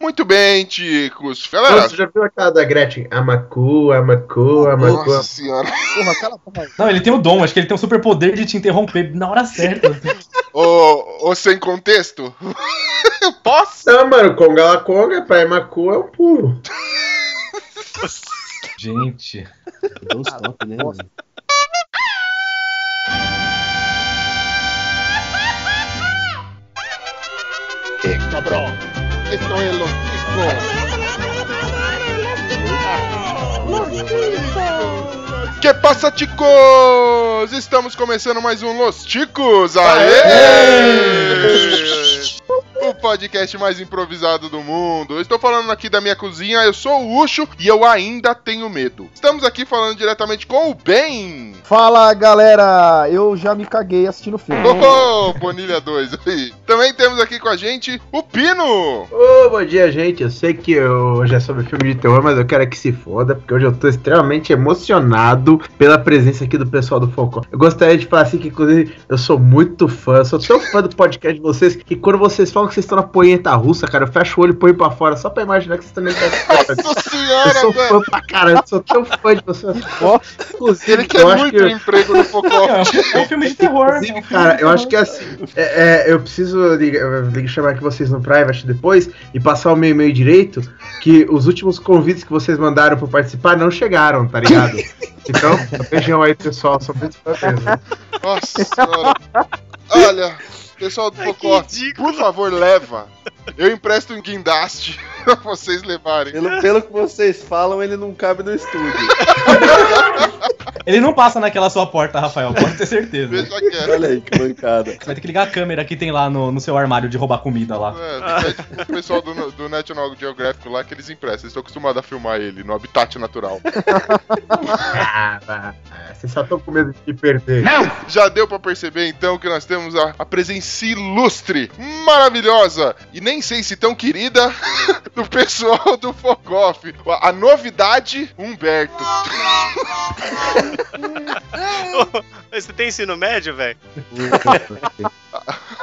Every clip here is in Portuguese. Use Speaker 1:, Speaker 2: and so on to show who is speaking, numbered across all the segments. Speaker 1: Muito bem, Ticos. Galera,
Speaker 2: Você já viu aquela da Gretchen? Amacu, Amacu, Amacu.
Speaker 1: nossa senhora.
Speaker 3: Porra, cala a boca.
Speaker 4: Não, ele tem o dom, acho que ele tem o superpoder de te interromper na hora certa.
Speaker 1: Ô, ô, sem contexto. Posso?
Speaker 2: Não, mano, Conga La Conga pra Amacu é um pulo.
Speaker 4: Gente.
Speaker 5: Deu um
Speaker 4: Ah,
Speaker 5: stop, né, mano?
Speaker 6: é
Speaker 1: Esto é los Ticos. Que passa, Ticos? Estamos começando mais um Los Ticos. Aê! O podcast mais improvisado do mundo. Eu estou falando aqui da minha cozinha, eu sou o Ucho e eu ainda tenho medo. Estamos aqui falando diretamente com o Ben.
Speaker 3: Fala galera, eu já me caguei assistindo o filme.
Speaker 1: Oh, Bonilha 2 aí. Também temos aqui com a gente o Pino.
Speaker 2: Ô, bom dia, gente. Eu sei que hoje é sobre filme de terror, mas eu quero é que se foda, porque hoje eu tô extremamente emocionado pela presença aqui do pessoal do Focó. Eu gostaria de falar assim que, inclusive, eu sou muito fã, sou tão fã do podcast de vocês, que quando vocês falam que vocês estão na poenta russa, cara, eu fecho o olho e ponho pra fora, só pra imaginar que vocês também estão
Speaker 1: Nossa
Speaker 2: Eu
Speaker 1: senhora,
Speaker 2: sou
Speaker 1: velho.
Speaker 2: fã pra caralho, eu sou tão fã de vocês. Inclusive,
Speaker 1: Ele quer
Speaker 2: eu acho
Speaker 1: muito
Speaker 2: que-
Speaker 1: emprego no Focó.
Speaker 4: É um filme de terror. é um
Speaker 2: Inclusive,
Speaker 4: filme
Speaker 2: cara,
Speaker 4: de
Speaker 2: eu
Speaker 4: terror.
Speaker 2: acho que é assim. é- é, eu preciso ligar- eu tenho que chamar aqui vocês no private depois e passar o meu e-mail direito. Que os últimos convites que vocês mandaram pra participar não chegaram, tá ligado? Então, beijão aí, pessoal. Sou muito fã mesmo.
Speaker 1: Nossa senhora. Olha, pessoal do Focó, por favor, leva. Eu empresto um guindaste pra vocês levarem.
Speaker 5: Pelo, pelo que vocês falam, ele não cabe no estúdio.
Speaker 4: Ele não passa naquela sua porta, Rafael, pode ter certeza.
Speaker 1: Veja quieto.
Speaker 5: Olha aí, que bancada.
Speaker 4: Você vai ter que ligar a câmera que tem lá no, no seu armário de roubar comida lá.
Speaker 1: É, é tipo o pessoal do, do National Geographic lá que eles emprestam. Eles estão acostumados a filmar ele no habitat natural.
Speaker 2: Ah, ah, ah, vocês só estão com medo de me perder.
Speaker 1: Já deu pra perceber então que nós temos a, a presença ilustre, maravilhosa e nem sei se tão querida do pessoal do Focoff. A, a novidade, Humberto.
Speaker 7: Você tem ensino médio, velho?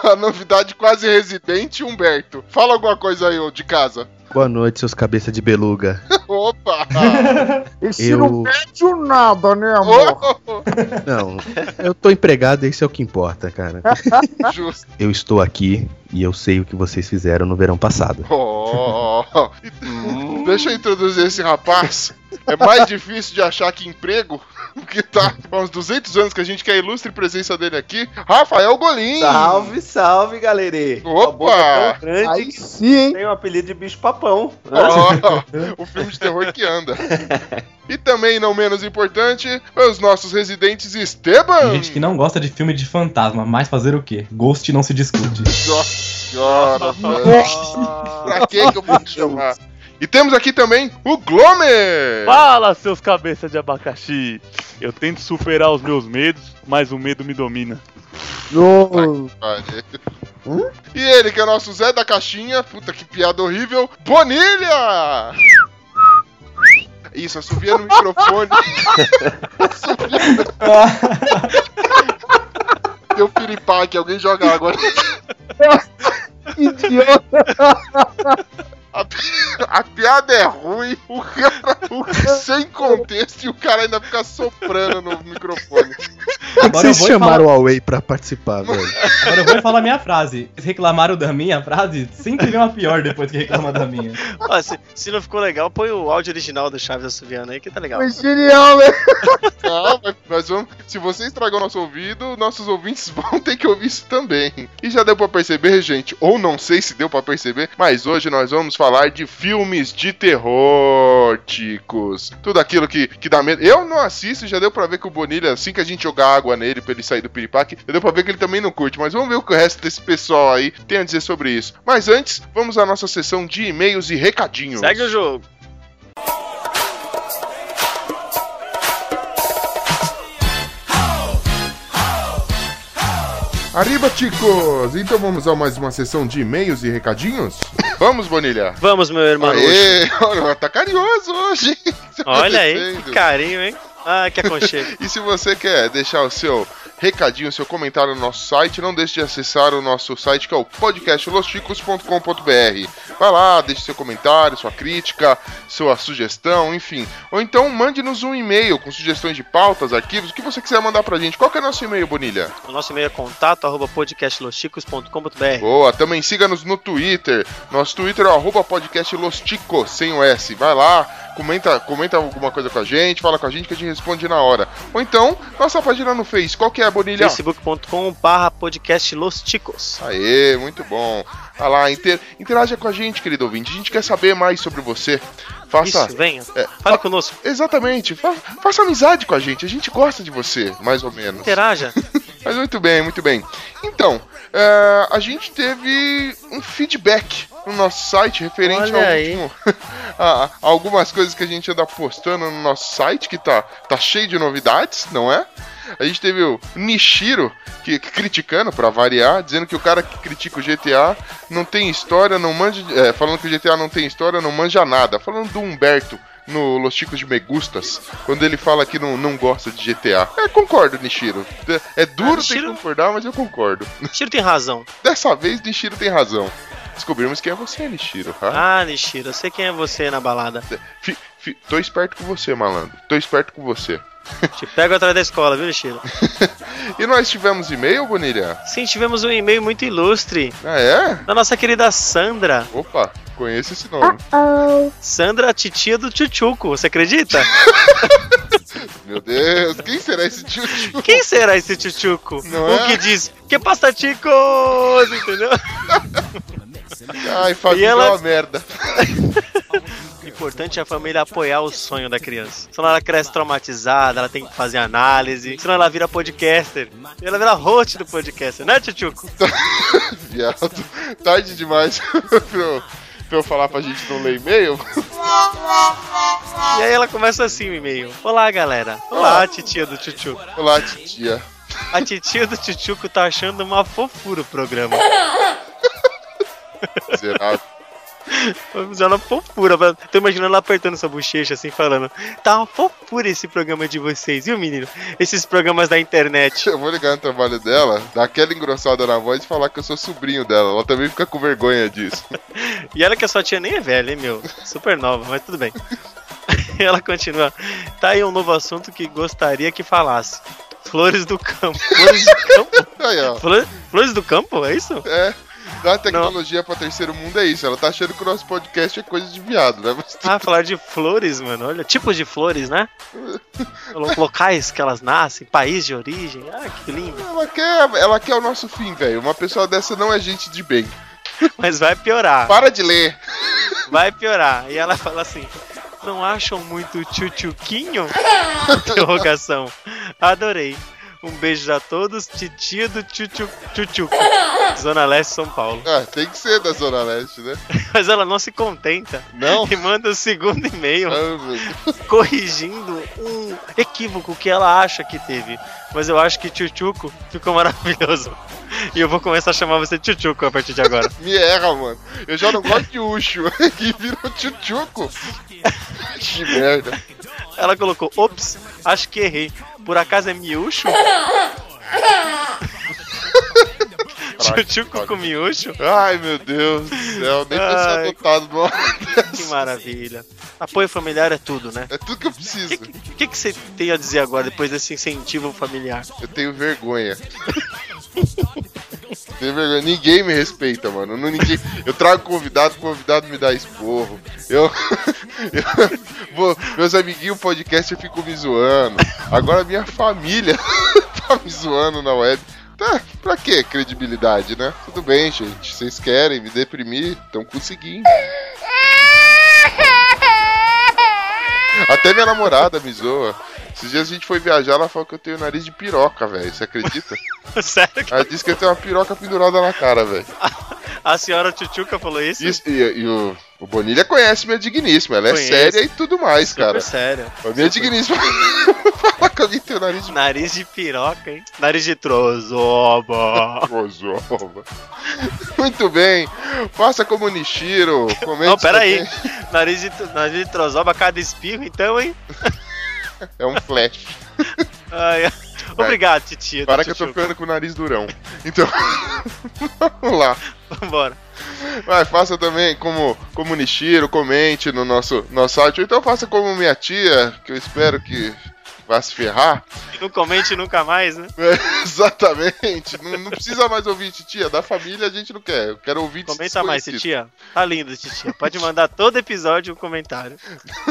Speaker 1: A novidade quase residente, Humberto. Fala alguma coisa aí, ô, de casa.
Speaker 6: Boa noite, seus cabeça de beluga.
Speaker 1: Opa!
Speaker 3: Esse
Speaker 6: Eu-
Speaker 3: não perde nada, né, amor?
Speaker 1: Oh,
Speaker 6: Não, eu tô empregado, esse é o que importa, cara.
Speaker 1: justo.
Speaker 6: Eu estou aqui e eu sei o que vocês fizeram no verão passado.
Speaker 1: Oh.
Speaker 3: Hum.
Speaker 1: Deixa eu introduzir esse rapaz. É mais difícil de achar que emprego, porque tá há uns 200 anos que a gente quer a ilustre presença dele aqui. Rafael Golim!
Speaker 5: Salve, salve, galerê. Com a
Speaker 1: Opa!
Speaker 5: boca tá tão grande
Speaker 3: Aí
Speaker 5: que
Speaker 3: sim, hein?
Speaker 5: tem o apelido de bicho papão. né?
Speaker 1: Oh, o filme de terror que anda. E também, não menos importante, os nossos residentes
Speaker 4: Tem
Speaker 1: Esteban!
Speaker 4: gente que não gosta de filme de fantasma, mas fazer o quê? Ghost não se discute.
Speaker 1: Senhora, velho. Pra que que eu vou te chamar? E temos aqui também o Glomer!
Speaker 8: Fala, seus cabeças de abacaxi! Eu tento superar os meus medos, mas o medo me domina.
Speaker 3: No-
Speaker 1: E ele que é o nosso Zé da Caixinha, puta que piada horrível, Bonilha! Isso, assovia no microfone. assovia. Deu piripaque, alguém joga água.
Speaker 3: Idiota.
Speaker 1: A, pi- a piada é ruim, o cara o cara sem contexto e o cara ainda fica soprando no microfone.
Speaker 6: Por que
Speaker 4: Agora eu
Speaker 6: vocês
Speaker 4: vou e
Speaker 6: chamaram o Huawei pra participar, velho?
Speaker 4: Agora eu vou falar minha frase. Vocês reclamaram da minha frase? Sempre vem uma pior depois que reclama da minha.
Speaker 7: Ó, se, se não ficou legal, põe o áudio original do Chaves Assoviano aí que tá legal.
Speaker 3: Foi genial, né?
Speaker 1: Não, mas, mas vamos, se você estragar o nosso ouvido, nossos ouvintes vão ter que ouvir isso também. E já deu pra perceber, gente, ou não sei se deu pra perceber, mas hoje nós vamos falar de filmes de terror, ticos. Tudo aquilo que, que dá medo. Eu não assisto, já deu pra ver que o Bonilha, assim que a gente jogar água nele pra ele sair do piripaque, já deu pra ver que ele também não curte, mas vamos ver o que o resto desse pessoal aí tem a dizer sobre isso. Mas antes, vamos à nossa sessão de e-mails e recadinhos.
Speaker 7: Segue o jogo.
Speaker 1: Arriba, ticos! Então vamos a mais uma sessão de e-mails e recadinhos? Vamos, Bonilha!
Speaker 7: Vamos, meu irmão.
Speaker 1: Aê, olha, tá carinhoso hoje, hein? Tá
Speaker 7: Olha aí,
Speaker 1: descendo.
Speaker 7: que carinho, hein? Ah, que aconchego.
Speaker 1: E se você quer deixar o seu recadinho, seu comentário no nosso site. Não deixe de acessar o nosso site que é o podcastlosticos.com.br. Vai lá, deixe seu comentário, sua crítica, sua sugestão, enfim. Ou então mande-nos um e-mail com sugestões de pautas, arquivos, o que você quiser mandar pra gente. Qual que é o nosso e-mail, Bonilha?
Speaker 7: O nosso e-mail é contato arroba podcastlosticos.com.br.
Speaker 1: Boa, também siga-nos no Twitter. Nosso Twitter é o arroba podcast Los Ticos, sem o S. Vai lá, comenta, comenta alguma coisa com a gente, fala com a gente que a gente responde na hora. Ou então, nossa página no Face. Qual que é, Bonilha?
Speaker 7: facebook.com barra podcastlosticos.
Speaker 1: Aê, muito bom. Vai Tá lá, inter- interaja com a gente, querido ouvinte. A gente quer saber mais sobre você. Faça.
Speaker 7: Isso, venha.
Speaker 1: É,
Speaker 7: Fale conosco,
Speaker 1: Exatamente, Fa- faça amizade com a gente, a gente gosta de você, mais ou menos.
Speaker 7: interaja.
Speaker 1: Mas muito bem, muito bem. Então, é, a gente teve um feedback no nosso site referente
Speaker 7: Olha
Speaker 1: ao
Speaker 7: aí.
Speaker 1: último, a, a Ah, algumas coisas que a gente anda postando no nosso site, que tá, tá cheio de novidades, não é? A gente teve o Nishiro que, que criticando, pra variar, dizendo que o cara que critica o GTA não tem história, não manja. é, falando que o GTA não tem história, não manja nada. Falando do Humberto no Los Chicos de Megustas, quando ele fala que não, não gosta de GTA. É, concordo, Nishiro. É, é duro
Speaker 7: Ah, Nishiro-
Speaker 1: ter que concordar, mas eu concordo.
Speaker 7: Nishiro tem razão.
Speaker 1: Dessa vez, Nishiro tem razão. Descobrimos quem é você, Nishiro. Ah,
Speaker 7: Ah, Nishiro, eu sei quem é você na balada.
Speaker 1: fi- fi- tô esperto com você, malandro. Tô esperto com você.
Speaker 7: Te pego atrás da escola, viu, Nishiro?
Speaker 1: E nós tivemos e-mail, Bonilha?
Speaker 7: Sim, tivemos um e-mail muito ilustre
Speaker 1: Ah, é?
Speaker 7: da nossa querida Sandra.
Speaker 1: Opa, conheço esse nome.
Speaker 7: Sandra, titia do Tchutchuco, você acredita?
Speaker 1: Meu Deus, quem será esse tio?
Speaker 7: Quem será esse Tchutchuco?
Speaker 1: Não
Speaker 7: o
Speaker 1: é?
Speaker 7: que diz, que pasta ticos, entendeu?
Speaker 1: Ai, família
Speaker 7: E ela-
Speaker 1: é uma merda.
Speaker 7: O importante é a família apoiar o sonho da criança. Senão ela cresce traumatizada, ela tem que fazer análise, senão ela vira podcaster. Ela vira host do podcaster, né, Tchutchuco?
Speaker 1: Viado, tarde demais pra, eu, pra eu falar pra gente não ler e-mail.
Speaker 7: E aí ela começa assim o e-mail. Olá, galera. Olá, titia do Tchutchuco.
Speaker 1: Olá, titia.
Speaker 7: A titia do Tchutchuco tá achando uma fofura o programa.
Speaker 1: Miserável.
Speaker 7: Vamos usar uma fofura. mas Tô imaginando ela apertando sua bochecha assim, falando: Tá uma fofura esse programa de vocês, viu, menino? Esses programas da internet.
Speaker 1: Eu vou ligar no trabalho dela, dar aquela engrossada na voz e falar que eu sou sobrinho dela. Ela também fica com vergonha disso.
Speaker 7: E ela que a sua tia nem é velha, hein, meu? Super nova, mas tudo bem. ela continua: Tá aí um novo assunto que gostaria que falasse. Flores do campo. Flores do campo?
Speaker 1: Aí, ó.
Speaker 7: Flores, flores do campo? É isso?
Speaker 1: É. Dar tecnologia pra terceiro mundo é isso. Ela tá achando que o nosso podcast é coisa de viado, né? Mas
Speaker 7: Ah, falar de flores, mano. Olha, tipos de flores, né? Lo- Locais que elas nascem, país de origem. Ah, que lindo.
Speaker 1: ela quer, ela quer o nosso fim, velho. Uma pessoa dessa não é gente de bem.
Speaker 7: Mas vai piorar.
Speaker 1: Para de ler.
Speaker 7: Vai piorar. E ela fala assim: Não acham muito tchutchuquinho? Interrogação. Adorei. Um beijo a todos, titia do tchutchu- Tchutchuco, Zona Leste São Paulo.
Speaker 1: Ah, tem que ser da Zona Leste, né?
Speaker 7: Mas ela não se contenta
Speaker 1: Não?
Speaker 7: e manda o segundo e-mail
Speaker 1: Ah, meu Deus.
Speaker 7: corrigindo um equívoco que ela acha que teve. Mas eu acho que tchutchuco ficou maravilhoso. E eu vou começar a chamar você tchutchuco a partir de agora.
Speaker 1: Me erra, mano. Eu já não gosto de Ucho. que virou tchutchuco. que merda.
Speaker 7: Ela colocou, ops, acho que errei. Por acaso é miúcho? Tchutchuco com miúcho?
Speaker 1: Ai, meu Deus do céu. Nem pra ser
Speaker 7: Ai.
Speaker 1: adotado. Não.
Speaker 7: Que maravilha. Apoio familiar é tudo, né?
Speaker 1: É tudo que eu
Speaker 7: O que,
Speaker 1: preciso.
Speaker 7: que, que você tem a dizer agora, depois desse incentivo familiar?
Speaker 1: Eu tenho vergonha. tenho vergonha. Ninguém me respeita, mano. Não, ninguém... Eu trago convidado, convidado me dá esporro. Eu. eu... vou- Meus amiguinhos podcast ficam me zoando. Agora minha família tá me zoando na web. Tá, pra que credibilidade, né? Tudo bem, gente. Vocês querem me deprimir? Estão conseguindo. Até minha namorada me zoa. Esses dias a gente foi viajar, ela falou que eu tenho nariz de piroca, velho. Você acredita?
Speaker 7: Sério? Ah, que
Speaker 1: Ela disse que eu tenho uma piroca pendurada na cara, velho.
Speaker 7: A senhora Tchutchuca falou isso?
Speaker 1: Isso- E, e o, o Bonilha conhece minha digníssima. Ela é
Speaker 7: Conheço.
Speaker 1: séria e tudo mais, cara.
Speaker 7: Super sério.
Speaker 1: A minha digníssima fala que alguém tem o nariz de
Speaker 7: Nariz de piroca, hein? Nariz de trozoba.
Speaker 1: Gozoba. Muito bem. Faça como o Nishiro. Comente
Speaker 7: Não, peraí.
Speaker 1: também.
Speaker 7: Nariz de, nariz de trozoba a cada espirro, então, hein?
Speaker 1: É um flash.
Speaker 7: Ai, Obrigado, titia. do
Speaker 1: Para que eu tô
Speaker 7: tchutchuco.
Speaker 1: ficando com o nariz durão. Então, vamos lá.
Speaker 7: Vambora.
Speaker 1: Vai, faça também como, como Nishiro, comente no nosso, nosso site. Ou então faça como minha tia, que eu espero que vá se ferrar.
Speaker 7: E Não comente nunca mais, né?
Speaker 1: Exatamente. Não, não precisa mais ouvir titia. Da família a gente não quer. Eu quero ouvir
Speaker 7: Comenta mais,
Speaker 1: desconhecido.
Speaker 7: titia. Tá lindo, titia. Pode mandar todo episódio um comentário.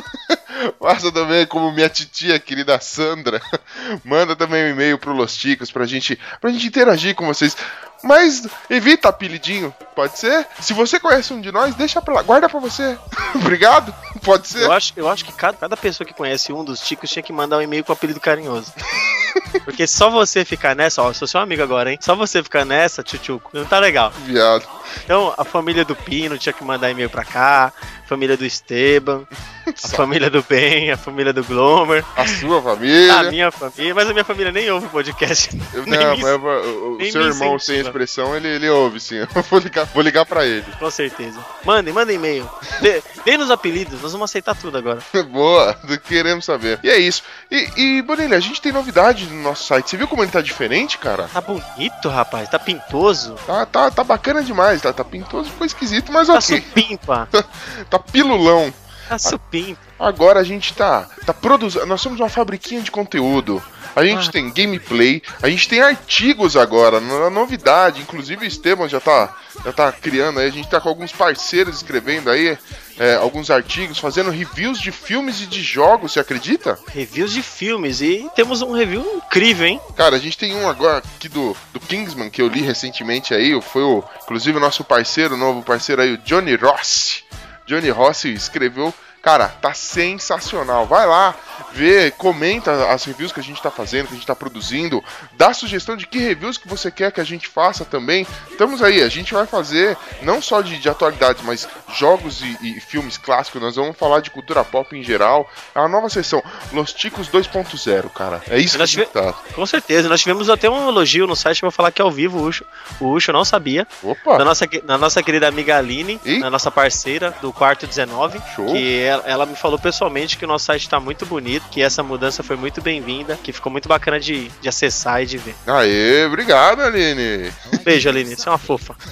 Speaker 1: Faça também como minha titia, querida Sandra. Manda também um e-mail pro Los Ticos pra gente, pra gente interagir com vocês. Mas evita apelidinho, pode ser? Se você conhece um de nós, deixa pra lá, guarda pra você. Obrigado, pode ser?
Speaker 7: Eu acho, eu acho que cada, cada pessoa que conhece um dos ticos tinha que mandar um e-mail com apelido carinhoso. Porque só você ficar nessa, ó, eu sou seu amigo agora, hein? Só você ficar nessa, tchutchuco, não tá legal.
Speaker 1: Viado.
Speaker 7: Então, a família do Pino tinha que mandar e-mail pra cá, a família do Esteban, a família do Ben, a família do Glomer,
Speaker 1: A sua família.
Speaker 7: a minha família, mas a minha família nem ouve o podcast.
Speaker 1: Eu-
Speaker 7: Nem
Speaker 1: não,
Speaker 7: me-
Speaker 1: mas eu vou- o- o
Speaker 7: nem
Speaker 1: seu
Speaker 7: me
Speaker 1: irmão sem
Speaker 7: incentiva.
Speaker 1: expressão, ele, ele ouve sim. Eu vou ligar, vou ligar pra ele.
Speaker 7: Com certeza. Mandem, mandem e-mail. Dê, dê nos apelidos, nós vamos aceitar tudo agora.
Speaker 1: Boa, queremos saber. E é isso. E, e Bonilha, a gente tem novidade no nosso site. Você viu como ele tá diferente, cara?
Speaker 7: Tá bonito, rapaz, tá pintoso,
Speaker 1: Tá, tá, tá bacana demais, tá, tá pintoso, ficou esquisito, mas
Speaker 7: tá
Speaker 1: ok.
Speaker 7: supimpa,
Speaker 1: Tá pilulão.
Speaker 7: tá supimpa.
Speaker 1: Agora a gente tá, tá produzindo. Nós somos uma fabriquinha de conteúdo. A gente
Speaker 7: Ah.
Speaker 1: tem gameplay, a gente tem artigos agora, na novidade. Inclusive o Esteban já tá, já tá criando aí. A gente tá com alguns parceiros escrevendo aí é, alguns artigos, fazendo reviews de filmes e de jogos, você acredita?
Speaker 7: Reviews de filmes e temos um review incrível, hein?
Speaker 1: Cara, a gente tem um agora aqui do, do Kingsman que eu li recentemente aí. Foi o, inclusive o nosso parceiro, o novo parceiro aí, o Johnny Rossi. Johnny Rossi escreveu. Cara, tá sensacional. Vai lá, vê, comenta as reviews que a gente tá fazendo, que a gente tá produzindo. Dá sugestão de que reviews que você quer que a gente faça também. Estamos aí, a gente vai fazer não só de, de atualidades, mas jogos e, e filmes clássicos. Nós vamos falar de cultura pop em geral. É uma nova sessão, Los Ticos 2.0, cara. É isso que a
Speaker 7: Nós
Speaker 1: gente tá.
Speaker 7: Com certeza. Nós tivemos até um elogio no site, vou falar que é ao vivo, o Ucho. O Ucho não sabia.
Speaker 1: Opa!
Speaker 7: Da nossa, que- na nossa querida amiga Aline,
Speaker 1: Ih.
Speaker 7: na nossa parceira do quarto 19.
Speaker 1: Show.
Speaker 7: Que ela, ela me falou pessoalmente que o nosso site tá muito bonito, que essa mudança foi muito bem-vinda, que ficou muito bacana de, de acessar e de ver.
Speaker 1: Aê, obrigado, Aline.
Speaker 7: Um beijo, Aline, você é uma fofa.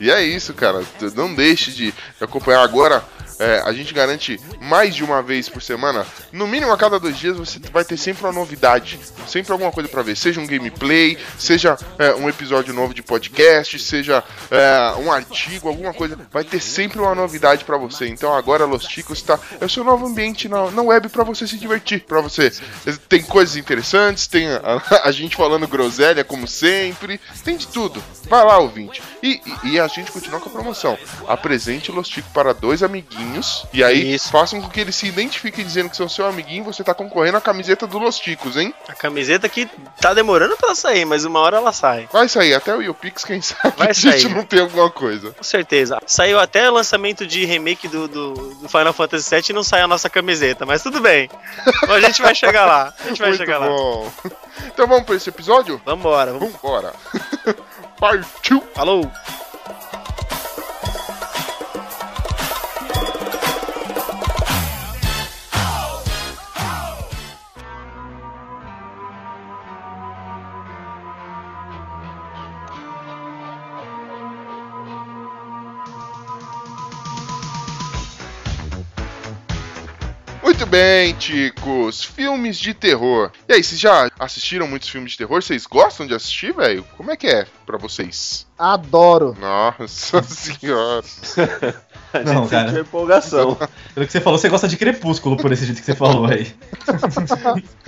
Speaker 1: E é isso, cara. Tu Não deixe de acompanhar agora. é, a gente garante mais de uma vez por semana. No mínimo a cada dois dias você vai ter sempre uma novidade. Sempre alguma coisa pra ver. Seja um gameplay, seja é, um episódio novo de podcast, seja é, um artigo, alguma coisa. Vai ter sempre uma novidade pra você. Então agora Los Ticos tá. É o seu novo ambiente na, na web pra você se divertir. pra você. Tem coisas interessantes, tem a, a gente falando groselha como sempre. Tem de tudo. Vai lá, ouvinte. E, e- e a gente continua com a promoção. Apresente o Los Ticos para dois amiguinhos. E aí
Speaker 7: Isso.
Speaker 1: façam com que eles se identifiquem dizendo que são seu amiguinho e você tá concorrendo à camiseta do Los Ticos, hein?
Speaker 7: A camiseta que tá demorando pra sair, mas uma hora ela sai.
Speaker 1: Vai sair até o YouPix, quem sabe
Speaker 7: Vai
Speaker 1: a gente
Speaker 7: sair.
Speaker 1: não tem alguma coisa.
Speaker 7: Com certeza. Saiu até o lançamento de remake do, do, do Final Fantasy VII e não saiu a nossa camiseta, mas tudo bem. A gente vai chegar lá. A gente vai
Speaker 1: Muito
Speaker 7: chegar lá.
Speaker 1: bom. Então vamos pra esse episódio?
Speaker 7: Vambora, vamos.
Speaker 1: Vambora. Partiu!
Speaker 7: Falou!
Speaker 1: Muito bem, ticos. Filmes de terror. E aí, vocês já assistiram muitos filmes de terror? Vocês gostam de assistir, velho? Como é que é pra vocês?
Speaker 3: Adoro.
Speaker 1: Nossa senhora.
Speaker 5: A gente
Speaker 4: Não, cara.
Speaker 5: sentiu empolgação.
Speaker 4: Pelo que você falou, você gosta de crepúsculo por esse jeito que você falou aí.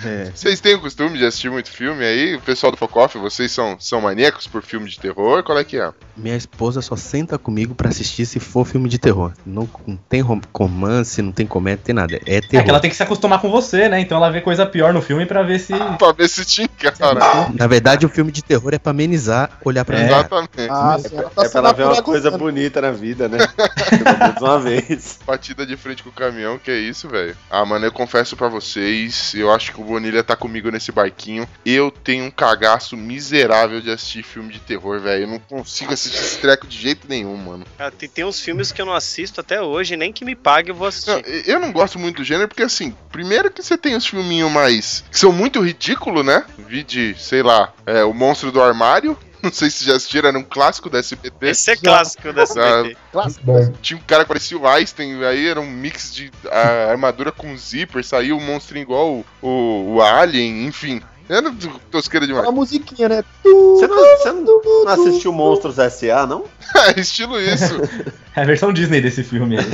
Speaker 6: É,
Speaker 1: Vocês têm o costume de assistir muito filme aí? O pessoal do Focoff, vocês são, são maníacos por filme de terror? Qual é que é?
Speaker 6: minha esposa só senta comigo pra assistir se for filme de terror. Não, não tem rom- romance, não tem comédia, não tem nada. É
Speaker 4: É que ela
Speaker 6: terror.
Speaker 4: tem que se acostumar com você, né? Então ela vê coisa pior no filme pra ver se.
Speaker 1: Ah, Pra ver se te encara.
Speaker 6: Na verdade, o filme de terror é pra amenizar, olhar pra
Speaker 4: É.
Speaker 6: mim.
Speaker 1: Exatamente.
Speaker 3: Ah, sim, ela tá
Speaker 5: é pra ela ver uma
Speaker 3: apuraguçando.
Speaker 5: coisa bonita na vida, né? de uma vez.
Speaker 1: Batida de frente com o caminhão, que é isso, velho. Ah, mano, eu confesso pra vocês, eu acho que o Bonilha tá comigo nesse barquinho. Eu tenho um cagaço miserável de assistir filme de terror, velho. Eu não consigo assistir esse treco de jeito nenhum, mano.
Speaker 7: Ah, tem, tem uns filmes que eu não assisto até hoje, nem que me pague eu vou
Speaker 1: Não,
Speaker 7: assistir.
Speaker 1: eu não gosto muito do gênero, porque assim, primeiro que você tem os filminhos mais. que são muito ridículos, né? Vi de, sei lá, é, O Monstro do Armário. Não sei se já assistiram, era um clássico da SBT.
Speaker 7: Esse é clássico da SBT.
Speaker 3: Clássico.
Speaker 2: Bom,
Speaker 1: Tinha um cara que parecia o Einstein, aí era um mix de a, armadura com zíper, saiu um monstrinho igual o, o, o Alien, enfim. Era tosqueira demais.
Speaker 3: Uma musiquinha, né?
Speaker 5: Você não, você não- não assistiu Monstros S.A., não?
Speaker 1: É, estilo isso.
Speaker 4: É a versão Disney desse filme aí.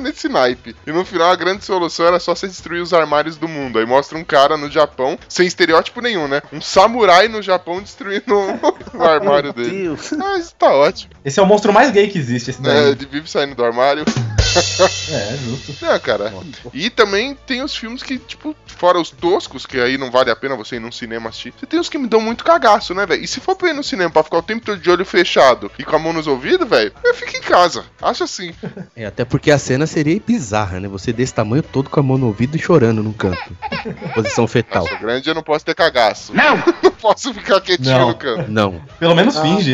Speaker 1: Nesse naipe. E no final a grande solução era só você destruir os armários do mundo. Aí mostra um cara no Japão, sem estereótipo nenhum, né? Um samurai no Japão destruindo o armário dele.
Speaker 5: Deus.
Speaker 1: Ah, isso tá ótimo.
Speaker 4: Esse é o monstro mais gay que existe, esse
Speaker 1: né?
Speaker 4: daí.
Speaker 1: Ele vive saindo do armário.
Speaker 4: É, justo. então.
Speaker 1: Não, cara. E também tem os filmes que, tipo, fora os toscos, que aí não vale a pena você ir num cinema assistir. Você tem os que me dão muito cagaço, né, velho? E se for pra ir no cinema pra ficar o tempo todo de olho fechado e com a mão nos ouvidos, velho, eu fico em casa. Acho assim.
Speaker 6: É, até porque a cena seria bizarra, né? Você desse tamanho todo com a mão no ouvido e chorando num canto. Posição fetal.
Speaker 1: Sou grande, eu não posso ter cagaço. Não! não posso ficar quietinho
Speaker 4: Não.
Speaker 1: no canto.
Speaker 6: Não.
Speaker 4: Pelo menos finge.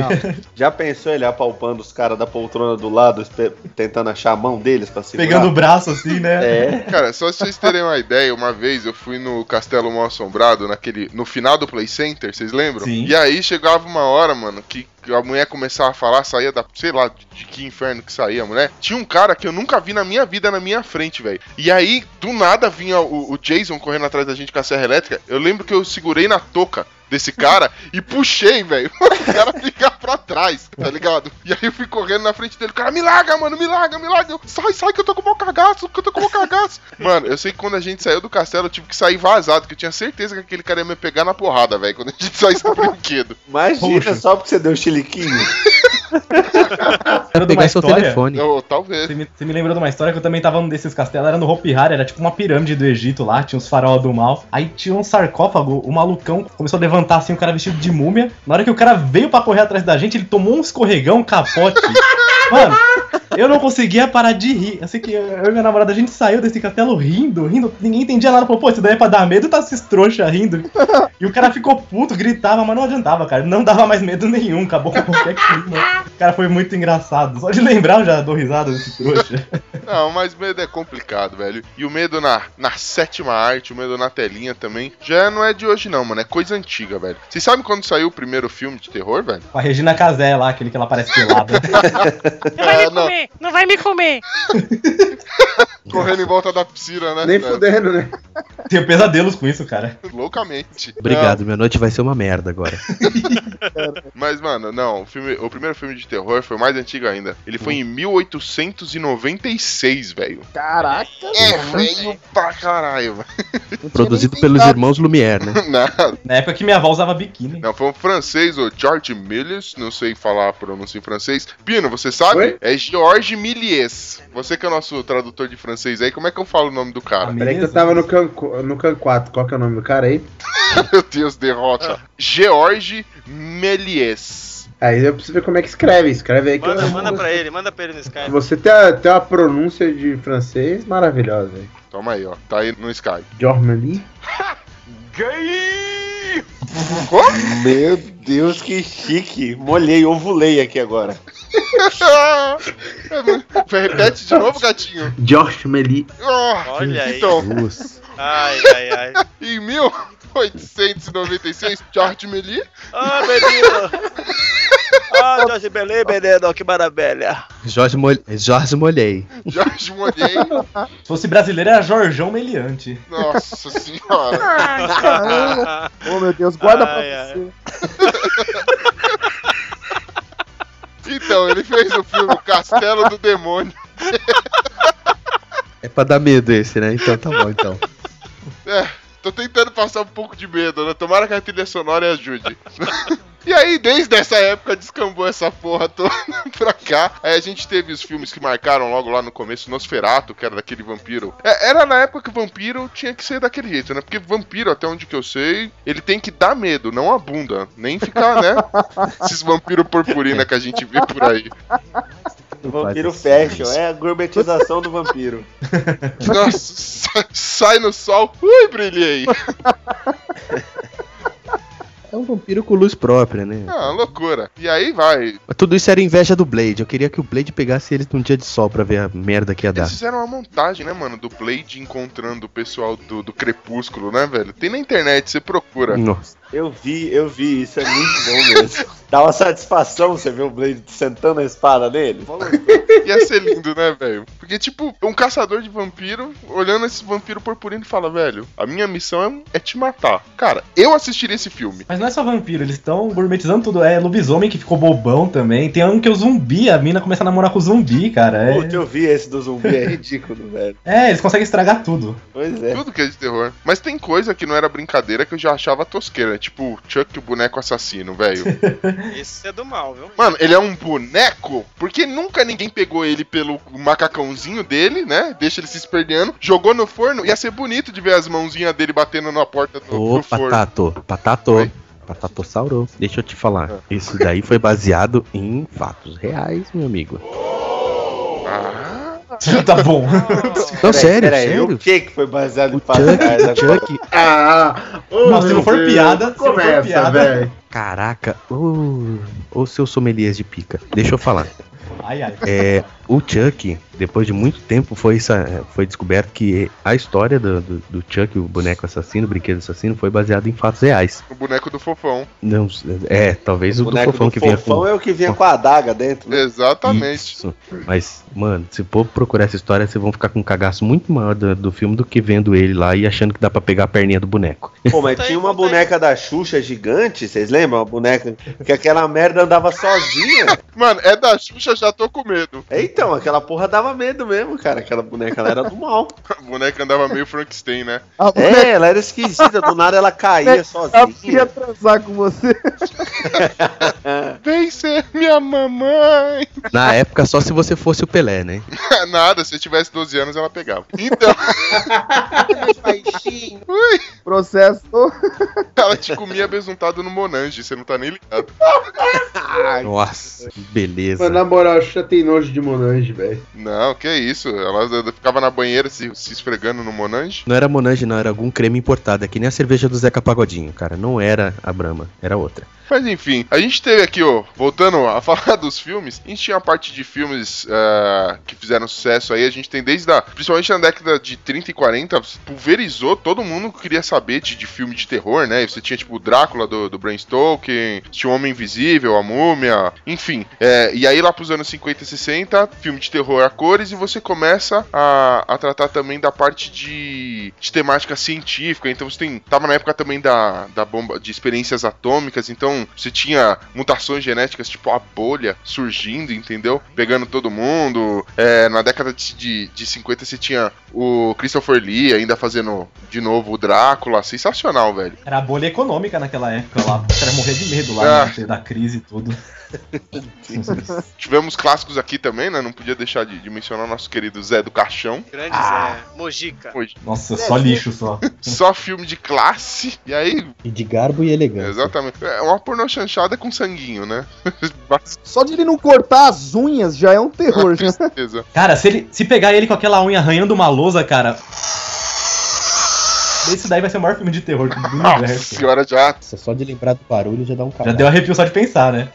Speaker 5: Já pensou ele apalpando os caras da poltrona do lado, espe- tentando achar a mão deles pra segurar?
Speaker 4: Pegando o braço assim, né?
Speaker 5: É,
Speaker 1: Cara, só se vocês terem uma ideia, uma vez eu fui no Castelo Mal Assombrado, naquele, no final do Play Center, vocês lembram?
Speaker 4: Sim.
Speaker 1: E aí chegava uma hora, mano, que a mulher começava a falar, saía da, sei lá, de, de que inferno que saía a mulher. Tinha um cara que eu nunca vi na minha vida na minha frente, velho. E aí, do nada, vinha o, o Jason correndo atrás da gente com a serra elétrica. Eu lembro que eu segurei na touca desse cara e puxei, velho, o cara ficar pra trás, tá ligado? E aí eu fui correndo na frente dele, o cara, me larga, mano, me larga, me larga. Eu, sai, sai, que eu tô com o meu cagaço, que eu tô com o meu cagaço. Mano, eu sei que quando a gente saiu do castelo, eu tive que sair vazado, que eu tinha certeza que aquele cara ia me pegar na porrada, velho, quando a gente saísse do brinquedo.
Speaker 5: imagina
Speaker 4: Poxa.
Speaker 5: só porque você deu chiliquinho.
Speaker 4: Era de uma
Speaker 6: Pegar seu
Speaker 4: história.
Speaker 6: telefone.
Speaker 1: Eu, talvez.
Speaker 4: Você me, você me lembrou de uma história que eu também tava num desses castelos, era no Hopi Hari, era tipo uma pirâmide do Egito lá, tinha os farol do mal. Aí tinha um sarcófago, o malucão começou a levantar assim, o cara vestido de múmia. Na hora que o cara veio pra correr atrás da gente, ele tomou um escorregão, um capote. Mano, eu não conseguia parar de rir. Eu sei que eu eu e minha namorada, a gente saiu desse castelo rindo, rindo. Ninguém entendia nada. Falou, pô, isso daí é pra dar medo, tá esses trouxa rindo. E o cara ficou puto, gritava, mas não adiantava, cara. Não dava mais medo nenhum, acabou com qualquer clima. O cara foi muito engraçado. Só de lembrar eu já dou Tá risada desse trouxa.
Speaker 1: Não, mas medo é complicado, velho. E o medo na, na sétima arte, o medo na telinha também, já não é de hoje não, mano, é coisa antiga, velho. Vocês sabem quando saiu o primeiro filme de terror, velho?
Speaker 4: Com a Regina Casé lá, aquele que ela parece pelada.
Speaker 9: Não vai
Speaker 1: É,
Speaker 9: me comer, não vai me comer.
Speaker 1: Correndo em volta da piscina, né?
Speaker 2: nem
Speaker 1: É,
Speaker 2: fudendo, né?
Speaker 4: Tenho pesadelos com isso, cara.
Speaker 1: Loucamente.
Speaker 6: Obrigado, minha noite vai ser uma merda agora.
Speaker 1: Mas, mano, não, o, filme- o primeiro filme de terror foi mais antigo ainda. Ele foi em 1896, velho.
Speaker 3: Caraca.
Speaker 1: É velho pra caralho, velho.
Speaker 6: Produzido pelos irmãos Lumière, né?
Speaker 1: Não,
Speaker 4: Na época que minha avó usava biquíni.
Speaker 1: não, foi um francês, o George Millies, não sei falar a pronúncia em francês. Pino, você sabe?
Speaker 2: Oi?
Speaker 1: É Georges Millies. Você que é o nosso tradutor de francês aí, como é que eu falo o nome do cara?
Speaker 4: Ah,
Speaker 2: Peraí que eu
Speaker 4: beleza.
Speaker 2: tava no can, no can 4, qual que é o nome do cara aí?
Speaker 1: Meu Deus, derrota.
Speaker 7: Ah.
Speaker 1: Georges Méliès.
Speaker 2: Aí eu preciso ver como é que escreve, escreve aí que
Speaker 7: Manda,
Speaker 2: eu...
Speaker 7: manda pra ele, manda pra ele no Skype.
Speaker 2: Você tem, a- tem uma pronúncia de francês maravilhosa, hein?
Speaker 1: Toma aí, ó. Tá aí no Skype.
Speaker 2: Jormani?
Speaker 1: Gay!
Speaker 5: Meu Deus, que chique. Molhei, ovulei aqui agora.
Speaker 1: Repete de novo, gatinho.
Speaker 2: George Meli.
Speaker 1: Ah,
Speaker 7: Olha aí.
Speaker 1: Então,
Speaker 6: Luz.
Speaker 7: Ai, ai, ai.
Speaker 1: em 1896, George Meli,
Speaker 7: Ah, menino! Ah, Jorge Belém, menino, que maravilha!
Speaker 6: Jorge, Mol... Jorge Molhei.
Speaker 1: George Monet,
Speaker 4: Se fosse brasileiro, era Jorjão Meliante.
Speaker 1: nossa senhora.
Speaker 3: Caramba. Ô, Oh, meu Deus, guarda
Speaker 7: Ai,
Speaker 3: pra
Speaker 7: ai.
Speaker 3: você.
Speaker 1: Então, ele fez o filme Castelo do Demônio.
Speaker 6: É pra dar medo esse, né? Então tá bom, então.
Speaker 1: É, tô tentando passar um pouco de medo, né? Tomara que a trilha sonora ajude. E aí, desde essa época, descambou essa porra toda pra cá. Aí a gente teve os filmes que marcaram logo lá no começo, Nosferato, que era daquele vampiro. É, era na época que o vampiro tinha que ser daquele jeito, né? Porque vampiro, até onde que eu sei, ele tem que dar medo, não a bunda. Nem ficar, né? Esses vampiros purpurina que a gente vê por aí.
Speaker 5: Vampiro fashion, é a gourmetização do vampiro.
Speaker 1: Nossa, sai, sai no sol. Ui, brilhei.
Speaker 6: É um vampiro com luz própria, né?
Speaker 1: Ah, loucura. E aí vai.
Speaker 6: Mas Tudo isso era inveja do Blade. Eu queria que o Blade pegasse ele num dia de sol pra ver a merda que ia dar.
Speaker 1: Eles fizeram uma montagem, né, mano? Do Blade encontrando o pessoal do, do Crepúsculo, né, velho? Tem na internet, você procura.
Speaker 6: Nossa.
Speaker 5: Eu vi, eu vi, isso é muito bom mesmo. Dá uma satisfação você ver o Blade sentando a espada nele.
Speaker 1: Ia ser lindo, né, velho? Porque, tipo, um caçador de vampiro olhando esse vampiro purpurino e fala, velho, a minha missão é é te matar. Cara, eu assistiria esse filme.
Speaker 4: Mas não é só vampiro, eles estão gourmetizando tudo. É lobisomem que ficou bobão também. Tem um que é o zumbi, a mina começa a namorar com o zumbi, cara. É,
Speaker 5: Puta, eu vi esse do zumbi, é ridículo, velho.
Speaker 4: é eles conseguem estragar tudo.
Speaker 5: Pois é.
Speaker 1: Tudo que é de terror. Mas tem coisa que não era brincadeira que eu já achava tosqueira. Tipo, Chuck, o boneco assassino, velho.
Speaker 7: Esse é do mal, viu?
Speaker 1: Mano, ele é um boneco? Porque nunca ninguém pegou ele pelo macacãozinho dele, né? Deixa ele se esperneando, jogou no forno. Ia ser bonito de ver as mãozinhas dele batendo na porta
Speaker 2: é
Speaker 1: do,
Speaker 6: Ô,
Speaker 1: do forno.
Speaker 6: Patato, Patato.
Speaker 1: Oi?
Speaker 6: Patatossauro. Deixa eu te
Speaker 2: Ah.
Speaker 6: falar. Isso daí foi baseado em fatos reais, meu amigo.
Speaker 1: Ah,
Speaker 4: tá bom.
Speaker 6: Não,
Speaker 5: Peraí,
Speaker 6: sério,
Speaker 5: peraí,
Speaker 6: sério.
Speaker 5: O que que foi baseado
Speaker 6: O
Speaker 5: em fatos reais
Speaker 6: Chuck, o
Speaker 5: agora?
Speaker 6: Chuck,
Speaker 2: Ah, ô,
Speaker 4: Nossa, se não for
Speaker 2: meu Deus,
Speaker 4: piada, se não for
Speaker 2: começa,
Speaker 4: piada.
Speaker 2: velho.
Speaker 6: caraca, ô ô seu sommelier de pica. Deixa eu falar.
Speaker 4: Ai, ai.
Speaker 6: É, o Chuck, depois de muito tempo, foi, sa- foi descoberto que a história do, do, do Chuck, o boneco assassino, o brinquedo assassino, foi baseada em fatos reais.
Speaker 1: o boneco do fofão.
Speaker 6: Não, é, talvez o, do fofão que vinha com.
Speaker 5: fofão é o que vinha com a adaga dentro, né?
Speaker 1: Exatamente.
Speaker 6: Isso. Mas, mano, se for procurar essa história, vocês vão ficar com um cagaço muito maior do, do filme do que vendo ele lá e achando que dá pra pegar a perninha do boneco.
Speaker 5: Pô, mas
Speaker 7: Conta aí,
Speaker 5: tinha uma
Speaker 7: conta aí.
Speaker 5: boneca da Xuxa gigante, vocês lembram? Uma boneca que aquela merda andava sozinha.
Speaker 1: Mano, é da Xuxa, já tô com medo.
Speaker 5: É, então, aquela porra dava medo mesmo, cara. Aquela boneca ela era do mal.
Speaker 1: A boneca andava meio Frankenstein, né?
Speaker 3: A mulher
Speaker 5: É, ela era esquisita, do nada ela caía
Speaker 3: ela ia
Speaker 5: sozinha.
Speaker 3: transar com você.
Speaker 1: Vem ser minha mamãe.
Speaker 6: Na época, só se você fosse o Pelé, né?
Speaker 1: Nada, se eu tivesse 12 anos ela pegava. Então,
Speaker 3: Processo.
Speaker 1: ela te comia besuntado no Monange, você não tá nem ligado.
Speaker 6: Nossa, que beleza.
Speaker 2: Mano, na moral, acho que já tem nojo de Monange, velho.
Speaker 1: Não, que isso. Ela ficava na banheira se, se esfregando no Monange.
Speaker 6: Não era Monange, não, era algum creme importado. É que nem a cerveja do Zeca Pagodinho, cara. Não era a Brahma, era outra.
Speaker 1: Mas enfim, a gente teve aqui, ó, voltando a falar dos filmes, a gente tinha a parte de filmes ah, que fizeram sucesso aí, a gente tem desde a. Principalmente na década de 30 e 40, pulverizou, todo mundo queria saber de, de filme de terror, né? Você tinha tipo o Drácula do, do Bram Stoker, tinha o Homem Invisível, a Múmia, enfim. É, e aí lá pros anos 50 e 60, filme de terror a cores, e você começa a, a tratar também da parte de, de temática científica. Então você tem. Tava na época também da, da bomba de experiências atômicas, então você tinha mutações genéticas, tipo a bolha surgindo, entendeu? Pegando todo mundo. É, na década de, de, de 50 você tinha o Christopher Lee ainda fazendo de novo o Drácula. Sensacional, velho.
Speaker 4: Era a bolha econômica naquela época lá. O cara morrer de medo
Speaker 1: Ah.
Speaker 4: lá, né, da crise e tudo.
Speaker 1: Tivemos clássicos aqui também, né? Não podia deixar de, de mencionar o nosso querido Zé do Caixão.
Speaker 7: Grande Zé. Mojica.
Speaker 4: Nossa, só lixo só.
Speaker 1: Só filme de classe. E aí,
Speaker 6: E de garbo e elegância.
Speaker 1: exatamente. É uma pornô chanchada com sanguinho, né?
Speaker 3: Só de ele não cortar as unhas já é um terror. já.
Speaker 1: Tristeza.
Speaker 4: Cara, se, ele, se pegar ele com aquela unha arranhando uma lousa, cara. Esse daí vai ser o maior filme de terror do
Speaker 1: Nossa
Speaker 4: universo.
Speaker 1: senhora, já.
Speaker 6: Nossa, é só de lembrar do barulho já dá um
Speaker 4: Já
Speaker 6: cagaço.
Speaker 4: deu arrepio só de pensar, né?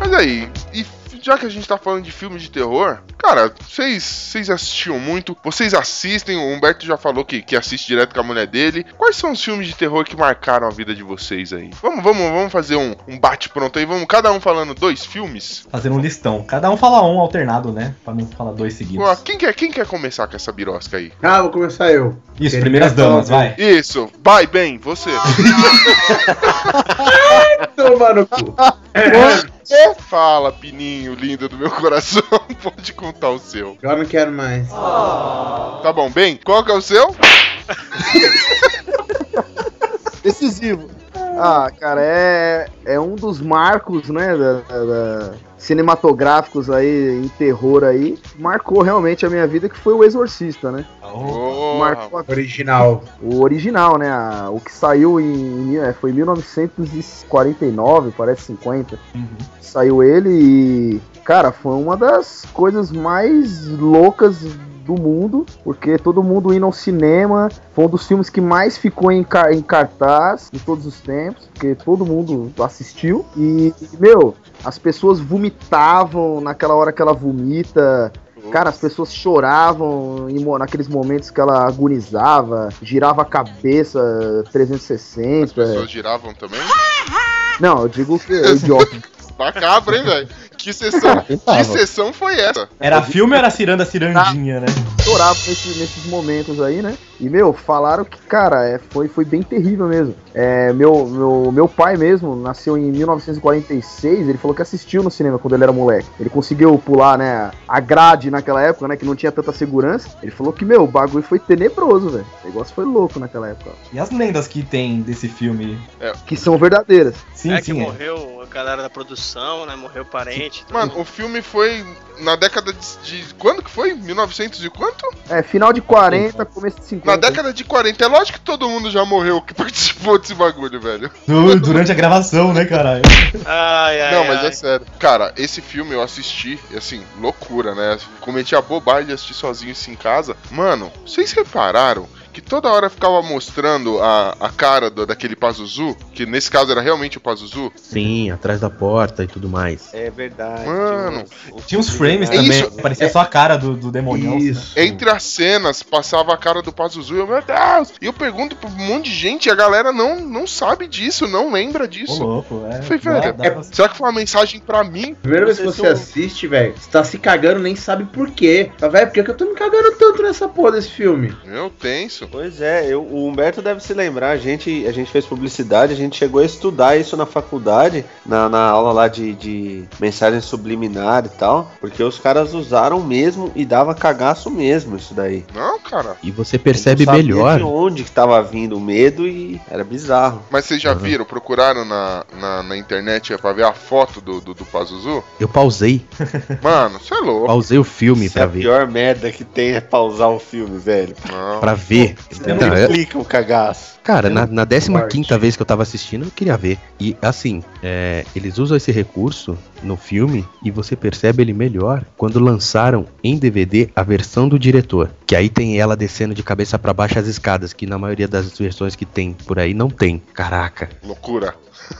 Speaker 1: Mas aí, e f- já que a gente tá falando de filme de terror, cara, vocês, vocês assistiam muito, vocês assistem, o Humberto já falou que, que assiste direto com a mulher dele. Quais são os filmes de terror que marcaram a vida de vocês aí? Vamos, vamos, vamos fazer um, um bate-pronto aí, vamos cada um falando dois filmes?
Speaker 4: Fazendo um listão. Cada um fala um alternado, né? Pra não falar dois seguidos.
Speaker 1: Ó, Quem quer, quem quer começar com essa birosca aí?
Speaker 2: Ah, vou começar eu. tá
Speaker 4: Isso, primeiras damas, vai.
Speaker 1: Isso, vai bem, você.
Speaker 2: Toma no cu.
Speaker 1: É. Fala, pininho lindo do meu coração, pode contar o seu.
Speaker 2: Já não quero mais.
Speaker 1: Tá bom,
Speaker 4: É.
Speaker 1: bem, qual que é o seu?
Speaker 3: Decisivo. Ah, cara, é, é um dos marcos, né, da- da- da- cinematográficos aí, em terror aí. Marcou realmente a minha vida, que foi o Exorcista, né? Marcou a-
Speaker 2: Original.
Speaker 3: O original, né? a- o que saiu em, em- é, foi em 1949, parece 50. Saiu ele e, cara, foi uma das coisas mais loucas do mundo, porque todo mundo indo ao cinema, foi um dos filmes que mais ficou em, ca- em cartaz de todos os tempos, porque todo mundo assistiu e, meu, as pessoas vomitavam naquela hora que ela vomita, Cara, as pessoas choravam em mo- naqueles momentos que ela agonizava, girava a cabeça 360.
Speaker 1: As pessoas giravam também?
Speaker 3: Não, eu digo que é idiota.
Speaker 1: Macabra, hein, velho? Que sessão, que sessão foi essa?
Speaker 4: Era filme ou era ciranda cirandinha, né?
Speaker 3: Chorava nesse- nesses momentos aí, né? E, meu, falaram que, cara, é, foi, foi bem terrível mesmo. É, meu, meu, meu pai mesmo nasceu em 1946, ele falou que assistiu no cinema quando ele era moleque. Ele conseguiu pular, né, a grade naquela época, né, que não tinha tanta segurança. Ele falou que, meu, o bagulho foi tenebroso, velho. O negócio foi louco naquela época.
Speaker 4: E as lendas que tem desse filme?
Speaker 3: Que são verdadeiras.
Speaker 4: Sim,
Speaker 10: é que
Speaker 4: sim. é.
Speaker 10: morreu a galera da produção, né? Morreu parente. tudo.
Speaker 1: Mano, o filme foi na década de, de- Quando que foi? 1900 e quanto?
Speaker 3: É, final de 40, começo de
Speaker 1: Na
Speaker 3: 50.
Speaker 1: década de 40. É lógico que todo mundo já morreu que participou desse bagulho, velho.
Speaker 4: Du- Durante a gravação, né, caralho?
Speaker 10: Ai, ai,
Speaker 1: Não, mas
Speaker 10: ai.
Speaker 1: é sério. Cara, esse filme eu assisti, e assim, loucura, né? Cometi a bobagem de assistir sozinho isso em casa. Mano, vocês repararam que toda hora ficava mostrando a, a cara do- daquele Pazuzu, que nesse caso era realmente o Pazuzu?
Speaker 6: Sim, atrás da porta e tudo mais.
Speaker 5: É verdade.
Speaker 1: Mano.
Speaker 5: tinha uns-
Speaker 4: Tinha uns frames
Speaker 1: É
Speaker 4: também,
Speaker 1: isso.
Speaker 4: parecia só a cara do, do né? demonião.
Speaker 2: Isso.
Speaker 1: Entre as cenas, passava a cara do Pazuzu, eu, meu Deus! E eu pergunto pra um monte de gente e a galera não, não sabe disso, não lembra
Speaker 4: Ô,
Speaker 1: disso.
Speaker 4: louco, é.
Speaker 1: Eu falei,
Speaker 4: Dá-
Speaker 1: velho,
Speaker 4: dá pra-
Speaker 1: será que foi uma mensagem pra mim?
Speaker 2: Primeira vez que
Speaker 5: Vocês
Speaker 2: você é
Speaker 5: são-
Speaker 2: assiste, velho, você tá se cagando, nem sabe por quê. Mas, velho, por que que eu tô me cagando tanto nessa porra desse filme?
Speaker 1: Eu tenso.
Speaker 5: Pois é, eu- o Humberto deve se lembrar, a gente, a gente fez publicidade, a gente chegou a estudar isso na faculdade, na, na aula lá de, de mensagem subliminar e tal, porque os caras usaram mesmo e dava cagaço mesmo isso daí.
Speaker 1: Não, cara.
Speaker 6: E você
Speaker 5: A gente
Speaker 6: percebe
Speaker 5: não sabia
Speaker 6: melhor.
Speaker 5: De onde que tava vindo o medo e era bizarro.
Speaker 1: Mas vocês
Speaker 4: Uhum.
Speaker 1: já viram, procuraram na, na, na internet é, pra ver a foto do, do, do Pazuzu?
Speaker 6: Eu pausei.
Speaker 1: Mano, você é louco.
Speaker 6: Pausei o filme
Speaker 5: Isso é
Speaker 6: pra
Speaker 5: a
Speaker 6: ver.
Speaker 5: pior merda que tem é pausar o filme, velho.
Speaker 1: Não.
Speaker 6: Pra ver.
Speaker 5: Você não
Speaker 6: Não, é-
Speaker 5: implica o cagaço.
Speaker 6: Cara, na, na 15
Speaker 2: Forte.
Speaker 6: quinta vez que eu tava assistindo, eu queria ver. E assim, é, eles usam esse recurso no filme e você percebe ele melhor quando lançaram em DVD a versão do diretor. Que aí tem ela descendo de cabeça pra baixo as escadas, que na maioria das versões que tem por aí não tem. Caraca.
Speaker 1: Loucura.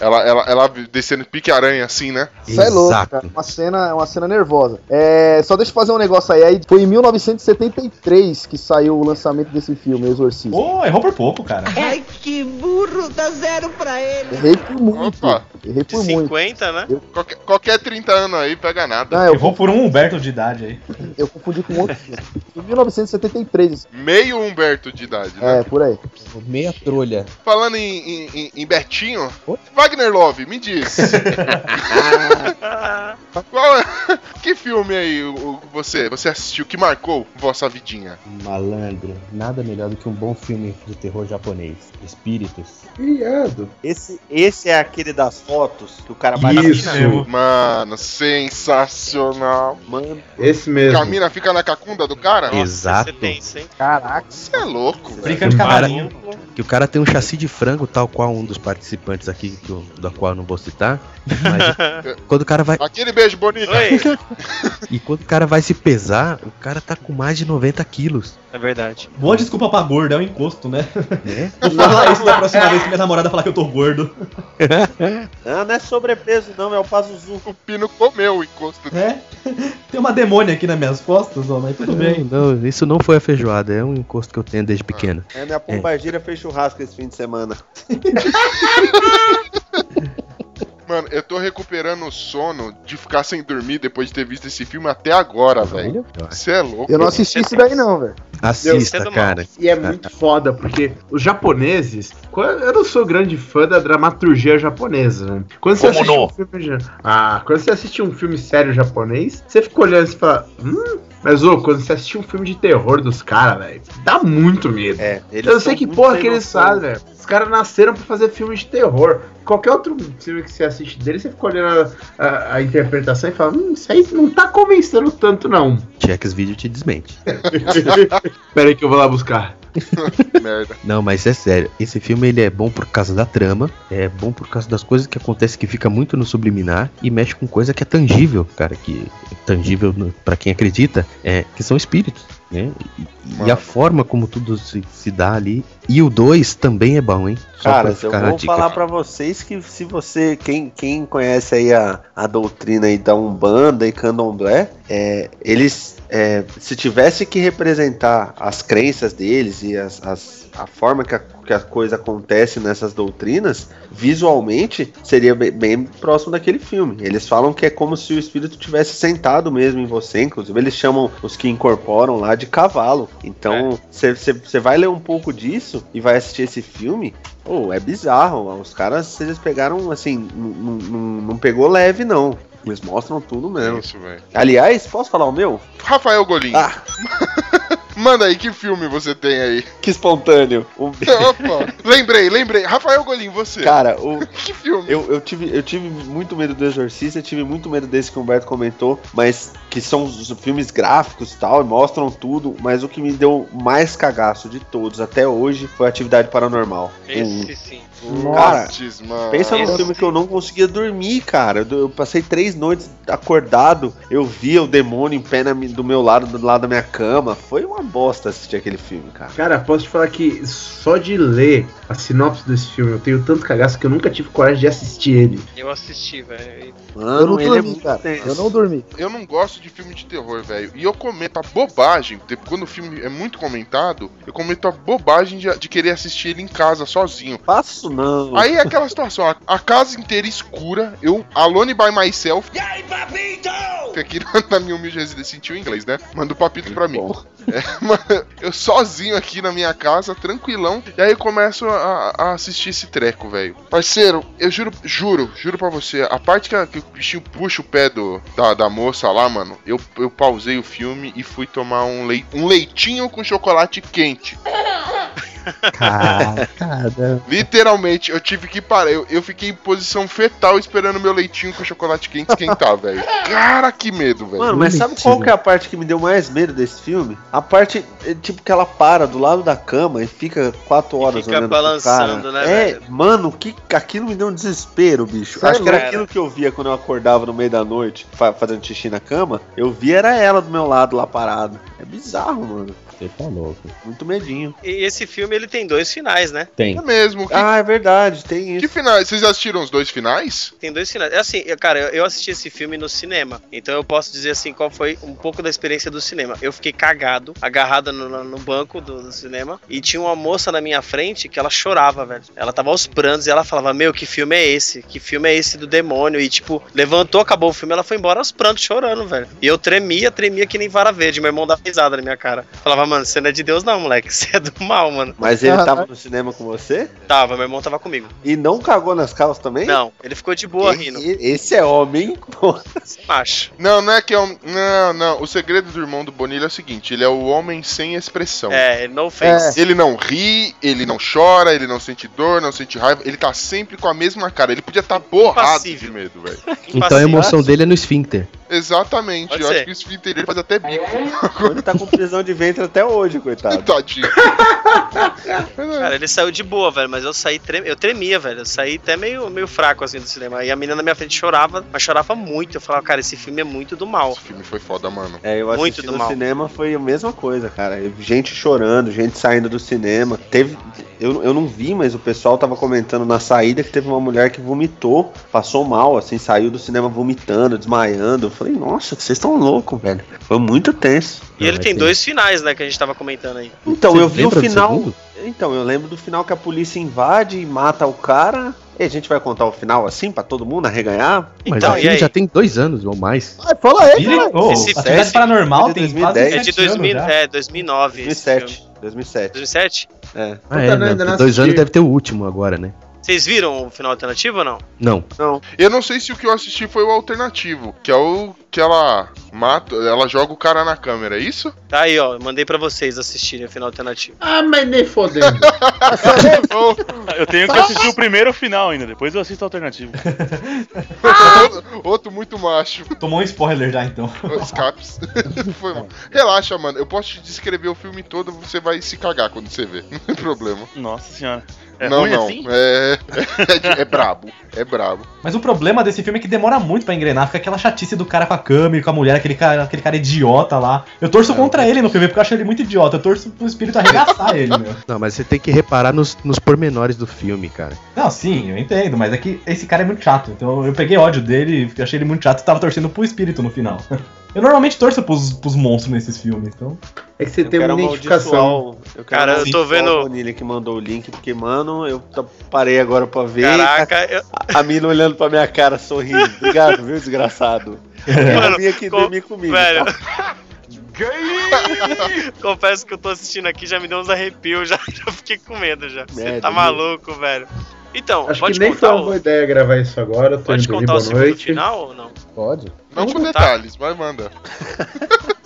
Speaker 1: ela, ela, ela descendo pique aranha assim, né?
Speaker 3: Isso é louco, cara. Uma cena, uma cena nervosa. É, só deixa eu fazer um negócio aí. aí. Foi em 1973 que saiu o lançamento desse filme, Exorcista.
Speaker 4: Ô, errou por pouco, cara.
Speaker 11: Ai, que burro, dá zero pra ele.
Speaker 3: Errei por muito.
Speaker 1: Opa,
Speaker 10: De
Speaker 3: Errei por muito.
Speaker 10: 50, né?
Speaker 1: qualquer, qualquer 30 anos aí pega nada.
Speaker 3: Não, eu,
Speaker 4: Errou por um Humberto de idade aí.
Speaker 3: eu confundi com outro filme. Em 1973,
Speaker 1: Meio Humberto de idade, né?
Speaker 3: é, por aí.
Speaker 6: Meia trolha.
Speaker 1: Falando em, em- em- em Betinho, Wagner Love, me diz. Qual é- que filme aí o- o- você, você assistiu que marcou vossa vidinha?
Speaker 6: Malandro. Nada melhor do que um bom filme de terror japonês. Espíritos.
Speaker 2: Viado.
Speaker 5: Esse, esse é aquele das fotos que o cara vai
Speaker 2: Isso.
Speaker 1: Mano, sensacional.
Speaker 5: Mano,
Speaker 2: Esse mesmo.
Speaker 1: Camina fica na cacunda do cara?
Speaker 6: Exato.
Speaker 10: Você tensa, hein?
Speaker 3: Caraca.
Speaker 1: Você é louco, velho.
Speaker 4: Brinca de cavalinho.
Speaker 6: Que o cara tem um chassi de frango, tal qual um dos participantes aqui, que eu- da qual eu não vou citar. Mas quando o cara vai.
Speaker 1: Aquele beijo bonito.
Speaker 10: Oi.
Speaker 6: E quando o cara vai se pesar, o cara tá com mais de 90 quilos.
Speaker 10: É verdade.
Speaker 4: Boa desculpa pra gordo, é um encosto, né?
Speaker 6: Né?
Speaker 4: Vou falar isso da próxima vez que minha namorada falar que eu tô gordo.
Speaker 5: não, não é sobrepeso não, é o Pazuzu.
Speaker 1: O Pino comeu o encosto.
Speaker 4: É? Tem uma demônia aqui nas minhas costas, ó, mas
Speaker 6: É.
Speaker 4: tudo bem.
Speaker 6: Não, não, isso não foi a feijoada, é um encosto que eu tenho desde pequeno.
Speaker 5: É, minha pombagira fez churrasco esse fim de semana.
Speaker 1: Mano, eu tô recuperando o sono de ficar sem dormir depois de ter visto esse filme até agora, velho. Você é louco.
Speaker 3: Eu não assisti isso daí, não, velho.
Speaker 10: Deu
Speaker 6: Assista,
Speaker 10: cedo,
Speaker 6: cara.
Speaker 2: E é muito foda, porque os japoneses. quando- Eu não sou grande fã da dramaturgia japonesa, né? Quando você,
Speaker 9: Como
Speaker 2: assiste
Speaker 9: não?
Speaker 2: um filme, ja- ah, quando você assiste um filme sério japonês, você fica olhando e você fala: Hum, Mas, ô, quando você assiste um filme de terror dos caras, velho, dá muito medo.
Speaker 5: É, eles
Speaker 2: Eu sei
Speaker 5: são
Speaker 2: que
Speaker 5: muito
Speaker 2: porra
Speaker 5: sem
Speaker 2: que eles
Speaker 5: noção.
Speaker 2: fazem, velho. Os caras nasceram pra fazer filme de terror. Qualquer outro filme que você assiste dele, você fica olhando a, a- a interpretação e fala, hum, isso aí não tá convencendo tanto, não.
Speaker 6: Check os vídeos te desmente.
Speaker 2: Pera aí que eu vou lá buscar.
Speaker 1: Merda.
Speaker 6: Não, mas é sério. Esse filme ele é bom por causa da trama, é bom por causa das coisas que acontecem que fica muito no subliminar e mexe com coisa que é tangível, cara, que é tangível no- pra quem acredita, é que são espíritos, né? E, e
Speaker 1: Mano.
Speaker 6: a forma como tudo se, se dá ali e o 2 também é bom, hein?
Speaker 5: Cara,
Speaker 6: pra
Speaker 5: eu
Speaker 6: na
Speaker 5: vou
Speaker 6: dica.
Speaker 5: falar pra vocês que se você, quem, quem conhece aí a, a doutrina aí da Umbanda e Candomblé, é, eles, é, se tivesse que representar as crenças deles e as, as- a forma que a, que a coisa acontece nessas doutrinas, visualmente seria be- bem, próximo daquele filme. Eles falam que é como se o espírito tivesse sentado mesmo em você, inclusive eles chamam os que incorporam lá de cavalo. Então, você vai ler um pouco disso e vai assistir esse filme, Pô, é bizarro. Os caras, eles pegaram, assim, n- n- n- não pegou leve, não. Eles mostram tudo mesmo.
Speaker 1: É Isso, velho.
Speaker 5: Aliás, posso falar o meu?
Speaker 1: Rafael Golim,
Speaker 5: Ah,
Speaker 1: manda aí que filme você tem aí.
Speaker 5: que espontâneo. O-
Speaker 1: Opa, lembrei, lembrei. Rafael Golim, você.
Speaker 5: Cara, o,
Speaker 1: Que filme?
Speaker 5: eu, eu, tive, eu tive muito medo do Exorcista, tive muito medo desse que o Humberto comentou, mas que são os filmes gráficos e tal, e mostram tudo, mas o que me deu mais cagaço de todos até hoje foi Atividade Paranormal. Um.
Speaker 7: Esse sim.
Speaker 5: cara,
Speaker 1: Putz, mano.
Speaker 5: Pensa num
Speaker 7: Esse-
Speaker 5: filme que eu não conseguia dormir, cara. Eu, eu passei três noites acordado, eu via o demônio em pé na mi- do meu lado, do lado da minha cama. Foi uma bosta assistir aquele filme, cara.
Speaker 2: Cara, posso te falar que só de ler a sinopse desse filme, eu tenho tanto cagaço que eu nunca tive coragem de assistir ele.
Speaker 7: Eu assisti, velho.
Speaker 5: Mano,
Speaker 12: Eu não
Speaker 5: ele é
Speaker 12: dormi,
Speaker 5: muito
Speaker 12: cara.
Speaker 5: tenso.
Speaker 12: Eu não dormi.
Speaker 1: Eu não gosto de filme de terror, velho. E eu comento a bobagem, de- quando o filme é muito comentado, eu comento a bobagem de, de querer assistir ele em casa sozinho.
Speaker 5: faço isso não.
Speaker 1: Aí é aquela situação, a, a casa inteira escura, eu alone by myself. E aí, papito? Aqui na, na minha humilde residência, sentiu em inglês, né? Manda o papito pra mim. É, mano, eu sozinho aqui na minha casa, tranquilão. E aí eu começo a, a assistir esse treco, velho. Parceiro, eu juro, juro, juro pra você. A parte que, a- que o bichinho puxa o pé do, da, da moça lá, mano, eu, eu pausei o filme e fui tomar um, lei- um leitinho com chocolate quente.
Speaker 6: Cacada.
Speaker 1: Literalmente, eu tive que parar. Eu, eu fiquei em posição fetal esperando meu leitinho com chocolate quente esquentar, velho. Cara, que medo, velho.
Speaker 5: Mano, mas sabe qual que é a parte que me deu mais medo desse filme? A parte, é, tipo, que ela para do lado da cama e fica quatro horas
Speaker 7: fica
Speaker 5: olhando pro
Speaker 7: balançando,
Speaker 5: cara.
Speaker 7: né,
Speaker 5: É,
Speaker 7: velho?
Speaker 5: mano, que, aquilo me deu um desespero, bicho.
Speaker 12: Cê é
Speaker 5: Acho que
Speaker 7: louco.
Speaker 5: era aquilo que eu via quando eu acordava no meio da noite, fa- fazendo xixi na cama. Eu via era ela do meu lado lá parado. É bizarro, mano.
Speaker 6: Você tá louco.
Speaker 5: Muito medinho.
Speaker 7: E esse filme ele tem dois finais, né?
Speaker 1: É mesmo. Que,
Speaker 5: Ah, é verdade, tem
Speaker 1: que
Speaker 5: isso.
Speaker 1: finais? Vocês assistiram os dois finais?
Speaker 7: Tem dois finais. É assim, eu- cara, eu- eu assisti esse filme no cinema. Então eu posso dizer assim qual foi um pouco da experiência do cinema. Eu fiquei cagado, agarrado no, no- no banco do, do cinema. E tinha uma moça na minha frente que ela chorava, velho. Ela tava aos prantos e ela falava: Meu, que filme é esse? Que filme é esse do demônio? E tipo, levantou, acabou o filme, ela foi embora aos prantos, chorando, velho. E eu tremia, tremia que nem vara verde. Meu irmão dava risada na minha cara. Falava, mano, você não é de Deus, não, moleque. Você é do mal, mano.
Speaker 5: Mas ele tava no cinema com você?
Speaker 7: Tava, meu irmão tava comigo.
Speaker 5: E não cagou nas calças também?
Speaker 7: Não, ele ficou de boa rindo.
Speaker 5: E- e- Esse é homem, hein? Pô.
Speaker 7: Esse macho.
Speaker 1: Não, não é que é um. Não, não. O segredo do irmão do Bonilha é o seguinte: ele é o homem sem expressão.
Speaker 7: É, no offense.
Speaker 1: Ele não ri, ele não chora, ele não sente dor, não sente raiva. Ele tá sempre com a mesma cara. Ele podia estar tá borrado de
Speaker 7: Impassível.
Speaker 1: medo, velho.
Speaker 6: Então a
Speaker 7: Impassível.
Speaker 6: emoção dele é no esfíncter.
Speaker 1: Exatamente.
Speaker 7: Pode
Speaker 1: eu
Speaker 7: ser.
Speaker 1: acho que isso dele faz até bico,
Speaker 5: Ele tá com prisão de ventre até hoje, coitado.
Speaker 1: tadinho.
Speaker 7: Cara, ele saiu de boa, velho, mas eu saí trem... eu tremia, velho. Eu saí até meio, meio fraco assim do cinema. E a menina na minha frente chorava, mas chorava muito. Eu falava, cara, esse filme é muito do mal.
Speaker 1: Esse filme foi foda, mano.
Speaker 5: É, eu
Speaker 7: Muito
Speaker 5: assisti
Speaker 7: do
Speaker 5: no
Speaker 7: mal.
Speaker 5: cinema, foi a mesma coisa, cara. Gente chorando, gente saindo do cinema. Teve. Eu, eu não vi, mas o pessoal tava comentando na saída que teve uma mulher que vomitou, passou mal, assim, saiu do cinema vomitando, desmaiando. Eu falei, nossa, vocês estão loucos, velho. Foi muito tenso.
Speaker 7: E ele tem dois finais, né, que a gente tava comentando aí.
Speaker 5: Então,
Speaker 6: Você
Speaker 5: eu vi o
Speaker 6: lembra do
Speaker 5: final.
Speaker 6: segundo?
Speaker 5: Então, eu lembro do final que a polícia invade e mata o cara. E a gente vai contar o final assim pra todo mundo arreganhar?
Speaker 6: Mas
Speaker 7: Então,
Speaker 6: o
Speaker 7: e
Speaker 6: filme
Speaker 7: aí?
Speaker 6: já tem dois anos ou mais.
Speaker 12: Ai, É, fala aí,
Speaker 4: Ele,
Speaker 12: cara.
Speaker 4: oh,
Speaker 7: Esse-
Speaker 4: atividade
Speaker 5: esse
Speaker 4: paranormal
Speaker 5: filme é de
Speaker 4: tem quase
Speaker 5: 2010.
Speaker 7: É de
Speaker 4: 7 anos
Speaker 7: 2000,
Speaker 4: já.
Speaker 7: é, 2009. esse filme.
Speaker 5: 2007. 2007.
Speaker 7: 2007?
Speaker 5: É.
Speaker 6: Ah, é,
Speaker 2: não, ainda
Speaker 6: né?
Speaker 2: não
Speaker 6: Dois
Speaker 2: assisti.
Speaker 6: anos deve ter o último agora, né?
Speaker 7: Vocês viram o final alternativo ou não?
Speaker 6: Não.
Speaker 1: Eu não sei se o que eu assisti foi o alternativo, que é o que ela mata, ela joga o cara na câmera, é isso?
Speaker 7: Tá aí, ó. Mandei pra vocês assistirem o final alternativo.
Speaker 2: Ah, mas nem fodendo.
Speaker 8: Ou- Eu tenho que assistir o primeiro final ainda, depois eu assisto a alternativa.
Speaker 1: Outro- Outro muito macho.
Speaker 4: Tomou um spoiler
Speaker 7: né?
Speaker 4: já, então.
Speaker 1: Os caps. Foi mal. Relaxa, mano. Eu posso te descrever o filme todo, você vai se cagar quando você vê. Não tem problema.
Speaker 8: Nossa senhora. É
Speaker 1: não,
Speaker 8: ruim
Speaker 1: não.
Speaker 8: assim?
Speaker 1: É... é brabo. É brabo.
Speaker 4: Mas o problema desse filme é que demora muito pra engrenar. Fica aquela chatice do cara com a câmera, com a mulher, aquele cara, aquele cara idiota lá. Eu torço contra ele no filme, porque eu acho ele muito idiota. Eu torço pro espírito arregaçar ele, meu.
Speaker 6: Não, mas você tem que reparar nos, nos pormenores do filme, cara.
Speaker 4: Não, sim, eu entendo, mas é que esse cara é muito chato. Então eu peguei ódio dele, achei ele muito chato e tava torcendo pro espírito no final. Eu normalmente torço pros, pros monstros nesses filmes, então.
Speaker 2: É que você
Speaker 5: Eu
Speaker 2: tem
Speaker 5: quero
Speaker 2: uma identificação.
Speaker 5: amaldiçoar o- Eu quero
Speaker 7: Cara, eu tô
Speaker 5: amaldiçoar
Speaker 7: vendo-
Speaker 5: O Bonilha que mandou o link, porque, mano, eu t- parei agora pra ver.
Speaker 7: Caraca, eu,
Speaker 5: A, a mina olhando pra minha cara, sorrindo. Obrigado, viu, desgraçado.
Speaker 7: Mano,
Speaker 5: Eu vim aqui
Speaker 7: co-
Speaker 5: dormir comigo.
Speaker 7: velho. Confesso que eu tô assistindo aqui, já me deu uns arrepios, já, já fiquei com medo já. Você
Speaker 5: Merda,
Speaker 7: tá
Speaker 5: viu?
Speaker 7: maluco, velho. Então,
Speaker 2: Acho
Speaker 7: pode
Speaker 2: que nem foi
Speaker 7: contar
Speaker 2: uma
Speaker 7: o,
Speaker 2: boa ideia gravar isso agora. Eu tô
Speaker 7: pode
Speaker 2: indo dormir,
Speaker 7: contar o
Speaker 2: boa
Speaker 7: segundo
Speaker 2: noite.
Speaker 7: final ou não?
Speaker 12: Pode?
Speaker 1: Não
Speaker 7: Vamos
Speaker 1: com
Speaker 7: contar.
Speaker 1: detalhes, mas manda.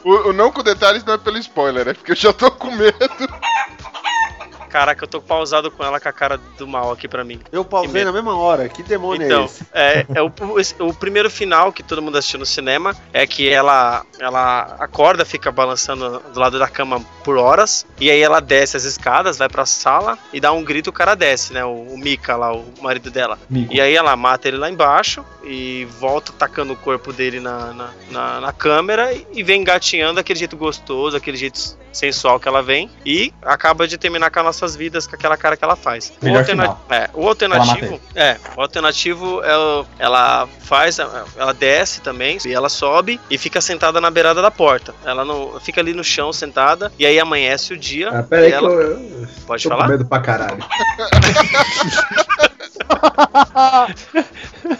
Speaker 1: O, o não com detalhes não é pelo spoiler, é porque eu já tô com medo.
Speaker 7: Caraca, eu tô pausado com ela com a cara do mal aqui pra mim.
Speaker 5: Eu pausei na mesma hora. Que demônio é
Speaker 7: Então,
Speaker 5: esse?
Speaker 7: é, é o, o- esse- o primeiro final que todo mundo assistiu no cinema é que ela, ela acorda, fica balançando do lado da cama por horas, e aí ela desce as escadas, vai pra sala e dá um grito, o cara desce, né? O, o Mika lá, o marido dela.
Speaker 4: Mico.
Speaker 7: E aí ela mata ele lá embaixo e volta tacando o corpo dele na, na, na- na câmera e- e vem gatinhando daquele jeito gostoso, aquele jeito sensual que ela vem e acaba de terminar com as nossas vidas com aquela cara que ela faz.
Speaker 4: Melhor
Speaker 7: alterna- é, o alternativo, é, o alternativo é o- ela faz, a- ela desce também e ela sobe e fica sentada na beirada da porta. Ela não fica ali no chão sentada e aí amanhece o dia.
Speaker 2: Ah, pera
Speaker 7: e
Speaker 2: aí que
Speaker 7: ela-
Speaker 2: eu. eu
Speaker 7: Pode
Speaker 2: tô
Speaker 7: falar?
Speaker 2: com medo pra caralho.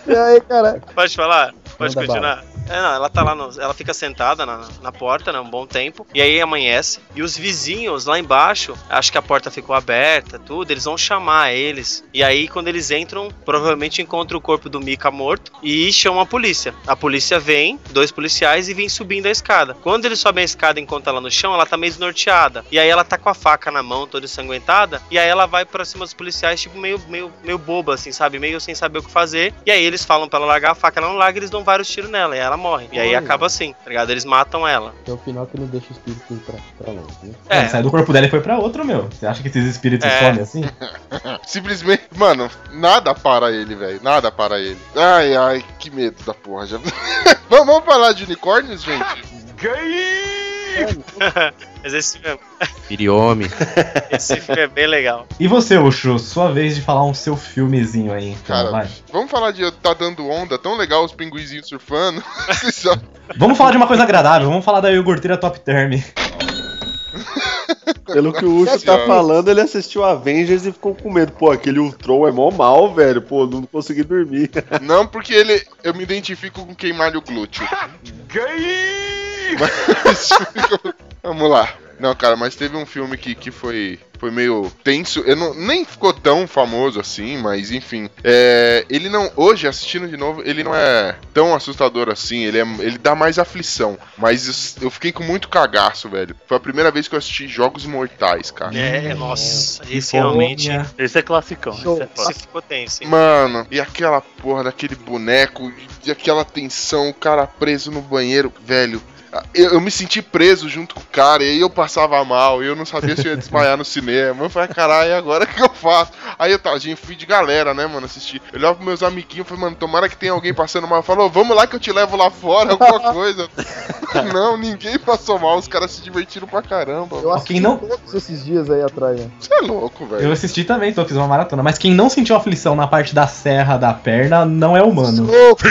Speaker 12: E
Speaker 1: É,
Speaker 12: aí, cara?
Speaker 7: Pode falar? Pode
Speaker 12: Manda
Speaker 7: continuar? É, não, ela tá lá, no- ela fica sentada na, na porta, né, um bom tempo, e aí amanhece, e os vizinhos lá embaixo, acho que a porta ficou aberta, tudo, eles vão chamar eles, e aí quando eles entram, provavelmente encontram o corpo do Mika morto, e chamam a polícia. A polícia vem, dois policiais, e vem subindo a escada. Quando eles sobem a escada e encontram ela no chão, ela tá meio desnorteada, e aí ela tá com a faca na mão, toda ensanguentada, e aí ela vai pra cima dos policiais, tipo, meio, meio, meio boba, assim, sabe, meio sem saber o que fazer, e aí eles falam pra ela largar a faca, ela não larga, eles dão vários tiros nela, e ela morre. E aí
Speaker 12: Olha.
Speaker 7: acaba assim, tá ligado? Eles matam ela.
Speaker 6: É o final que não deixa o espírito ir pra, longe, né?
Speaker 4: É,
Speaker 7: É,
Speaker 4: saiu do corpo dela e foi pra outro, meu. Você acha que esses espíritos
Speaker 7: É.
Speaker 4: somem assim?
Speaker 1: Simplesmente, mano, nada para ele, velho. Nada para ele. Ai, ai, que medo da porra. Já... vamos, vamos falar de unicórnios, gente?
Speaker 7: mas esse filme, é-
Speaker 6: Firiome.
Speaker 7: esse filme é bem legal.
Speaker 4: E você, Ucho, sua vez de falar um seu filmezinho aí, então,
Speaker 1: Cara,
Speaker 4: vai.
Speaker 1: Vamos falar de tá dando onda, tão legal os pinguizinhos surfando. Vocês só-
Speaker 4: Vamos falar de uma coisa agradável, vamos falar da iogurteira Top Term.
Speaker 5: Pelo que o Urso tá
Speaker 1: Senhora.
Speaker 5: falando, ele assistiu Avengers e ficou com medo. Pô, aquele Ultron é mó mal, velho. Pô, não consegui dormir.
Speaker 1: Não, porque ele. Eu me identifico com quem malha o glúteo. Mas- Vamos lá. Não, cara, mas teve um filme que, que foi, foi meio tenso. Eu não, nem ficou tão famoso assim, mas enfim. É, ele não. Hoje, assistindo de novo, ele não é tão assustador assim. Ele, é, ele dá mais aflição. Mas es- eu fiquei com muito cagaço, velho. Foi a primeira vez que eu assisti Jogos Mortais, cara.
Speaker 7: É, nossa, esse realmente
Speaker 8: Esse é classicão,
Speaker 12: Show.
Speaker 8: esse é foda.
Speaker 7: esse ficou tenso, hein?
Speaker 1: Mano, e aquela porra daquele boneco, e aquela tensão, o cara preso no banheiro, velho. Ah, Eu, eu me senti preso junto com o cara, e aí eu passava mal, e eu não sabia se eu ia desmaiar no cinema. Eu falei, caralho, e agora o que eu faço? Aí eu tadinho, fui de galera, né, mano, assistir. Eu olhava pros meus amiguinhos, falei, mano, tomara que tenha alguém passando mal. Falou, vamos lá que eu te levo lá fora, alguma coisa. não, ninguém passou mal, os caras se divertiram pra caramba.
Speaker 12: Eu assisti
Speaker 4: Quem não-
Speaker 12: todos esses dias aí atrás, né?
Speaker 1: Você é louco, velho.
Speaker 4: Eu assisti também, então eu fiz uma maratona. Mas quem não sentiu aflição na parte da serra da perna não é humano.
Speaker 1: Louco,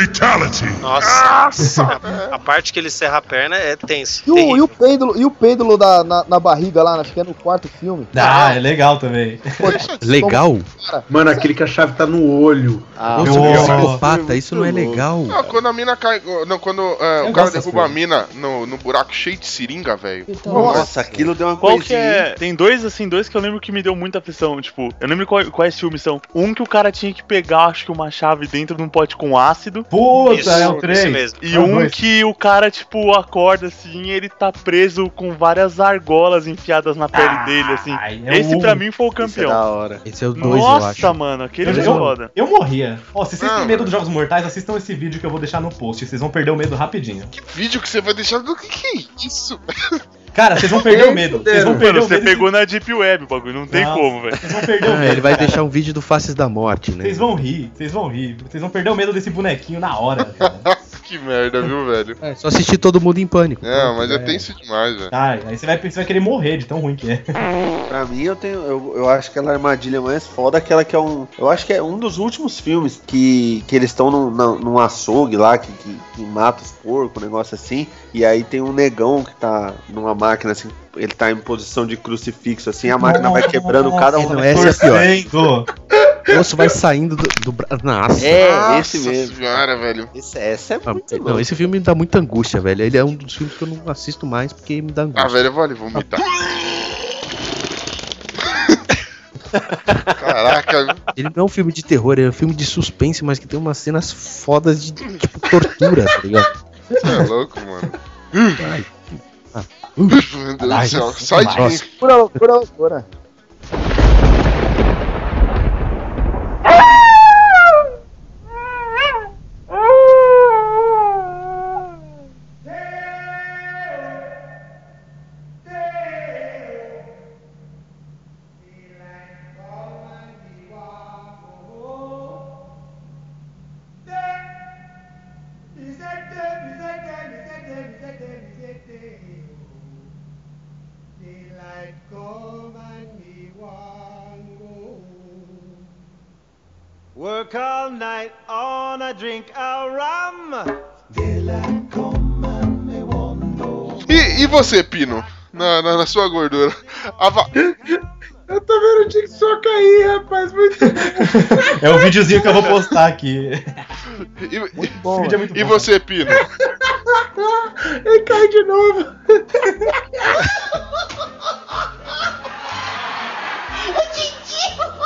Speaker 7: Nossa, a parte que ele serra a perna né? É tenso.
Speaker 3: E o,
Speaker 7: terrível.
Speaker 3: e o pêndulo, e o pêndulo da, na, na barriga lá, acho que é no quarto filme.
Speaker 4: Ah, é legal também.
Speaker 3: Pô,
Speaker 6: Legal?
Speaker 2: Mano, aquele que a chave tá no olho.
Speaker 5: Ah,
Speaker 6: Nossa,
Speaker 4: meu
Speaker 6: meu
Speaker 4: Deus.
Speaker 6: psicopata, isso não é
Speaker 5: Muito louco.
Speaker 6: legal.
Speaker 1: Não, Ah, quando a mina cai. Não, quando é,
Speaker 4: Eu
Speaker 1: o cara
Speaker 4: gosto Então, dessas
Speaker 1: derruba a
Speaker 4: coisas.
Speaker 1: mina no, no buraco cheio de seringa, velho.
Speaker 5: Nossa, aquilo deu uma
Speaker 8: Qual que
Speaker 5: coisinha.
Speaker 8: é? Tem dois, assim, dois que eu lembro que me deu muita aflição. Tipo, eu lembro qual- quais filmes são. Um que o cara tinha que pegar, acho que uma chave dentro de um pote com ácido.
Speaker 4: Puta,
Speaker 7: Isso,
Speaker 4: é o
Speaker 7: isso
Speaker 4: 3.
Speaker 7: mesmo.
Speaker 8: E
Speaker 4: Ah,
Speaker 8: um
Speaker 4: dois.
Speaker 8: que o cara, tipo, acorda assim e ele tá preso com várias argolas enfiadas na pele dele, assim.
Speaker 6: é um
Speaker 8: Esse pra mim foi o
Speaker 5: Isso é
Speaker 8: campeão.
Speaker 5: da hora.
Speaker 6: Esse é o 2, eu acho.
Speaker 8: Nossa, mano, aquele
Speaker 4: Eu
Speaker 8: é
Speaker 4: já-
Speaker 8: foda.
Speaker 4: Eu morria. Ó, se vocês
Speaker 1: Não.
Speaker 4: têm medo dos Jogos Mortais, assistam esse vídeo que eu vou deixar no post. Vocês vão perder o medo rapidinho.
Speaker 1: Que vídeo que você vai deixar? O que, que é isso?
Speaker 4: Cara, vocês vão perder o medo. Vocês vão perder
Speaker 8: Mano,
Speaker 4: o
Speaker 8: você
Speaker 4: medo.
Speaker 8: pegou na Deep Web o bagulho, não tem
Speaker 4: Nossa.
Speaker 8: como, velho.
Speaker 4: Vocês vão perder o
Speaker 6: Ah, ele
Speaker 4: medo.
Speaker 6: vai deixar um vídeo do Faces da Morte, né?
Speaker 4: Vocês vão rir, vocês vão rir. Vocês vão perder o medo desse bonequinho na hora, cara.
Speaker 1: que merda, viu, velho?
Speaker 6: É só assistir Todo Mundo em Pânico.
Speaker 1: Não, mas
Speaker 4: é.
Speaker 1: é tenso demais, velho.
Speaker 4: Tá, aí você vai, você vai querer morrer de tão ruim que é.
Speaker 5: Pra mim, eu tenho. Eu, eu acho que aquela armadilha mais foda, é aquela que é um. Eu acho que é um dos últimos filmes que, que eles estão num, num num açougue lá, que, que, que mata os porcos, um negócio assim. E aí tem um negão que tá numa máquina assim, ele tá em posição de crucifixo, assim, a máquina vai quebrando cada um.
Speaker 6: Não, essa é a pior.
Speaker 4: Perfeito.
Speaker 6: O osso vai saindo do, do bra- Nossa.
Speaker 5: É,
Speaker 1: Nossa
Speaker 5: esse mesmo.
Speaker 1: senhora, velho.
Speaker 5: Esse, essa é
Speaker 6: Ah,
Speaker 5: muito
Speaker 6: Não,
Speaker 5: louca.
Speaker 6: esse filme me dá muita angústia, velho. Ele é um dos filmes que eu não assisto mais porque me dá angústia.
Speaker 1: Ah, velho, eu vou ali vomitar. Caraca, viu?
Speaker 6: Ele não é um filme de terror, ele é um filme de suspense, mas que tem umas cenas fodas de tipo tortura, tá ligado?
Speaker 1: você é louco, mano. Meu Deus do
Speaker 6: Ai,
Speaker 1: céu,
Speaker 6: isso
Speaker 1: sai
Speaker 6: é
Speaker 1: de mim.
Speaker 6: demais.
Speaker 3: Loucura, loucura, loucura.
Speaker 9: Daylight come and me one go home. Work all night on a drink a rum. Daylight come and me one go home.
Speaker 1: E, e você, Pino? Na, na, na sua gordura. A va-
Speaker 2: Eu também não tinha que só cair, rapaz. Muito
Speaker 4: É o videozinho que eu vou postar aqui.
Speaker 1: e, e-
Speaker 4: Esse vídeo é muito
Speaker 1: e
Speaker 4: bom.
Speaker 1: você, Pino?
Speaker 2: Ele cai de novo.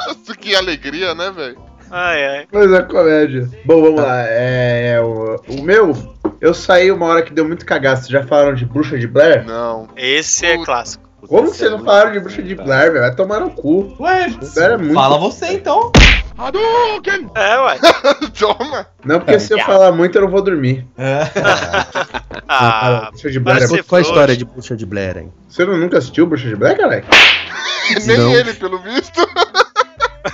Speaker 1: Nossa, que alegria, né, velho?
Speaker 7: Ai, ai.
Speaker 2: Mas é comédia. Bom, vamos lá. É, é, o, o meu, eu saí uma hora que deu muito cagaço. Já falaram de bruxa de Blair?
Speaker 1: Não.
Speaker 7: Esse é
Speaker 1: Puta.
Speaker 7: clássico.
Speaker 2: Como que vocês não falaram de bruxa de Blair, velho? Vai tomar no cu.
Speaker 4: Ué,
Speaker 2: Cara, é muito-
Speaker 4: fala você então.
Speaker 1: Hadouken!
Speaker 7: É, ué.
Speaker 1: Toma!
Speaker 2: Não, porque se eu falar muito, eu não vou dormir.
Speaker 4: É.
Speaker 7: Ah,
Speaker 2: Bruxa de Blair. é
Speaker 7: parece-
Speaker 2: muito-
Speaker 6: Qual, qual a
Speaker 7: frouxo.
Speaker 6: história de Bruxa de Blair, hein?
Speaker 2: Você não- nunca assistiu Bruxa de Blair, caralho?
Speaker 1: Nem
Speaker 6: Não.
Speaker 1: ele, pelo visto.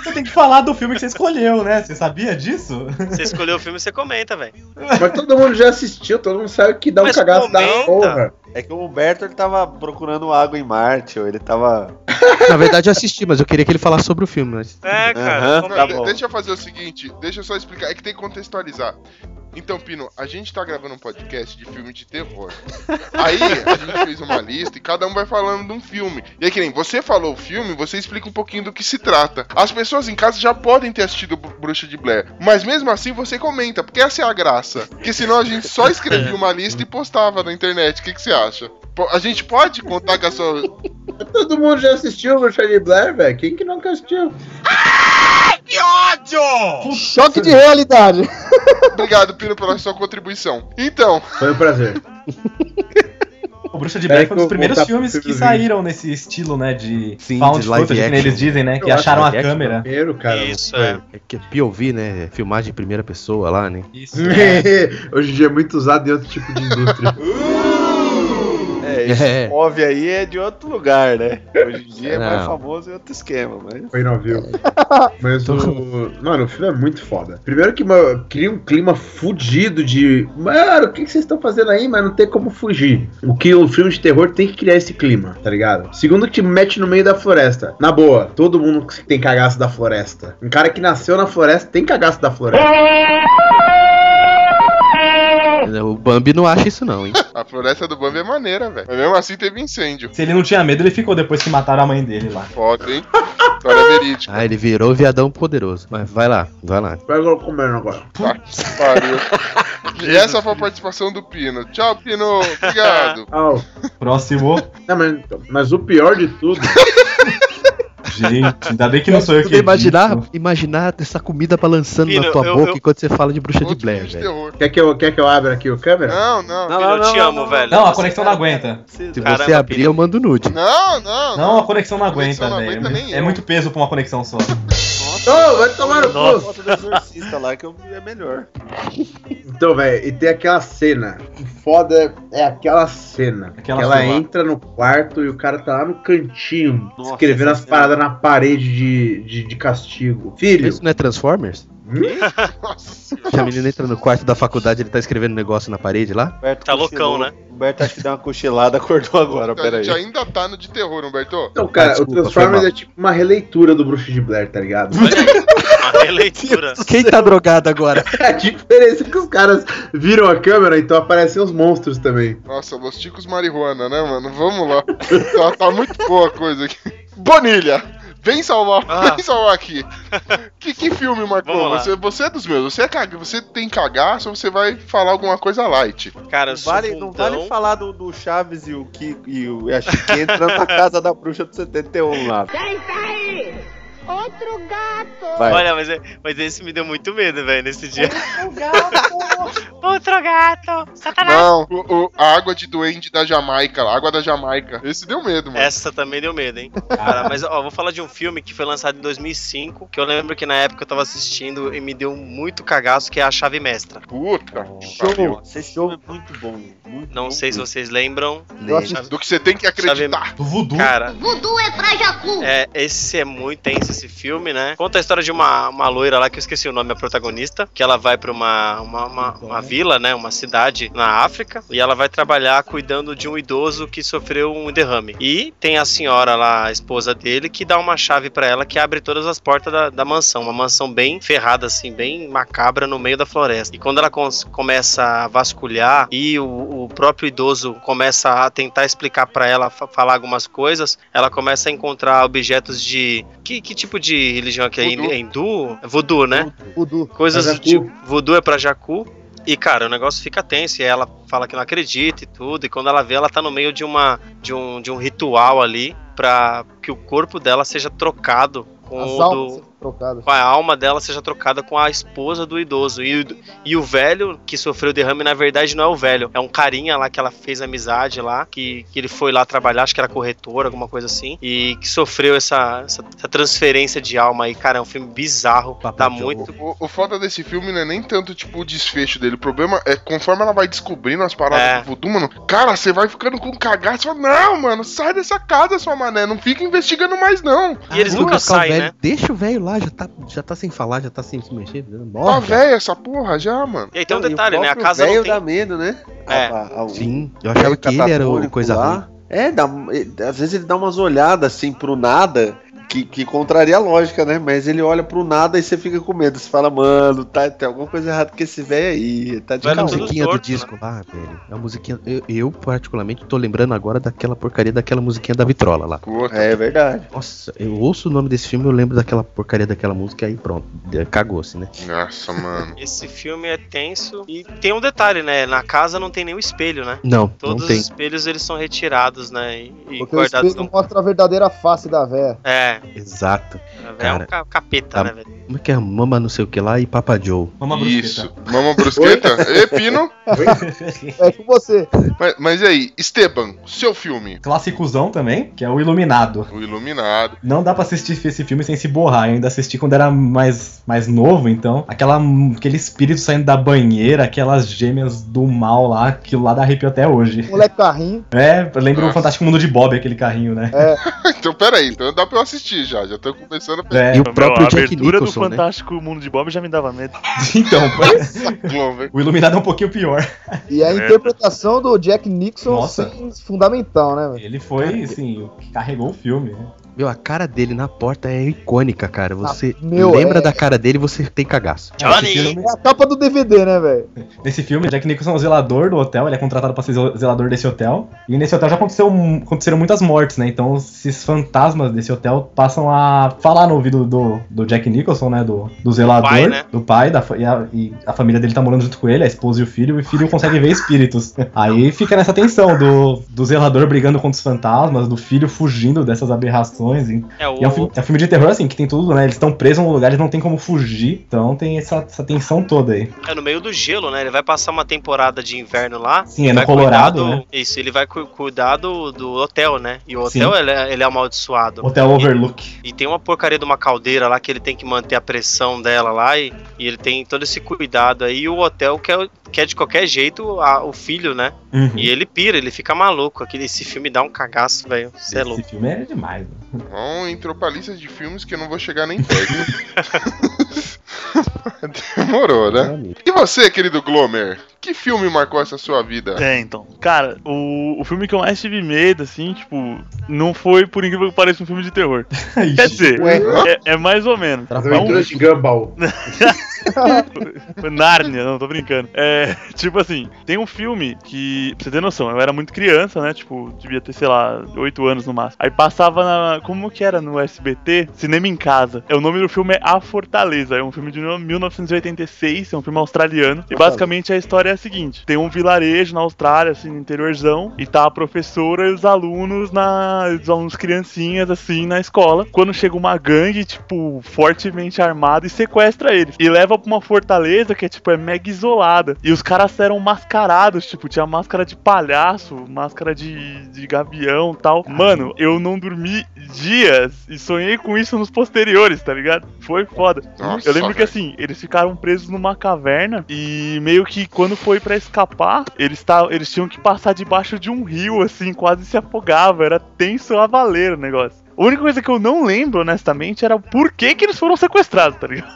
Speaker 4: Você tem que falar do filme que você escolheu, né? Você sabia disso?
Speaker 7: você escolheu o filme, você comenta, velho.
Speaker 2: Mas todo mundo já assistiu, todo mundo sabe que dá um
Speaker 7: Mas
Speaker 2: cagaço da
Speaker 7: comenta.
Speaker 2: porra.
Speaker 5: É que o Humberto ele tava procurando água em Marte, ou ele tava.
Speaker 6: Na verdade, eu assisti, mas eu queria que ele falasse sobre o filme. Mas...
Speaker 7: É, cara.
Speaker 5: Aham.
Speaker 1: Não,
Speaker 5: Tá
Speaker 1: de-
Speaker 5: bom.
Speaker 1: Deixa eu fazer o seguinte, deixa eu só explicar, é que tem que contextualizar. Então, Pino, a gente tá gravando um podcast de filme de terror. Aí a gente fez uma lista e cada um vai falando de um filme. E aí, que nem você falou o filme, você explica um pouquinho do que se trata. As pessoas em casa já podem ter assistido Bru- Bruxa de Blair, mas mesmo assim você comenta, porque essa é a graça. Porque senão a gente só escrevia uma lista e postava na internet. O que, que você acha? Po- A gente pode contar com a sua.
Speaker 2: Mas Todo mundo já assistiu Bruxa de Blair, velho? Quem que nunca assistiu?
Speaker 3: Choque de realidade.
Speaker 1: Obrigado, Pino, pela sua contribuição. Então,
Speaker 2: Foi um prazer.
Speaker 4: O Bruxa de
Speaker 2: Peraí
Speaker 6: É
Speaker 4: Blair foi um
Speaker 2: que eu
Speaker 4: dos
Speaker 2: vou
Speaker 4: primeiros
Speaker 2: voltar pro
Speaker 4: filmes que
Speaker 2: filme.
Speaker 4: saíram nesse estilo, né? De
Speaker 6: Sim,
Speaker 4: found
Speaker 6: de live
Speaker 4: footage, que nem
Speaker 6: action.
Speaker 4: eles dizem, né? Que
Speaker 2: Eu
Speaker 4: acharam a
Speaker 6: acho live action
Speaker 4: câmera.
Speaker 2: Primeiro, cara.
Speaker 7: Isso, é.
Speaker 6: É que é POV, né? Filmagem em primeira pessoa lá, né?
Speaker 4: Isso.
Speaker 2: Hoje em dia é muito usado em outro tipo de indústria.
Speaker 5: É, esse
Speaker 6: É.
Speaker 5: Move aí é de outro lugar, né? Hoje em dia é mais
Speaker 6: Não.
Speaker 5: famoso em outro esquema, mas.
Speaker 2: Foi não viu. Mas o. Mano, o filme é muito foda. Primeiro que mano, cria um clima fudido de. Mano, o que que vocês estão fazendo aí? Mas não tem como fugir. O que o filme de terror tem que criar esse clima, tá ligado? Segundo que te mete no meio da floresta. Na boa, todo mundo que tem cagaço da floresta. Um cara que nasceu na floresta tem cagaço da floresta.
Speaker 6: o Bambi não acha isso não, hein?
Speaker 1: A floresta do Bambi é maneira, velho. Mas mesmo assim teve incêndio.
Speaker 4: Se ele não tinha medo, ele ficou depois que mataram a mãe dele lá.
Speaker 1: Foda, hein? História verídica.
Speaker 6: Ah, ele virou o viadão poderoso. Mas vai lá, vai lá.
Speaker 2: Pega comendo agora.
Speaker 1: Tá, que pariu. E essa foi a participação do Pino. Tchau, Pino. Obrigado.
Speaker 2: Au.
Speaker 4: Próximo.
Speaker 2: Não, mas, mas o pior de tudo.
Speaker 4: Gente, ainda bem que não sou eu
Speaker 6: Tu
Speaker 4: que.
Speaker 6: imaginar,
Speaker 4: edito.
Speaker 6: imaginar essa comida balançando
Speaker 7: Filho,
Speaker 6: na tua
Speaker 7: eu-
Speaker 6: boca
Speaker 7: eu-
Speaker 6: enquanto você fala de bruxa de
Speaker 1: Outro
Speaker 6: Blair,
Speaker 1: filme de
Speaker 6: velho.
Speaker 1: terror.
Speaker 2: Quer que, eu, quer que eu abra aqui o câmera?
Speaker 1: Não, não.
Speaker 5: Não,
Speaker 7: Pino,
Speaker 5: não,
Speaker 7: eu te
Speaker 5: não,
Speaker 7: amo,
Speaker 5: não. tá
Speaker 7: velho.
Speaker 4: Não, a conexão não aguenta.
Speaker 6: Se
Speaker 7: Caramba,
Speaker 6: você abrir,
Speaker 7: Pino.
Speaker 6: eu mando nude.
Speaker 1: Não, não.
Speaker 4: Não, a conexão não
Speaker 1: A conexão
Speaker 4: aguenta,
Speaker 1: não
Speaker 4: velho.
Speaker 1: aguenta nem
Speaker 4: É
Speaker 1: eu.
Speaker 4: muito peso pra uma conexão só.
Speaker 2: Ô, vai tomar no
Speaker 5: Nossa,
Speaker 2: cu.
Speaker 5: foto do exorcista lá que eu vi é melhor.
Speaker 2: Então, velho, e tem aquela cena. O foda é aquela cena.
Speaker 4: Aquela
Speaker 2: que ela
Speaker 4: sua.
Speaker 2: entra no quarto e o cara tá lá no cantinho,
Speaker 5: Nossa,
Speaker 2: escrevendo
Speaker 5: essa
Speaker 2: as
Speaker 5: cena.
Speaker 2: paradas na parede de, de, de castigo. Filho,
Speaker 6: Isso não é Transformers?
Speaker 1: Nossa,
Speaker 6: Que a menina entra no quarto da faculdade, ele tá escrevendo um negócio na parede lá?
Speaker 5: Humberto
Speaker 7: Tá loucão, né?
Speaker 5: Humberto acho que deu uma cochilada, acordou agora,
Speaker 1: a
Speaker 5: peraí.
Speaker 1: gente ainda tá no de terror, Humberto.
Speaker 2: Então, cara,
Speaker 6: Ah, desculpa,
Speaker 2: o Transformers
Speaker 6: foi
Speaker 2: é tipo uma releitura do Bruxo de Blair, tá ligado?
Speaker 7: Olha aí, uma releitura.
Speaker 6: Quem tá drogado agora?
Speaker 2: A diferença é que os caras viram a câmera, então aparecem os monstros também.
Speaker 1: Nossa, Los Ticos Marihuana, né, mano? Vamos lá. tá, tá muito boa a coisa aqui. Bonilha! Vem salvar,
Speaker 7: Ah.
Speaker 1: vem salvar aqui. Que, que filme marcou?
Speaker 7: Vamos lá.
Speaker 1: Você, você é dos meus, você, é caga, você tem cagaço ou você vai falar alguma coisa light?
Speaker 7: Cara, eu
Speaker 5: Não
Speaker 7: sou
Speaker 5: é
Speaker 7: um
Speaker 5: vale, não
Speaker 7: bundão.
Speaker 5: vale falar do, do Chaves e o Kiko e, o, e a Chiquinha entrando na casa da bruxa do 71 lá.
Speaker 13: Outro gato!
Speaker 5: Vai.
Speaker 7: Olha, mas, é- mas esse me deu muito medo, velho, nesse dia. Outro gato! Satanás!
Speaker 1: Não, o- o- a água de duende da Jamaica, a água da Jamaica. Esse deu medo, mano.
Speaker 7: Essa também deu medo, hein? Cara, mas ó, vou falar de um filme que foi lançado em 2005, que eu lembro que na época eu tava assistindo e me deu muito cagaço, que é A Chave Mestra.
Speaker 1: Puta.
Speaker 5: Show, esse show é muito bom. Muito
Speaker 7: Não
Speaker 5: bom
Speaker 7: sei se
Speaker 5: mesmo.
Speaker 7: vocês lembram.
Speaker 12: Eu assisti
Speaker 1: Do que você tem que acreditar.
Speaker 4: Do voodoo.
Speaker 7: Cara,
Speaker 13: Vudu é pra Jacu!
Speaker 7: é, esse é muito tenso, esse filme, né? Conta a história de uma, uma loira lá, que eu esqueci o nome, a protagonista, que ela vai pra uma, uma, uma, uma vila, né? Uma cidade na África, e ela vai trabalhar cuidando de um idoso que sofreu um derrame. E tem a senhora lá, a esposa dele, que dá uma chave pra ela que abre todas as portas da, da mansão. Uma mansão bem ferrada, assim, bem macabra no meio da floresta. E quando ela cons- começa a vasculhar e o, o próprio idoso começa a tentar explicar pra ela, fa- falar algumas coisas, ela começa a encontrar objetos de. Que, que tipo de religião que é?
Speaker 1: Voodoo.
Speaker 7: Hindu? Voodoo, né?
Speaker 12: Vudu.
Speaker 7: Coisas
Speaker 2: Pra
Speaker 7: do
Speaker 2: Jacu.
Speaker 7: tipo. Voodoo é pra Jacu. E, cara, o negócio fica tenso. E ela fala que não acredita e tudo. E quando ela vê, ela tá no meio de, uma, de, um, de um ritual ali pra que o corpo dela seja trocado com
Speaker 12: As
Speaker 7: o do,
Speaker 12: almas trocadas.
Speaker 7: com a alma dela seja trocada com a esposa do idoso. E, o- e o velho que sofreu o derrame, na verdade, não é o velho. É um carinha lá que ela fez amizade lá, que, que ele foi lá trabalhar, acho que era corretor, alguma coisa assim. E que sofreu essa, essa, essa transferência de alma aí. Cara, é um filme bizarro.
Speaker 6: Papai
Speaker 7: tá
Speaker 6: Joe.
Speaker 7: muito.
Speaker 1: O, o foda desse filme não é nem tanto, tipo, o desfecho dele. O problema é conforme ela vai descobrindo as paradas
Speaker 7: É.
Speaker 1: do voodoo, mano, cara, você vai ficando com cagaço. Você fala, não, mano, sai dessa casa, sua mané. Não fica investigando mais, não.
Speaker 7: E eles
Speaker 6: Ah,
Speaker 7: nunca
Speaker 6: Lucas, calma,
Speaker 7: saem, né?
Speaker 6: velho. Deixa o velho lá, já tá, já tá sem falar, já tá sem se mexer.
Speaker 1: Tá
Speaker 6: Morre.
Speaker 1: velha essa porra já, mano.
Speaker 7: E aí tem um
Speaker 5: Não, e o
Speaker 7: detalhe, né? A
Speaker 5: próprio
Speaker 7: casa não
Speaker 5: velho
Speaker 7: tem.
Speaker 5: dá medo, né?
Speaker 7: É.
Speaker 5: A- a- o-
Speaker 6: Sim, eu achava que ele era o
Speaker 5: catatônico
Speaker 6: coisa
Speaker 5: lá.
Speaker 6: ruim.
Speaker 5: É, dá- ele- às vezes ele dá umas olhadas assim pro nada, que, que contraria a lógica, né? Mas ele olha pro nada e você fica com medo. Você fala, mano, tá, tem alguma coisa errada com esse velho aí. Tá de
Speaker 6: Olha
Speaker 7: Era
Speaker 6: a
Speaker 5: caô."
Speaker 7: tudo
Speaker 6: musiquinha do
Speaker 7: torto,
Speaker 6: disco lá, velho. A musiquinha. Eu, eu, particularmente, tô lembrando agora daquela porcaria daquela musiquinha da vitrola lá.
Speaker 1: Puta.
Speaker 5: É verdade.
Speaker 6: Nossa, eu ouço o nome desse filme, eu lembro daquela porcaria daquela música aí, pronto. de- Cagou-se, né?
Speaker 1: Nossa, mano.
Speaker 7: Esse filme é tenso. E tem um detalhe, né? Na casa não tem nenhum espelho, né?
Speaker 6: Não,
Speaker 7: Todos
Speaker 6: não
Speaker 7: os
Speaker 6: tem.
Speaker 7: espelhos eles são retirados, né? E, e
Speaker 12: Porque o
Speaker 7: guardados
Speaker 12: espelho
Speaker 7: num.
Speaker 12: mostra a verdadeira face da véia.
Speaker 7: É,
Speaker 6: Exato.
Speaker 7: é um
Speaker 6: Cara,
Speaker 7: ca- capeta,
Speaker 6: tá-
Speaker 7: né, velho?
Speaker 6: Como é que é? Mama não sei o que lá e Papa Joe.
Speaker 4: Vamos abrir
Speaker 1: Isso. Mama Brusqueta? Ê, Pino.
Speaker 12: É com você.
Speaker 1: Mas, mas e aí, Esteban, seu filme.
Speaker 4: Clássicozão também, que é o Iluminado.
Speaker 1: O Iluminado.
Speaker 4: Não dá pra assistir esse filme sem se borrar. Eu ainda assisti quando era mais, mais novo, então. Aquela, aquele espírito saindo da banheira, aquelas gêmeas do mal lá, aquilo lá dá arrepio até hoje.
Speaker 12: Moleque carrinho.
Speaker 4: É, eu lembro o
Speaker 1: Nossa.
Speaker 4: Fantástico Mundo de Bob, aquele carrinho, né?
Speaker 1: então, peraí, então dá pra eu assistir já. Já tô começando a
Speaker 4: É,
Speaker 6: E
Speaker 8: Meu,
Speaker 6: o próprio
Speaker 8: a
Speaker 6: Jack
Speaker 8: abertura do
Speaker 6: Nicholson, né?
Speaker 8: Fantástico Mundo de Bob já me dava medo.
Speaker 4: então,
Speaker 1: pensar, velho.
Speaker 4: o Iluminado é um pouquinho pior.
Speaker 12: E a
Speaker 8: Merda.
Speaker 12: interpretação do Jack Nixon
Speaker 4: Nossa.
Speaker 12: assim, fundamental, né, velho?
Speaker 4: Ele foi, assim, o que carregou o filme. né?
Speaker 6: Meu, a cara dele na porta é icônica, cara. Você
Speaker 3: meu,
Speaker 6: lembra
Speaker 3: é-
Speaker 6: da cara dele, você tem cagaço.
Speaker 3: Johnny! É a capa do DVD, né, velho?
Speaker 4: Nesse filme, Jack Nicholson é o zelador do hotel, ele é contratado pra ser zel- zelador desse hotel. E nesse hotel já aconteceu, um- aconteceram muitas mortes, né? Então esses fantasmas desse hotel passam a falar no ouvido do, do Jack Nicholson, né? Do, do zelador,
Speaker 7: pai, né?
Speaker 4: do pai, da, fa- e, a, e a família dele tá morando junto com ele, a esposa e o filho, e o filho consegue ver espíritos. Aí fica nessa tensão do, do zelador brigando contra os fantasmas, do filho fugindo dessas aberrações. e-
Speaker 7: É o
Speaker 4: e é um, filme, é um filme de terror, assim, que tem tudo, né? Eles estão presos num lugar, eles não tem como fugir. Então tem essa, essa tensão toda aí.
Speaker 7: É no meio do gelo, né? Ele vai passar uma temporada de inverno lá.
Speaker 4: Sim, é
Speaker 7: Ele
Speaker 4: no
Speaker 7: vai cuidar
Speaker 4: Colorado,
Speaker 7: do-
Speaker 4: né?
Speaker 7: Isso, ele vai cu- cuidar do, do hotel, né? E o hotel,
Speaker 4: Sim.
Speaker 7: ele é, ele é amaldiçoado.
Speaker 4: Hotel Overlook.
Speaker 7: E tem uma porcaria de uma caldeira lá que ele tem que manter a pressão dela lá e, e ele tem todo esse cuidado aí. E o hotel quer, quer é de qualquer jeito a- o filho, né?
Speaker 4: Uhum.
Speaker 7: E ele pira, ele fica maluco. Aquele, esse filme dá um cagaço, velho. Você é
Speaker 4: Esse
Speaker 7: louco.
Speaker 4: filme é demais, mano.
Speaker 1: Bom, entrou pra lista de filmes que eu não vou chegar nem perto. Demorou, né? E você, querido Glomer? Que filme marcou essa sua vida?
Speaker 8: É, então. Cara, o, o filme que eu mais tive medo, assim, tipo, não foi, por incrível que pareça, um filme de terror. Quer dizer,
Speaker 2: Ué?
Speaker 8: é, é mais ou menos.
Speaker 2: As
Speaker 8: É um-
Speaker 2: aventuras de Gumball.
Speaker 8: Foi Nárnia, não, tô brincando. É, tipo assim, tem um filme que, pra você ter noção, eu era muito criança, né? Tipo, devia ter, sei lá, 8 anos no máximo. Aí passava na. Como que era no SBT? Cinema em Casa. É, o nome do filme é A Fortaleza. É um filme de 1986, é um filme australiano. E basicamente a história é a seguinte: tem um vilarejo na Austrália, assim, no interiorzão, e tá a professora e os alunos na. Os alunos criancinhas, assim, na escola. Quando chega uma gangue, tipo, fortemente armada e sequestra eles. E leva pra uma fortaleza que é, tipo, é mega isolada. E os caras eram mascarados, tipo, tinha máscara de palhaço, máscara de, de gavião e tal. Mano, eu não dormi dias e sonhei com isso nos posteriores, tá ligado? Foi foda.
Speaker 1: Nossa,
Speaker 8: eu lembro que
Speaker 1: velho.
Speaker 8: assim, eles ficaram presos numa caverna e meio que quando foi pra escapar, eles, ta- eles tinham que passar debaixo de um rio, assim, quase se afogava. Era tenso a valer o negócio. A única coisa que eu não lembro, honestamente, era o porquê que eles foram sequestrados, tá ligado?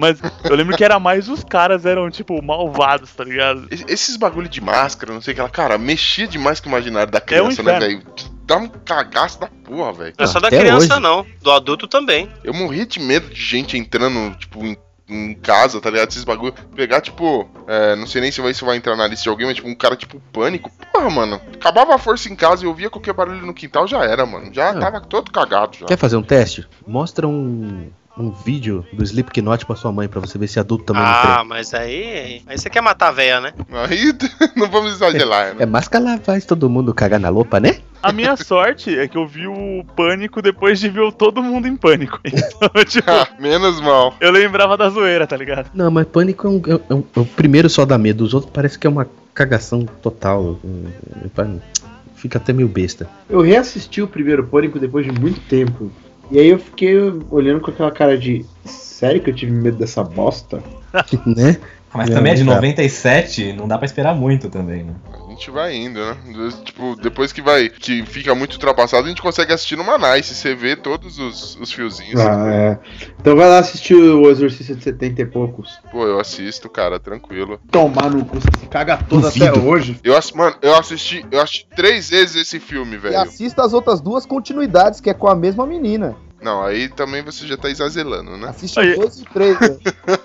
Speaker 8: Mas eu lembro que era mais os caras eram, tipo, malvados, tá ligado?
Speaker 1: Es- Esses bagulho de máscara, não sei o que lá, cara, mexia demais com o imaginário da
Speaker 8: um
Speaker 1: criança, né,
Speaker 8: inferno.
Speaker 1: velho? Dá um cagaço da porra, velho.
Speaker 7: Não é só da
Speaker 6: Até
Speaker 7: criança,
Speaker 6: hoje.
Speaker 7: não. Do adulto também.
Speaker 1: Eu morri de medo de gente entrando, tipo, em, em casa, tá ligado? Esses bagulho. Pegar, tipo, é, não sei nem se vai- isso vai entrar na lista de alguém, mas tipo, um cara, tipo, pânico. Porra, mano. Acabava a força em casa e ouvia qualquer barulho no quintal, já era, mano. Já
Speaker 6: Ah.
Speaker 1: tava todo cagado já.
Speaker 6: Quer fazer um teste? Mostra um, um vídeo do Slipknot pra sua mãe, pra você ver se adulto também não
Speaker 7: Ah,
Speaker 6: trepa.
Speaker 7: mas aí. Aí você quer matar a véia, né?
Speaker 1: Aí não vamos exagerar,
Speaker 6: É
Speaker 1: né?
Speaker 6: máscara lá, faz todo mundo cagar na lopa, né?
Speaker 8: A minha sorte é que eu vi o pânico depois de ver o todo mundo em pânico. Então, tipo,
Speaker 1: Ah, Menos mal.
Speaker 8: eu lembrava da zoeira, tá ligado?
Speaker 6: Não, mas pânico é, um, é um- é um- é o primeiro só dá medo, os outros parece que é uma cagação total. Hum, hum, Fica até meio besta.
Speaker 2: Eu reassisti o primeiro Pânico depois de muito tempo. E aí eu fiquei olhando com aquela cara de. Sério que eu tive medo dessa bosta?
Speaker 6: né?
Speaker 4: Mas
Speaker 6: É,
Speaker 4: também é de
Speaker 6: tá.
Speaker 4: 97, não dá pra esperar muito também, né?
Speaker 1: A gente vai indo, né? Tipo, depois que vai, que fica muito ultrapassado, a gente consegue assistir numa nice. Você vê todos os, os fiozinhos.
Speaker 2: Ah, é. Então vai lá assistir o Exorcista de 70 e poucos.
Speaker 1: Pô, eu assisto, cara, tranquilo.
Speaker 2: Tomar no cu, você se caga todo
Speaker 6: Duvido.
Speaker 2: até hoje.
Speaker 1: Eu, ass- mano, eu assisti, eu assisti três vezes esse filme,
Speaker 3: E
Speaker 1: velho.
Speaker 3: assista as outras duas continuidades, que é com a mesma menina.
Speaker 1: Não, aí também você já tá exagerando, né?
Speaker 3: Assiste
Speaker 8: Aí.
Speaker 3: os dois e três, velho.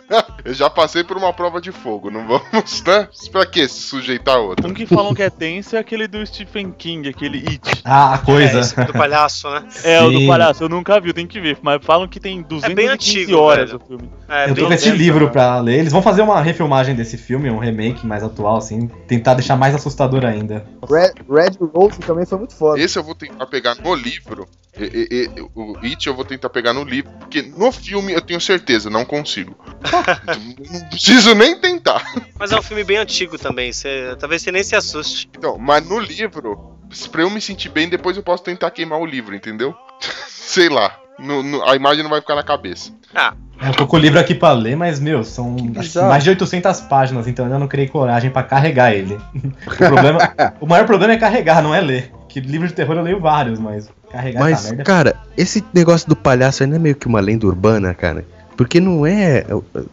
Speaker 1: Eu já passei por uma prova de fogo, não vamos, né? Pra que se sujeitar a outra?
Speaker 8: Um que falam que é tenso é aquele do Stephen King, aquele It.
Speaker 4: Ah, a
Speaker 7: É,
Speaker 4: coisa.
Speaker 7: esse do palhaço, né?
Speaker 8: É, o do
Speaker 4: Sim.
Speaker 8: palhaço. Eu nunca vi, eu tenho que ver. Mas falam que tem 215
Speaker 7: antigo,
Speaker 8: horas
Speaker 7: velho.
Speaker 8: o filme.
Speaker 7: É,
Speaker 4: Eu tô
Speaker 7: bem
Speaker 4: com esse
Speaker 7: lento,
Speaker 4: livro
Speaker 7: né?
Speaker 4: pra ler. Eles vão fazer uma refilmagem desse filme, um remake mais atual, assim. Tentar deixar mais assustador ainda.
Speaker 3: Red, Red Rose também foi muito foda.
Speaker 1: Esse eu vou tentar pegar no livro. E- e- e- o It eu vou tentar pegar no livro. Porque no filme eu tenho certeza, não consigo. não preciso nem tentar.
Speaker 7: Mas é um filme bem antigo também. Você, talvez você nem se assuste.
Speaker 1: Então, mas no livro, pra eu me sentir bem, depois eu posso tentar queimar o livro, entendeu? Sei lá. No- no- a imagem não vai ficar na cabeça.
Speaker 7: Ah,
Speaker 4: É, Eu tô com o livro aqui pra ler, mas, meu, são acho que
Speaker 5: bizarro.
Speaker 4: mais de 800 páginas, então eu ainda não criei coragem pra carregar ele. o, problema, o maior problema é carregar, não é ler. Que livro de terror eu leio vários, mas carregar
Speaker 6: Mas,
Speaker 4: tá merda.
Speaker 6: cara, esse negócio do palhaço ainda é meio que uma lenda urbana, cara. Porque não é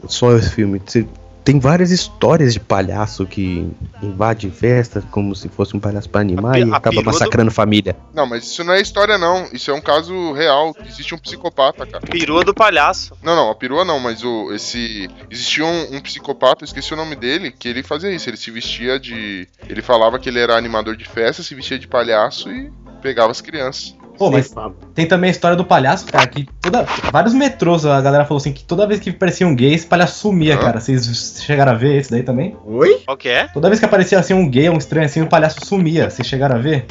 Speaker 6: só é, esse filme. Você Tem várias histórias de palhaço que invade festa como se fosse um palhaço pra animar
Speaker 1: A pi-
Speaker 6: e
Speaker 1: a
Speaker 6: acaba
Speaker 1: perua do-
Speaker 6: massacrando família.
Speaker 1: Não, mas isso não é história, não. Isso é um caso real. Existe um psicopata, cara.
Speaker 7: Perua do palhaço.
Speaker 1: Não, não, a perua não, mas o, esse. Existia um, um psicopata, eu esqueci o nome dele, que ele fazia isso. Ele se vestia de. Ele falava que ele era animador de festa, se vestia de palhaço e pegava as crianças.
Speaker 4: Pô, mas tem também a história do palhaço, cara, que toda, vários metrôs a galera falou assim que toda vez que parecia um gay, esse palhaço sumia, cara. Vocês chegaram a ver esse daí também?
Speaker 2: Oi?
Speaker 7: Qual que é?
Speaker 4: Toda vez que aparecia assim um gay, um estranho assim, o palhaço sumia. Vocês chegaram a ver?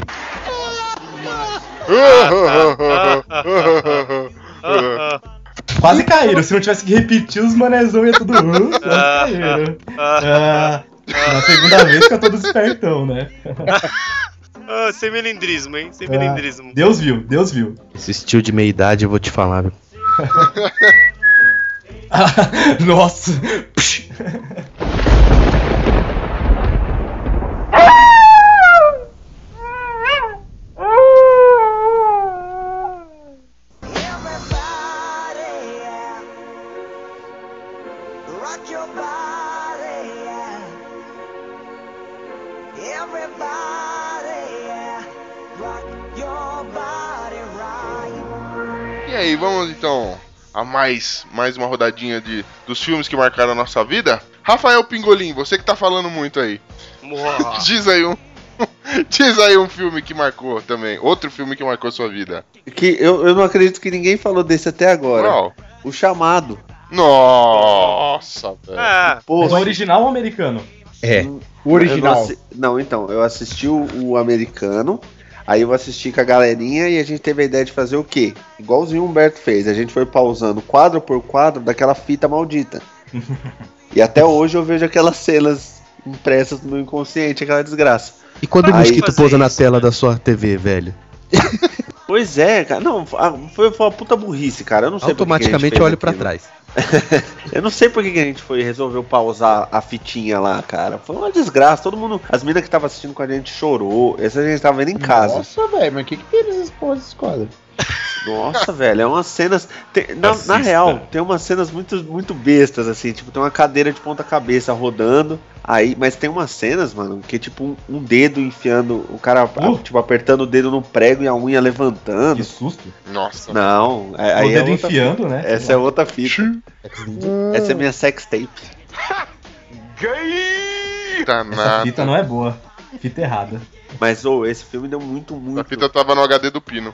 Speaker 7: Ah,
Speaker 4: Quase caíram. Se não tivesse que repetir, os manezão ia tudo ruim. Quase caíram. Ah, na segunda vez que eu tô despertão, né?
Speaker 7: Ah, sem melindrismo, hein?
Speaker 5: Tá.
Speaker 7: Sem
Speaker 4: Ah,
Speaker 7: melindrismo.
Speaker 4: Deus viu, Deus viu.
Speaker 6: Esse estilo de meia idade eu vou te falar, viu?
Speaker 4: Nossa!
Speaker 1: E aí, vamos então a mais, mais uma rodadinha de, dos filmes que marcaram a nossa vida? Rafael Pingolim, você que tá falando muito aí.
Speaker 7: Morra.
Speaker 1: Diz aí um. Diz aí um filme que marcou também. Outro filme que marcou sua vida.
Speaker 5: Que eu, eu não acredito que ninguém falou desse até agora.
Speaker 1: Qual?
Speaker 5: O chamado.
Speaker 1: Nossa, velho.
Speaker 7: Ah,
Speaker 4: Mas
Speaker 5: Porra,
Speaker 4: o original ou o americano?
Speaker 6: É.
Speaker 2: Hum, O
Speaker 5: Eu não,
Speaker 2: original.
Speaker 5: assi- não, então, eu assisti o, o americano, aí eu assisti com a galerinha e a gente teve a ideia de fazer o quê? Igualzinho o Humberto fez, a gente foi pausando quadro por quadro daquela fita maldita. e até hoje eu vejo aquelas cenas impressas no meu inconsciente, aquela desgraça.
Speaker 6: E quando o
Speaker 5: Aí- é
Speaker 6: mosquito
Speaker 7: fazer
Speaker 6: pousa na
Speaker 7: isso,
Speaker 5: né?
Speaker 6: tela da sua TV, velho?
Speaker 5: Pois é, cara. Não, a- foi, foi uma puta burrice, cara. Eu não sei por que que a gente
Speaker 6: Automaticamente
Speaker 5: fez
Speaker 6: eu olho pra
Speaker 5: aquilo.
Speaker 6: trás.
Speaker 5: Eu não sei por que que a gente foi resolveu pausar a fitinha lá, cara. Foi uma desgraça. Todo mundo. As minas que tava assistindo com a gente chorou. Essa a gente tava vendo em casa.
Speaker 2: Nossa, velho, mas o que, que tem nessas porras desse quadro?
Speaker 5: Nossa, velho, é umas cenas. tem- na,
Speaker 8: Assista.
Speaker 5: na real, tem umas cenas muito, muito bestas, assim, tipo, tem uma cadeira de ponta-cabeça rodando. Aí, mas tem umas cenas, mano, que tipo um, um dedo enfiando, o cara
Speaker 4: Uh!
Speaker 5: tipo apertando o dedo no prego e a unha levantando.
Speaker 4: Que susto.
Speaker 1: Nossa.
Speaker 5: Não, é-
Speaker 4: o
Speaker 5: aí é
Speaker 4: dedo
Speaker 5: outra,
Speaker 4: enfiando, né? Hum.
Speaker 5: essa é outra fita. Essa é minha sex tape.
Speaker 1: Tá
Speaker 4: Essa
Speaker 1: nada.
Speaker 4: fita não é boa. Fita errada.
Speaker 5: Mas ô, esse filme deu muito, muito.
Speaker 1: A fita tava no HD do Pino.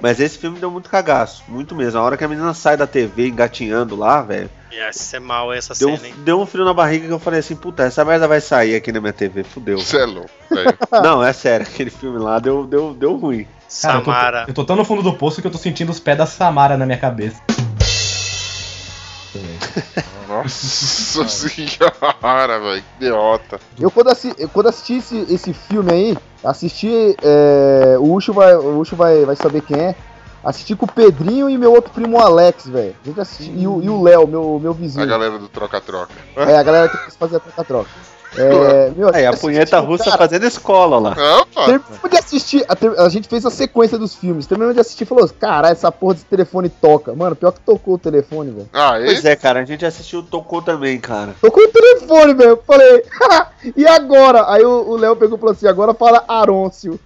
Speaker 5: Mas esse filme deu muito cagaço, muito mesmo. A hora que a menina sai da TV engatinhando lá, velho,
Speaker 7: Yes, é mal essa
Speaker 5: deu,
Speaker 7: cena, hein?
Speaker 5: um, deu um frio na barriga que eu falei assim, puta, essa merda vai sair aqui na minha TV, fudeu.
Speaker 1: Você é louco, velho.
Speaker 5: Não, é sério, aquele filme lá deu, deu, deu ruim.
Speaker 4: Cara, eu tô-
Speaker 7: Samara.
Speaker 4: Eu tô, tão no fundo do poço que eu tô sentindo os pés da Samara na minha cabeça.
Speaker 1: Nossa senhora, velho. Que idiota.
Speaker 3: Eu quando, assi- eu, quando assisti esse, esse filme aí, assisti. é, o Ucho, vai, o Ucho vai, vai saber quem é. Assisti com o Pedrinho e meu outro primo Alex, velho. A gente assistiu- E o e o Léo, meu, meu
Speaker 1: A
Speaker 3: vizinho.
Speaker 1: galera do troca-troca.
Speaker 3: É, a galera que fazia troca-troca. É, meu,
Speaker 5: Aí, a
Speaker 3: assisti,
Speaker 5: punheta
Speaker 3: cara,
Speaker 5: russa fazendo escola lá.
Speaker 1: Ah, Opa!
Speaker 3: Terminou de assistir, a, ter- a gente fez a sequência dos filmes. Terminou de assistir e falou: caralho, essa porra desse telefone toca. Mano, pior que tocou o telefone, velho.
Speaker 1: Ah,
Speaker 5: Pois
Speaker 1: esse?
Speaker 5: é, cara, a gente assistiu o Tocou também, cara.
Speaker 3: Tocou o telefone, velho. Eu Falei, e agora? Aí o o Léo pegou e falou assim: agora fala Arôncio.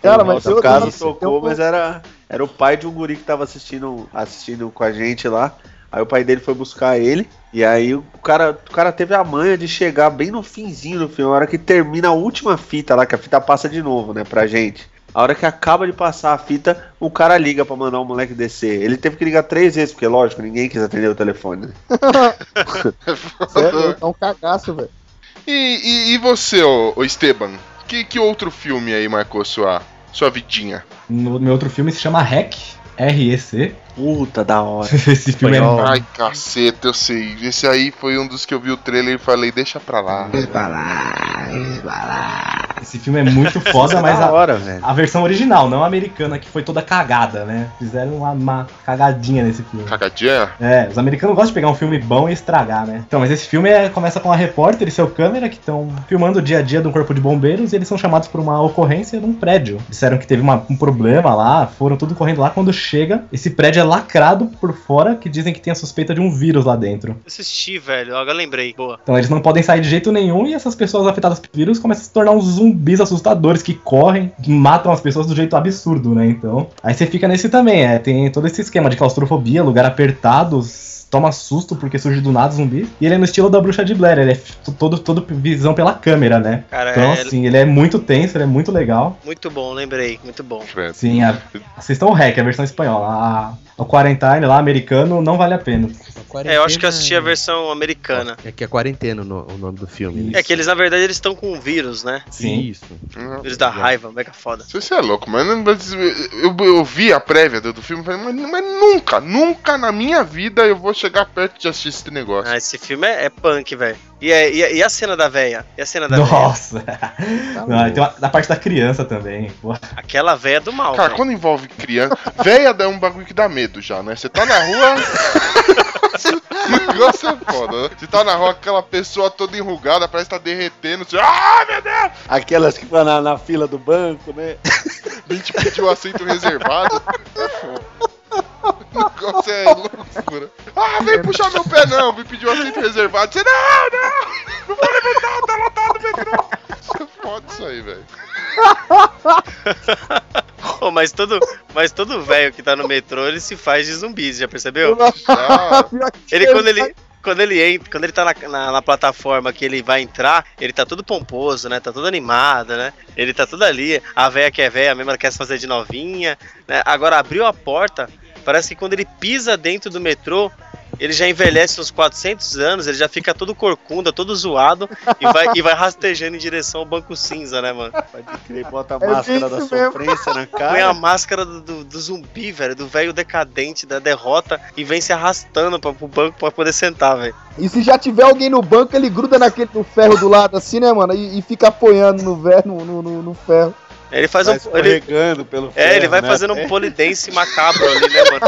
Speaker 3: Cara, mas
Speaker 5: no
Speaker 3: eu-
Speaker 5: caso
Speaker 3: eu-
Speaker 5: tocou, mas era, era o pai de um guri que tava assistindo, assistindo com a gente lá. Aí o pai dele foi buscar ele. E aí o cara, o cara teve a manha de chegar bem no finzinho do filme, a hora que termina a última fita lá, que a fita passa de novo, né, pra gente. A hora que acaba de passar a fita, o cara liga pra mandar o moleque descer. Ele teve que ligar três vezes, porque lógico, ninguém quis atender o telefone, né?
Speaker 3: Sério, tá um cagaço, velho.
Speaker 1: E, e, e você, ô, ô Esteban? Que, que outro filme aí marcou sua, sua vidinha?
Speaker 4: No meu outro filme se chama Rec. R-E-C.
Speaker 5: Puta da hora.
Speaker 4: Esse filme é
Speaker 8: Espanhol.
Speaker 1: Ai, caceta, eu sei. Esse aí foi um dos que eu vi o trailer e falei, deixa pra lá.
Speaker 2: Esbalar, esbalar.
Speaker 4: Esse filme é muito foda, mas
Speaker 5: da
Speaker 4: a,
Speaker 5: hora, velho.
Speaker 4: a versão original, não a americana, que foi toda cagada, né? Fizeram uma, uma cagadinha nesse filme.
Speaker 1: Cagadinha?
Speaker 4: É, os americanos gostam de pegar um filme bom e estragar, né? Então, mas esse filme é- começa com a repórter e seu câmera que estão filmando o dia a dia do corpo de bombeiros e eles são chamados por uma ocorrência num prédio. Disseram que teve uma- um problema lá, foram tudo correndo lá. Quando chega, esse prédio é lacrado por fora, que dizem que tem a suspeita de um vírus lá dentro.
Speaker 7: Assisti, velho. Agora lembrei. Boa.
Speaker 4: Então eles não podem sair de jeito nenhum e essas pessoas afetadas pelo vírus começam a se tornar uns zumbis assustadores que correm, que matam as pessoas do jeito absurdo, né? Então. Aí você fica nesse também, é. Tem todo esse esquema de claustrofobia, lugar apertado. s- Toma susto porque surge do nada zumbi. E ele é no estilo da bruxa de Blair, ele é f- todo, todo visão pela câmera, né?
Speaker 7: Cara,
Speaker 4: Então,
Speaker 7: é
Speaker 4: assim, ele é muito tenso, ele é muito legal.
Speaker 7: muito bom, lembrei. Muito bom.
Speaker 1: Credo.
Speaker 4: Sim, a, assistam o Hack, a versão espanhola. A, o Quarantine lá, americano, não vale a pena.
Speaker 6: Tipo,
Speaker 7: É, eu acho que eu assisti a versão americana.
Speaker 6: É que é quarentena o no- o nome do filme.
Speaker 7: É que eles, na verdade, eles estão com um vírus, né?
Speaker 4: Sim.
Speaker 6: Isso.
Speaker 1: Não
Speaker 7: Vírus da raiva, mega foda.
Speaker 1: sei se Uhum. é louco, mas não- mas eu, eu- eu vi a prévia do, do filme e falei, mas, mas nunca, nunca na minha vida eu vou chegar perto de assistir esse negócio.
Speaker 7: Ah, esse filme é, é punk, velho. E, é- e, é- e a cena da véia? E a Tá cena da véia?
Speaker 4: Nossa! Não, e tem uma- da parte da criança também. Pô.
Speaker 7: Aquela véia do mal. né?
Speaker 1: Cara,
Speaker 7: velho.
Speaker 1: quando envolve criança, véia é um bagulho que dá medo já, né? Você tá na rua. O negócio é foda, né? Você tá na rua, aquela pessoa toda enrugada, parece que tá derretendo. Você... Ah, meu Deus!
Speaker 5: Aquelas que vão na, na fila do banco, né?
Speaker 1: A gente pediu assento reservado. É O negócio é loucura. Ah, vem puxar meu pé não, vem pedir um assento reservado. Você, não, não! Não vou levantar, tá lotado o metrô. Isso é foda isso aí, velho.
Speaker 7: Pô, mas todo mas todo velho que tá no metrô, ele se faz de zumbi, você já percebeu?
Speaker 1: Ah,
Speaker 7: Ele quando ele quando ele entra, quando ele tá na, na, na plataforma que ele vai entrar, ele tá todo pomposo, né? Tá todo animado, né? Ele tá todo ali, a véia que é véia, a mesma quer se fazer de novinha, né? Agora abriu a porta, parece que quando ele pisa dentro do metrô, ele já envelhece uns 400 anos, ele já fica todo corcunda, todo zoado e vai, e vai rastejando em direção ao banco cinza, né, mano?
Speaker 5: Pode crer, bota a
Speaker 7: É
Speaker 9: É
Speaker 12: bem
Speaker 5: máscara da
Speaker 12: isso
Speaker 5: sofrência na
Speaker 7: Põe a
Speaker 5: cara.
Speaker 7: máscara do, do- do zumbi, velho, do velho decadente, da derrota, e vem se arrastando pra, pro banco pra poder sentar, velho.
Speaker 3: E se já tiver alguém no banco, ele gruda naquele no ferro do lado, assim, né, mano? E, e fica apoiando no, ver, no, no, no- no ferro.
Speaker 7: Ele faz
Speaker 5: Vai
Speaker 7: um. Ele,
Speaker 5: escorregando pelo
Speaker 7: é, ele
Speaker 5: ferro,
Speaker 7: vai
Speaker 5: né?
Speaker 7: fazendo um polidense macabro ali, né, mano?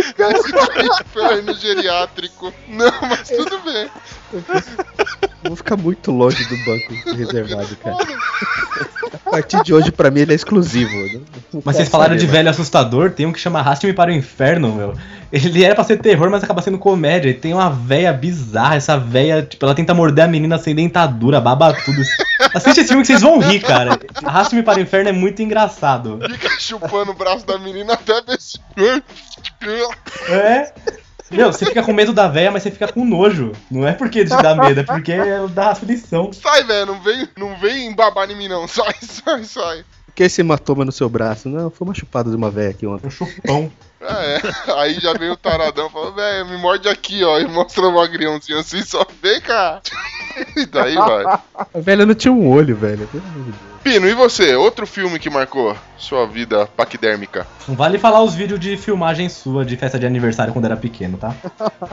Speaker 1: esse cara foi no geriátrico. Não, mas tudo bem.
Speaker 6: Vou ficar muito longe do banco reservado, cara. A partir de hoje, pra mim, ele é exclusivo. né?
Speaker 4: Mas vocês falaram de velho assustador, tem um que chama Raste-me para o Inferno, meu. Ele era pra ser terror, mas acaba sendo comédia. E tem uma véia bizarra, essa véia, tipo, ela tenta morder a menina sem dentadura, baba tudo. Assiste esse filme que vocês vão rir, cara. Arraste-me para o Inferno é muito engraçado.
Speaker 1: Fica chupando o braço da menina até ver se.
Speaker 4: É. Meu, você fica com medo da véia, mas você fica com nojo. Não é porque te dá medo, é porque ela dá aflição.
Speaker 1: Sai, velho, não vem, não vem babar em mim, não. Sai, sai, sai.
Speaker 6: Por que esse hematoma no seu braço? Não, foi uma chupada de uma véia aqui ontem.
Speaker 4: Um chupão.
Speaker 1: Ah, é. Aí já vem o taradão e fala, velho, me morde aqui, ó. E mostra um agriãozinho assim, só vem cá. E daí vai.
Speaker 6: A velha não tinha um olho, velho. Pelo amor de Deus.
Speaker 1: Pino, e você? Outro filme que marcou sua vida paquidérmica.
Speaker 4: Não vale falar os vídeos de filmagem sua de festa de aniversário quando era pequeno, tá?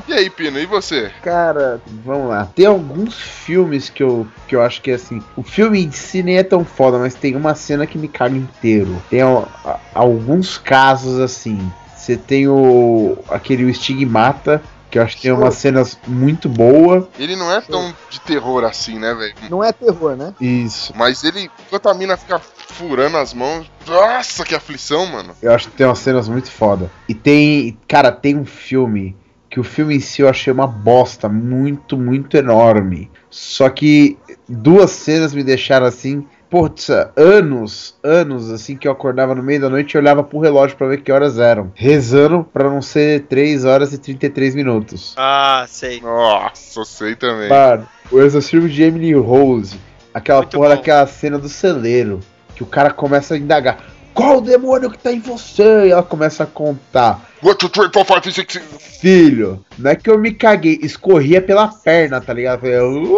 Speaker 1: E aí, Pino, e você?
Speaker 2: Cara, vamos lá. Tem alguns filmes que eu, que eu acho que é assim. O filme em si nem é tão foda, mas tem uma cena que me caga inteiro. Tem al- a- alguns casos assim. Você tem o. aquele o Estigmata, que eu acho que tem umas cenas muito boa.
Speaker 1: Ele não é tão de terror assim, né, velho?
Speaker 3: Não é terror, né?
Speaker 2: Isso.
Speaker 1: Mas ele, enquanto a mina fica furando as mãos, nossa, que aflição, mano.
Speaker 2: Eu acho que tem umas cenas muito foda. E tem. Cara, tem um filme. Que o filme em si eu achei uma bosta. Muito, muito enorme. Só que duas cenas me deixaram assim. Putz, anos, anos assim que eu acordava no meio da noite e olhava pro relógio pra ver que horas eram. Rezando pra não ser 3 horas e 33 minutos.
Speaker 7: Ah, sei.
Speaker 1: Nossa, sei também.
Speaker 2: Mano, o exorcismo de Emily Rose. Aquela
Speaker 7: Muito
Speaker 2: porra
Speaker 7: bom.
Speaker 2: daquela cena do celeiro. Que o cara começa a indagar. Qual o demônio que tá em você? E ela começa a contar.
Speaker 1: One, two, three, four, five, six, six.
Speaker 2: Filho, não é que eu me caguei, escorria pela perna, tá ligado? Falei, "Uh!"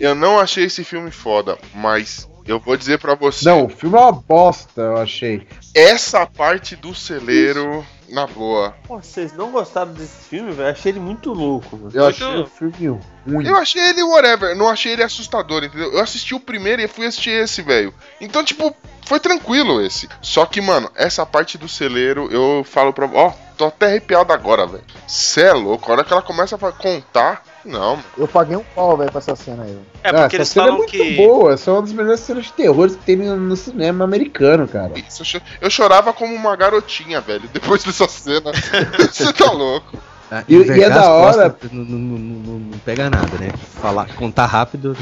Speaker 1: Eu não achei esse filme foda, mas Eu vou dizer pra você.
Speaker 2: Não, o filme é uma bosta, eu achei.
Speaker 1: Essa parte do celeiro, na boa.
Speaker 5: Pô, vocês não gostaram desse filme, velho? Achei ele muito louco, mano.
Speaker 2: Eu
Speaker 7: Muito-
Speaker 2: achei o filme ruim.
Speaker 1: Eu achei ele whatever, não achei ele assustador, entendeu? Eu assisti o primeiro e fui assistir esse, velho. Então, tipo, foi tranquilo esse. Só que, mano, essa parte do celeiro, eu falo pra. Ó, tô até arrepiado agora, velho. Cê é louco, a hora que ela começa a fa- contar. Não, mano.
Speaker 3: Eu paguei um pau, velho, pra essa cena aí. velho.
Speaker 7: É
Speaker 2: Ah,
Speaker 7: porque eles
Speaker 2: essa cena
Speaker 7: falam
Speaker 2: é muito
Speaker 7: que.
Speaker 2: boa, essa é uma das melhores cenas de terror que tem no, no cinema americano, cara.
Speaker 1: Isso, eu, cho- eu chorava como uma garotinha, velho, depois dessa cena. Você tá louco.
Speaker 6: Ah,
Speaker 2: E- e é
Speaker 6: envergar
Speaker 2: da
Speaker 6: as
Speaker 2: hora-
Speaker 6: costas Não, não- não- não- não pega nada, né? Falar, contar rápido,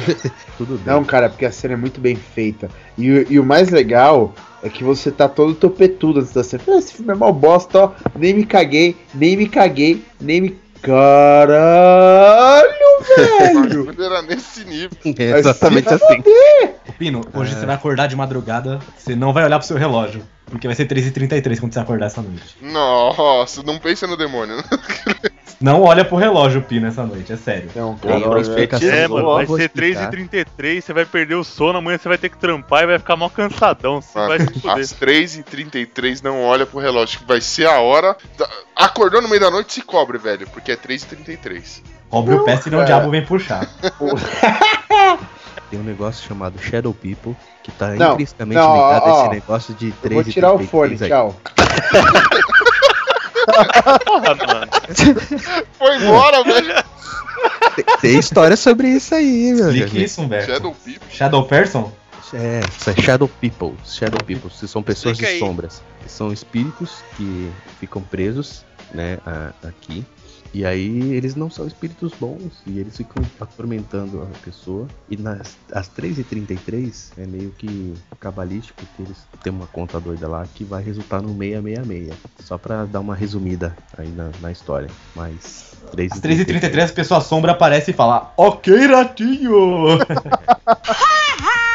Speaker 6: tudo bem.
Speaker 2: Não, cara, porque a cena é muito bem feita. E, o- e o mais legal é que você tá todo topetudo antes da cena. Ah, esse filme é mal bosta, ó. Nem me caguei, nem me caguei, nem me. Caralho, velho!
Speaker 1: Mas Era nesse nível.
Speaker 6: É exatamente
Speaker 2: Mas-
Speaker 6: assim. É.
Speaker 4: Pino, hoje você vai acordar de madrugada, você não vai olhar pro seu relógio. Porque vai ser 3h33 quando você acordar essa noite.
Speaker 1: Nossa, não pensa no demônio, né?
Speaker 4: Não olha pro relógio, Pino, essa noite, é sério.
Speaker 2: Não,
Speaker 6: Tem uma explicação
Speaker 8: É,
Speaker 6: boa,
Speaker 8: mano, vai
Speaker 6: vou
Speaker 8: ser
Speaker 6: explicar.
Speaker 8: 3h33, você vai perder o sono, amanhã você vai ter que trampar e vai ficar mó cansadão. Você
Speaker 1: Ah,
Speaker 8: vai se fuder.
Speaker 1: Às 3h33 não olha pro relógio, que vai ser a hora. da- Acordou no meio da noite, se cobre, velho, porque é 3h33.
Speaker 4: Cobre o pé, senão o
Speaker 2: cara.
Speaker 4: diabo vem puxar.
Speaker 6: Tem um negócio chamado Shadow People que tá
Speaker 2: Não,
Speaker 6: intrinsecamente
Speaker 2: não, ó,
Speaker 6: ligado a
Speaker 2: ó.
Speaker 6: esse negócio de
Speaker 2: Eu
Speaker 6: 3
Speaker 2: vou tirar o fone, tchau.
Speaker 8: Ah, mano.
Speaker 1: Foi embora, velho.
Speaker 6: Tem, tem história sobre isso aí, meu
Speaker 4: Explique
Speaker 6: amigo.
Speaker 4: isso, Humberto.
Speaker 1: Shadow People.
Speaker 4: Shadow Person?
Speaker 6: É, isso é Shadow People. Shadow People, que são pessoas
Speaker 7: Explica
Speaker 6: de
Speaker 7: aí.
Speaker 6: sombras. São espíritos que ficam presos, né, a- aqui. E aí eles não são espíritos bons e eles ficam atormentando a pessoa. E nas às 3h33 é meio que cabalístico que eles têm uma conta doida lá que vai resultar no 666. Só pra dar uma resumida aí na, na história. Mas
Speaker 4: Às
Speaker 6: 3h33
Speaker 4: 3h33 a pessoa sombra aparece e fala: Ok, ratinho!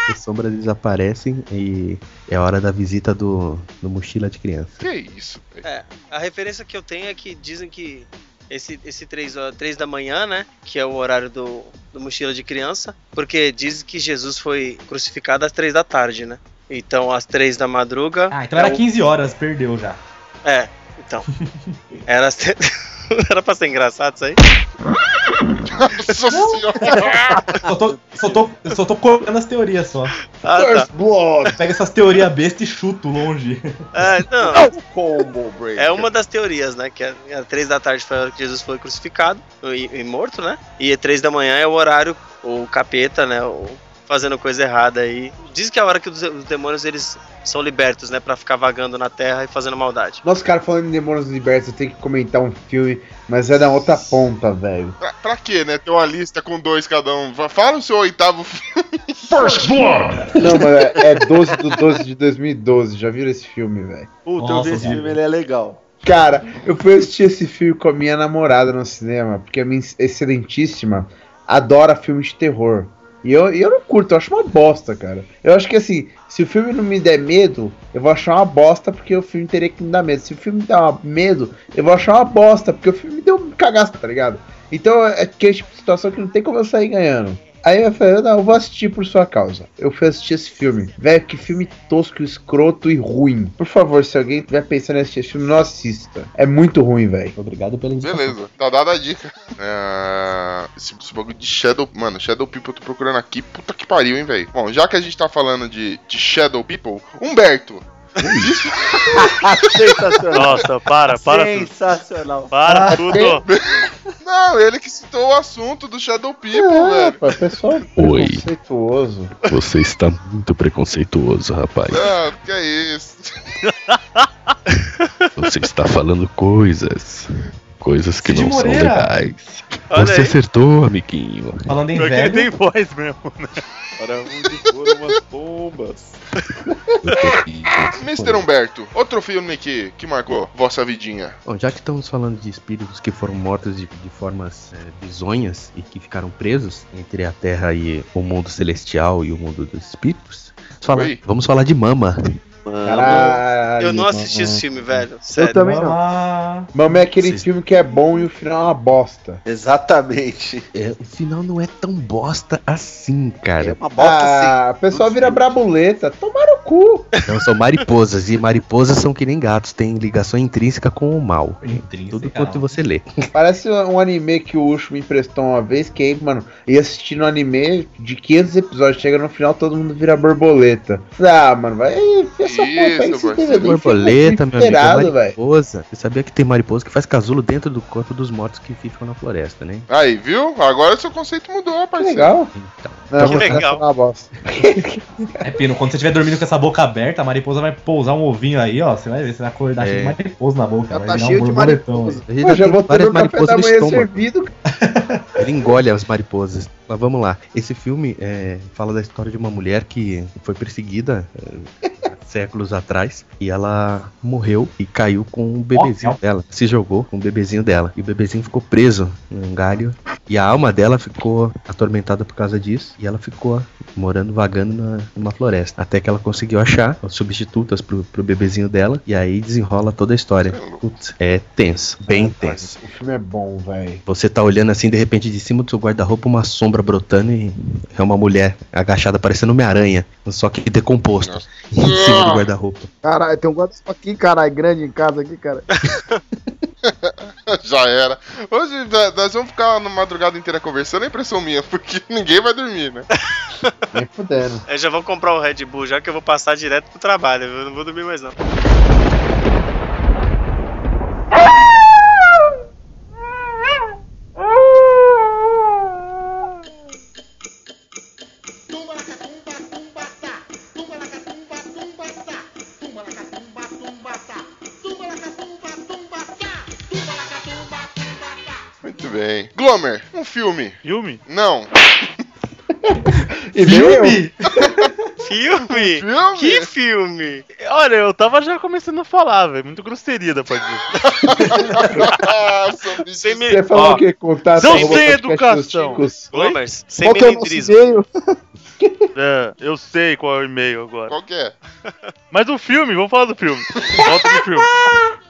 Speaker 6: as sombras desaparecem e é a hora da visita do, do mochila de criança.
Speaker 1: Que isso, velho.
Speaker 7: É, A referência que eu tenho é que dizem que esse, esse 3, da manhã, né? Que é o horário do, do mochila de criança. Porque dizem que Jesus foi crucificado às 3 da tarde, né? Então às 3 da madruga.
Speaker 4: Ah, então
Speaker 7: é
Speaker 4: era
Speaker 7: o-
Speaker 4: 15 horas, perdeu já.
Speaker 7: É, então. Era, às tre- era pra ser engraçado isso aí?
Speaker 1: Nossa
Speaker 5: Ah!
Speaker 1: senhora.
Speaker 4: Só tô, só tô, eu só tô colocando as teorias só.
Speaker 7: Ah, tá.
Speaker 2: First Blood!
Speaker 4: Pega essas teorias besta e chuto longe.
Speaker 7: É, não.
Speaker 5: Combo Breaker.
Speaker 7: É uma das teorias, né? Que às três da tarde foi a hora que Jesus foi crucificado e, e morto, né? E três da manhã é o horário, o capeta, né? O, fazendo coisa errada aí. Diz que é a hora que os, os demônios eles são libertos, né? Pra ficar vagando na terra e fazendo maldade.
Speaker 2: Nossa, cara, falando em Demônios Libertos, eu tenho que comentar um filme, mas é da outra ponta, velho.
Speaker 1: Pra, pra quê, né? Ter uma lista com dois cada um. Fa- Fala o seu oitavo filme.
Speaker 2: Não, mano, é 12 do 12 de 2012, já viram esse filme, velho?
Speaker 5: Puta, eu
Speaker 4: Nossa,
Speaker 5: vi esse
Speaker 4: mano.
Speaker 5: filme, ele é legal.
Speaker 2: Cara, eu fui assistir esse filme com a minha namorada no cinema, porque a minha excelentíssima adora filmes de terror. E eu, e eu não curto, eu acho uma bosta, cara. Eu acho que assim, se o filme não me der medo, eu vou achar uma bosta porque o filme teria que me dar medo. Se o filme me dá uma- medo, eu vou achar uma bosta porque o filme me deu um cagaço, tá ligado? Então é aquele tipo de situação que não tem como eu sair ganhando. Aí eu falei, não, eu vou assistir por sua causa. Eu fui assistir esse filme. Velho, que filme tosco, escroto e ruim. Por favor, se alguém tiver pensando em assistir esse filme, não assista. É muito ruim, velho.
Speaker 6: Obrigado pela indicação.
Speaker 1: Beleza, tá dada a dica. Ah, esse, esse bagulho de Shadow. Mano, Shadow People eu tô procurando aqui. Puta que pariu, hein, velho. Bom, já que a gente tá falando de, de Shadow People, Humberto.
Speaker 5: Sensacional.
Speaker 8: Nossa, para, para tudo.
Speaker 5: Sensacional.
Speaker 1: Ah,
Speaker 8: Para tudo.
Speaker 1: Não, ele que citou o assunto do Shadow People, velho.
Speaker 2: pô, pessoal
Speaker 6: Oi.
Speaker 2: preconceituoso.
Speaker 6: Você está muito preconceituoso, rapaz.
Speaker 1: Ah, que isso.
Speaker 6: Você está falando coisas. Coisas que
Speaker 4: Cid
Speaker 6: não são
Speaker 4: Moreira.
Speaker 6: legais.
Speaker 7: Olha
Speaker 6: Você
Speaker 7: aí.
Speaker 6: acertou, amiguinho.
Speaker 4: Falando em
Speaker 8: Pior que ele
Speaker 4: velho,
Speaker 8: tem voz mesmo. né?
Speaker 5: Para onde foram as bombas?
Speaker 1: Mr. Humberto, outro filme que, que marcou vossa vidinha.
Speaker 6: Bom, já que estamos falando de espíritos que foram mortos de, de formas é, bizonhas e que ficaram presos entre a Terra e o mundo celestial e o mundo dos espíritos, vamos falar,
Speaker 1: Oi.
Speaker 6: vamos falar de Mama.
Speaker 2: Caralho.
Speaker 7: Eu não assisti esse filme, velho.
Speaker 12: Eu
Speaker 7: Sério.
Speaker 12: também não.
Speaker 2: Mamãe é aquele filme que é bom e o final é uma bosta.
Speaker 5: Exatamente.
Speaker 6: É, o final não é tão bosta assim,
Speaker 5: É
Speaker 6: cara.
Speaker 5: uma bosta
Speaker 2: ah, o pessoal vira brabuleta. Tomara o cu.
Speaker 6: Não, Então, são mariposas. E mariposas são que nem gatos, tem ligação intrínseca com o mal. Tudo
Speaker 4: Intrínseca.
Speaker 6: quanto você lê.
Speaker 2: Parece um anime que o Ucho me emprestou uma vez, que aí, mano, ia assistindo um anime de 500 episódios, chega no final, todo mundo vira borboleta. Ah, mano, vai, fez
Speaker 1: Isso,
Speaker 2: essa porra Tá aí, você
Speaker 1: parceiro.
Speaker 2: teve ali,
Speaker 6: Borboleta,
Speaker 2: fica
Speaker 6: meu amigo. é
Speaker 2: desesperado, velho.
Speaker 6: Mariposa. Você sabia que tem mariposa que faz casulo dentro do corpo dos mortos que ficam na floresta, né?
Speaker 1: Aí, viu? Agora seu conceito mudou,
Speaker 2: Que
Speaker 1: parceiro.
Speaker 2: Legal.
Speaker 6: Então.
Speaker 12: Não,
Speaker 7: Que
Speaker 12: mas
Speaker 7: legal.
Speaker 12: essa é uma bosta.
Speaker 4: É, Pino, quando você estiver dormindo com essa boca aberta, a mariposa vai pousar um ovinho aí, ó. Você vai ver, você vai acordar cheio de mariposa na boca.
Speaker 12: É. Já
Speaker 4: vai
Speaker 12: tá
Speaker 4: virar
Speaker 12: cheio de
Speaker 4: borboletão
Speaker 12: mariposa.
Speaker 4: aí.
Speaker 6: Ele
Speaker 2: Pô,
Speaker 6: ainda
Speaker 2: já
Speaker 6: tem
Speaker 2: vou ter
Speaker 6: várias
Speaker 2: no café
Speaker 6: mariposas
Speaker 2: da
Speaker 6: no
Speaker 2: manhã
Speaker 12: assim.
Speaker 6: estômago.
Speaker 2: servido.
Speaker 6: Ele engole as mariposas. Mas vamos lá. Esse filme é, fala da história de uma mulher que foi perseguida é, há séculos atrás e ela morreu e caiu com um bebezinho
Speaker 4: Ó, ó.
Speaker 6: dela. Se jogou com o bebezinho dela. E o bebezinho ficou preso num galho. E a alma dela ficou atormentada por causa disso. E ela ficou morando, vagando na- numa floresta. Até que ela conseguiu achar as substitutas pro, pro bebezinho dela. E aí desenrola toda a história. Putz, é tenso. Bem tenso.
Speaker 2: O filme é bom, velho.
Speaker 6: Você tá olhando assim, de repente, de cima do seu guarda-roupa, uma sombra brotando e é uma mulher agachada, parecendo uma aranha, só que decomposto, em cima do guarda-roupa.
Speaker 12: Caralho, tem um guarda-chuva aqui, caralho, grande em casa aqui, cara.
Speaker 1: Já era. Hoje da- nós vamos ficar na madrugada inteira conversando, é impressão minha, porque ninguém vai dormir, né?
Speaker 2: Nem fudendo.
Speaker 7: Eu já vou comprar o Red Bull, já que eu vou passar direto pro trabalho. Eu não vou dormir mais, não.
Speaker 1: Muito bem. Glomer, um filme.
Speaker 8: Filme?
Speaker 1: Não.
Speaker 2: E nem eu.
Speaker 7: Filme?
Speaker 1: Filme?
Speaker 7: Que filme?
Speaker 8: Olha, eu tava já começando a falar, velho. Muito grosseria da parte dele.
Speaker 1: Nossa, bicho.
Speaker 7: Sem me...
Speaker 2: Você falou
Speaker 7: Ó,
Speaker 2: o quê? Contato
Speaker 8: Não
Speaker 2: arroba
Speaker 8: sei
Speaker 2: podcast dos
Speaker 8: educação.
Speaker 2: ticos?
Speaker 7: Glomers, sem
Speaker 12: Qual que é o nosso
Speaker 7: melindrismo.
Speaker 12: e-mail?
Speaker 8: É, eu sei qual é o e-mail agora.
Speaker 1: Qual que é?
Speaker 8: Mas o filme, vamos falar do filme. Volta no filme.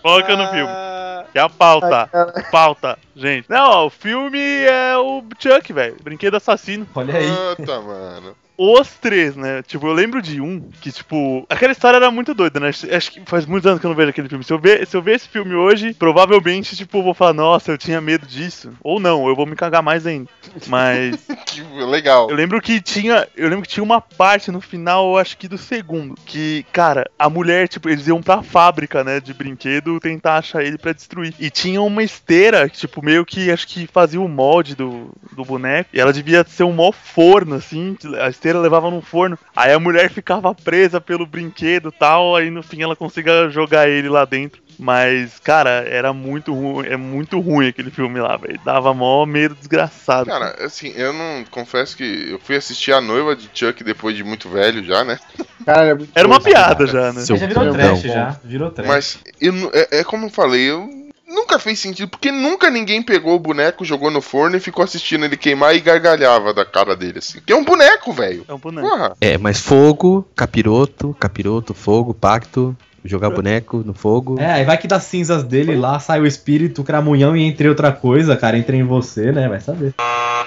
Speaker 8: Foca no filme.
Speaker 7: Ah,
Speaker 8: Que é a pauta. Pauta, gente. Não, ó, o filme é o Chuck, velho. Brinquedo assassino.
Speaker 4: Olha aí.
Speaker 1: Puta, Ah, tá, mano.
Speaker 8: Os três, né? Tipo, eu lembro de um que, tipo, aquela história era muito doida, né? Acho que faz muitos anos que eu não vejo aquele filme. Se eu ver, se eu ver esse filme hoje, provavelmente, tipo, eu vou falar, nossa, eu tinha medo disso. Ou não, eu vou me cagar mais ainda. Mas.
Speaker 1: Que legal.
Speaker 8: Eu lembro que tinha. Eu lembro que tinha uma parte no final, eu acho que do segundo. Que, cara, a mulher, tipo, eles iam pra fábrica, né? De brinquedo tentar achar ele pra destruir. E tinha uma esteira, que, tipo, meio que acho que fazia o molde do, do boneco. E ela devia ser um mó forno, assim. que A esteira levava num forno. Aí a mulher ficava presa pelo brinquedo e tal. Aí no fim ela consiga jogar ele lá dentro. Mas, cara, era muito ruim. É muito ruim aquele filme lá, velho. Dava mó medo desgraçado.
Speaker 1: Cara, assim, eu não. Confesso que eu fui assistir A Noiva de Chuck depois de muito velho já, né?
Speaker 2: Caralho, é muito
Speaker 8: era uma
Speaker 2: doido.
Speaker 8: piada já, né?
Speaker 6: Seu
Speaker 4: Mas já virou
Speaker 6: bundão.
Speaker 4: trash, já. Virou trash.
Speaker 1: Mas eu nu- é, é como eu falei, eu nunca fez sentido, porque nunca ninguém pegou o boneco, jogou no forno e ficou assistindo ele queimar e gargalhava da cara dele, assim. Que é um boneco, velho.
Speaker 8: É um boneco.
Speaker 1: Porra.
Speaker 6: É, mas fogo, capiroto, capiroto, fogo, pacto, jogar boneco no fogo.
Speaker 4: É, aí vai que das cinzas dele lá sai o espírito, o cramunhão e entre outra coisa, cara, entra em você, né? Vai saber.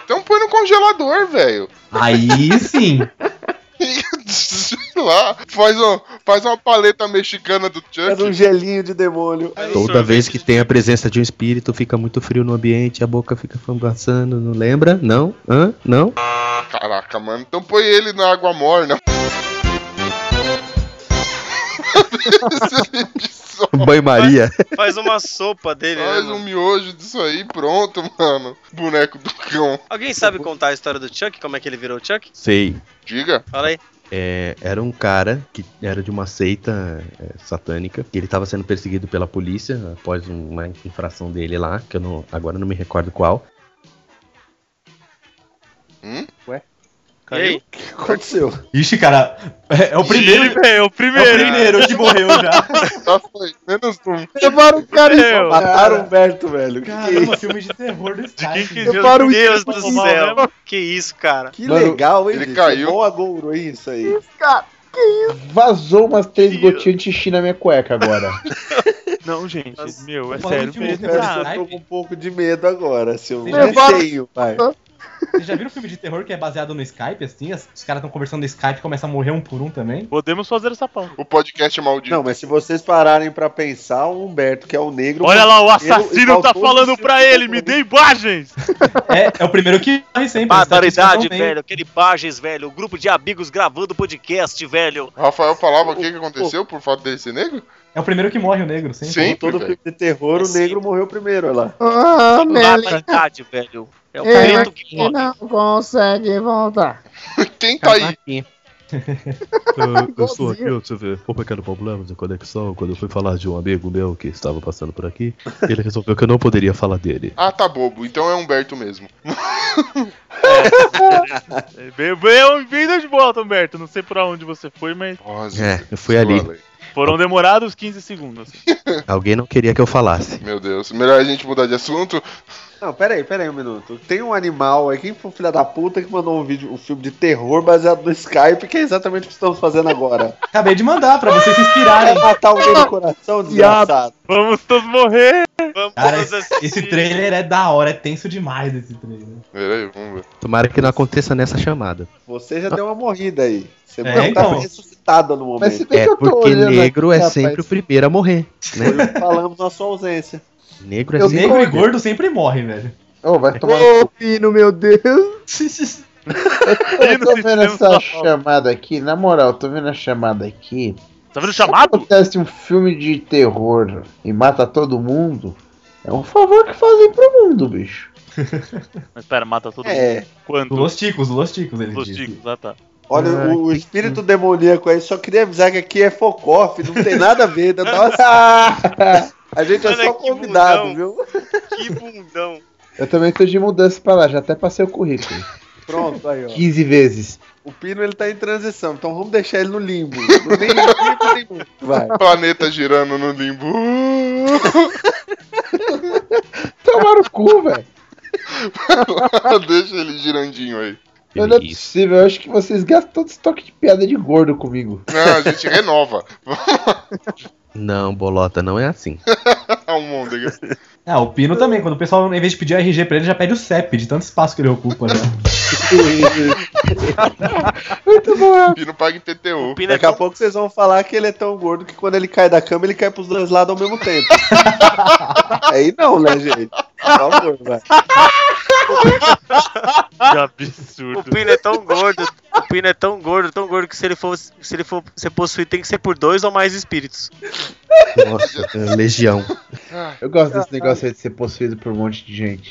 Speaker 1: Então põe no congelador, velho.
Speaker 4: Aí sim.
Speaker 1: Sei lá. Faz, um, faz uma paleta mexicana do
Speaker 5: Era um
Speaker 1: Chuck.
Speaker 5: gelinho de demônio.
Speaker 1: é
Speaker 6: Toda vez que tem a presença de um espírito, fica muito frio no ambiente, a boca fica fambaçando, não lembra? Não? Hã? Não?
Speaker 1: Caraca, mano. Então põe ele na água morna.
Speaker 6: Banho-maria.
Speaker 7: Faz uma sopa dele, né,
Speaker 1: Faz
Speaker 7: mano?
Speaker 1: um miojo disso aí, pronto, mano. Boneco do cão.
Speaker 7: Alguém sabe contar a história do Chuck? Como é que ele virou o Chuck?
Speaker 6: Sei.
Speaker 1: Diga.
Speaker 7: Fala aí.
Speaker 6: É, era um cara que era de uma seita é, satânica. que Ele estava sendo perseguido pela polícia após uma infração dele lá, que eu não, agora não me recordo qual.
Speaker 7: E aí?
Speaker 5: O que aconteceu?
Speaker 4: Ixi, cara, é, é o primeiro.
Speaker 8: Ih, velho, o
Speaker 4: É o
Speaker 8: primeiro.
Speaker 4: primeiro que morreu já.
Speaker 1: Já foi. Tá Menos um.
Speaker 12: Levaram o cara em
Speaker 8: Meu,
Speaker 5: Mataram o Humberto, velho.
Speaker 4: Caramba, filme de terror desse cara.
Speaker 8: quem que
Speaker 4: velho.
Speaker 8: Deus
Speaker 12: Levaram o
Speaker 7: Deus do
Speaker 8: Mal, né,
Speaker 7: céu. Que isso, cara.
Speaker 5: Que
Speaker 2: Mano,
Speaker 5: legal, hein?
Speaker 1: ele
Speaker 5: bicho?
Speaker 1: caiu.
Speaker 5: Bom agouro, hein, isso aí.
Speaker 12: cara.
Speaker 2: Vazou umas três gotinhas de xixi na minha cueca agora.
Speaker 8: Não, gente, meu, é
Speaker 5: tá
Speaker 4: Falando
Speaker 8: sério
Speaker 4: de
Speaker 8: mesmo.
Speaker 4: música,
Speaker 8: Ah,
Speaker 5: Cara, eu tô com um pouco de medo agora, se eu
Speaker 4: Sim,
Speaker 5: não
Speaker 4: já-
Speaker 5: tenho, vai.
Speaker 4: Vocês já viram filme de terror que é baseado no Skype, assim? As- Os caras estão conversando no Skype e começam a morrer um por um também?
Speaker 8: Podemos fazer essa pauta.
Speaker 1: O podcast é maldito.
Speaker 5: Não, mas se vocês pararem pra pensar, o Humberto, que é o negro.
Speaker 8: Olha lá, o
Speaker 5: primeiro e
Speaker 8: assassino tá
Speaker 5: faltou
Speaker 8: falando
Speaker 5: no seu
Speaker 8: pra ele, me dê imagens!
Speaker 4: É, é o primeiro que morre sempre.
Speaker 7: Barbaridade,
Speaker 4: Estatísticas não tem. um
Speaker 7: velho. Aquele Pages, velho. O grupo de amigos gravando podcast, velho.
Speaker 1: Rafael falava o que, que aconteceu por fato dele ser negro?
Speaker 4: É o primeiro que morre o negro, sempre.
Speaker 5: Como
Speaker 1: Sempre,
Speaker 5: todo
Speaker 1: velho.
Speaker 5: filme de terror, o
Speaker 7: Sim.
Speaker 5: negro morreu primeiro, olha lá.
Speaker 12: Ah,
Speaker 7: Barbaridade, velho. É o preto que morre.
Speaker 12: não consegue voltar.
Speaker 1: Quem tá aí?
Speaker 6: Eu, eu estou aqui,
Speaker 12: Igualzinho.
Speaker 6: eu tive um pequeno problema de conexão quando eu fui falar de um amigo meu que estava passando por aqui. Ele resolveu que eu não poderia falar dele.
Speaker 1: Ah, tá bobo. Então é Humberto mesmo.
Speaker 8: É, bem- Bem-vindo de volta, Humberto. Não sei pra onde você foi, mas
Speaker 1: Nossa,
Speaker 6: É, eu fui ali.
Speaker 1: Valeu.
Speaker 8: foram demorados 15 segundos. assim.
Speaker 6: Alguém não queria que eu falasse.
Speaker 1: Meu Deus. Melhor a gente mudar de assunto.
Speaker 5: Não, pera aí, pera aí um minuto. Tem um animal aí, quem foi o filho da puta que mandou um vídeo, um filme de terror baseado no Skype, que é exatamente o que estamos fazendo agora.
Speaker 4: Acabei de mandar pra vocês se
Speaker 5: Vai
Speaker 4: inspirarem.
Speaker 5: matar alguém Tá um no coração, desgraçado.
Speaker 8: Vamos todos morrer!
Speaker 7: Vamos
Speaker 4: Cara,
Speaker 7: assistir.
Speaker 4: Esse trailer é da hora, é tenso demais esse trailer.
Speaker 1: Pera aí, vamos ver.
Speaker 6: Tomara que não aconteça nessa chamada.
Speaker 5: Você já deu uma morrida aí. Você
Speaker 4: É,
Speaker 5: não
Speaker 4: então.
Speaker 5: tá ressuscitada no
Speaker 2: Mas se
Speaker 5: momento.
Speaker 2: bem
Speaker 6: É,
Speaker 2: que eu tô
Speaker 6: porque
Speaker 2: olhando
Speaker 6: negro
Speaker 2: aqui,
Speaker 6: é
Speaker 2: rapaz,
Speaker 6: sempre o primeiro a morrer. né?
Speaker 5: Foi o que falamos na sua ausência.
Speaker 6: Negro é
Speaker 2: Eu
Speaker 6: sempre.
Speaker 4: Negro e gordo sempre morrem, velho.
Speaker 2: Ô, vai tomar no
Speaker 12: Ô, É Pino, meu Deus.
Speaker 8: E
Speaker 2: Eu
Speaker 8: no
Speaker 2: tô
Speaker 8: sistema
Speaker 2: vendo essa
Speaker 8: só-
Speaker 2: chamada aqui, na moral, tô vendo a chamada aqui.
Speaker 8: Tá vendo o chamado?
Speaker 2: Acontece um filme de terror e mata todo mundo. É um favor que fazem pro mundo, bicho.
Speaker 8: Mas pera, mata todo mundo.
Speaker 5: É.
Speaker 8: Quanto?
Speaker 4: Los Ticos, Los Ticos, ele
Speaker 8: Los
Speaker 4: disse.
Speaker 8: ticos, ah tá.
Speaker 5: Olha,
Speaker 2: Ah,
Speaker 5: o, o espírito demoníaco aí, só queria avisar que aqui é Focoff, não tem nada a ver. da Nossa! A gente é
Speaker 7: Olha
Speaker 5: só
Speaker 7: que
Speaker 5: convidado,
Speaker 7: bundão.
Speaker 5: viu?
Speaker 7: Que bundão.
Speaker 2: Eu também tô de mudança pra lá, já até passei o currículo.
Speaker 5: Pronto, aí, ó.
Speaker 2: 15 vezes.
Speaker 5: O Pino ele tá em transição, então vamos deixar ele no limbo. Não tem limbo, nem mundo. Vai.
Speaker 1: Planeta girando no limbo.
Speaker 2: Tomaram o cu, velho.
Speaker 1: Deixa ele girandinho aí.
Speaker 2: Não é possível, eu acho que vocês gastam todo estoque de piada de gordo comigo.
Speaker 1: Não, a gente renova.
Speaker 6: Não, bolota, não é assim.
Speaker 1: um Almôndega.
Speaker 4: Ah, o Pino também. Quando o pessoal, em vez de pedir o RG pra ele, já pede o CEP, de tanto espaço que ele ocupa, né?
Speaker 1: E não paga IPTU.
Speaker 7: Pina é
Speaker 5: Daqui a
Speaker 7: tão
Speaker 5: pouco vocês vão falar que ele é tão gordo que quando ele cai da cama, ele cai pros dois lados ao mesmo tempo. Aí não, né, gente? Por favor, vai.
Speaker 8: Que
Speaker 7: O
Speaker 8: absurdo.
Speaker 7: Pino é tão gordo, o Pino é tão gordo, tão gordo que se ele for, se ele for ser possuído tem que ser por dois ou mais espíritos.
Speaker 6: Nossa, é legião.
Speaker 2: Eu gosto desse negócio aí de ser possuído por um monte de gente.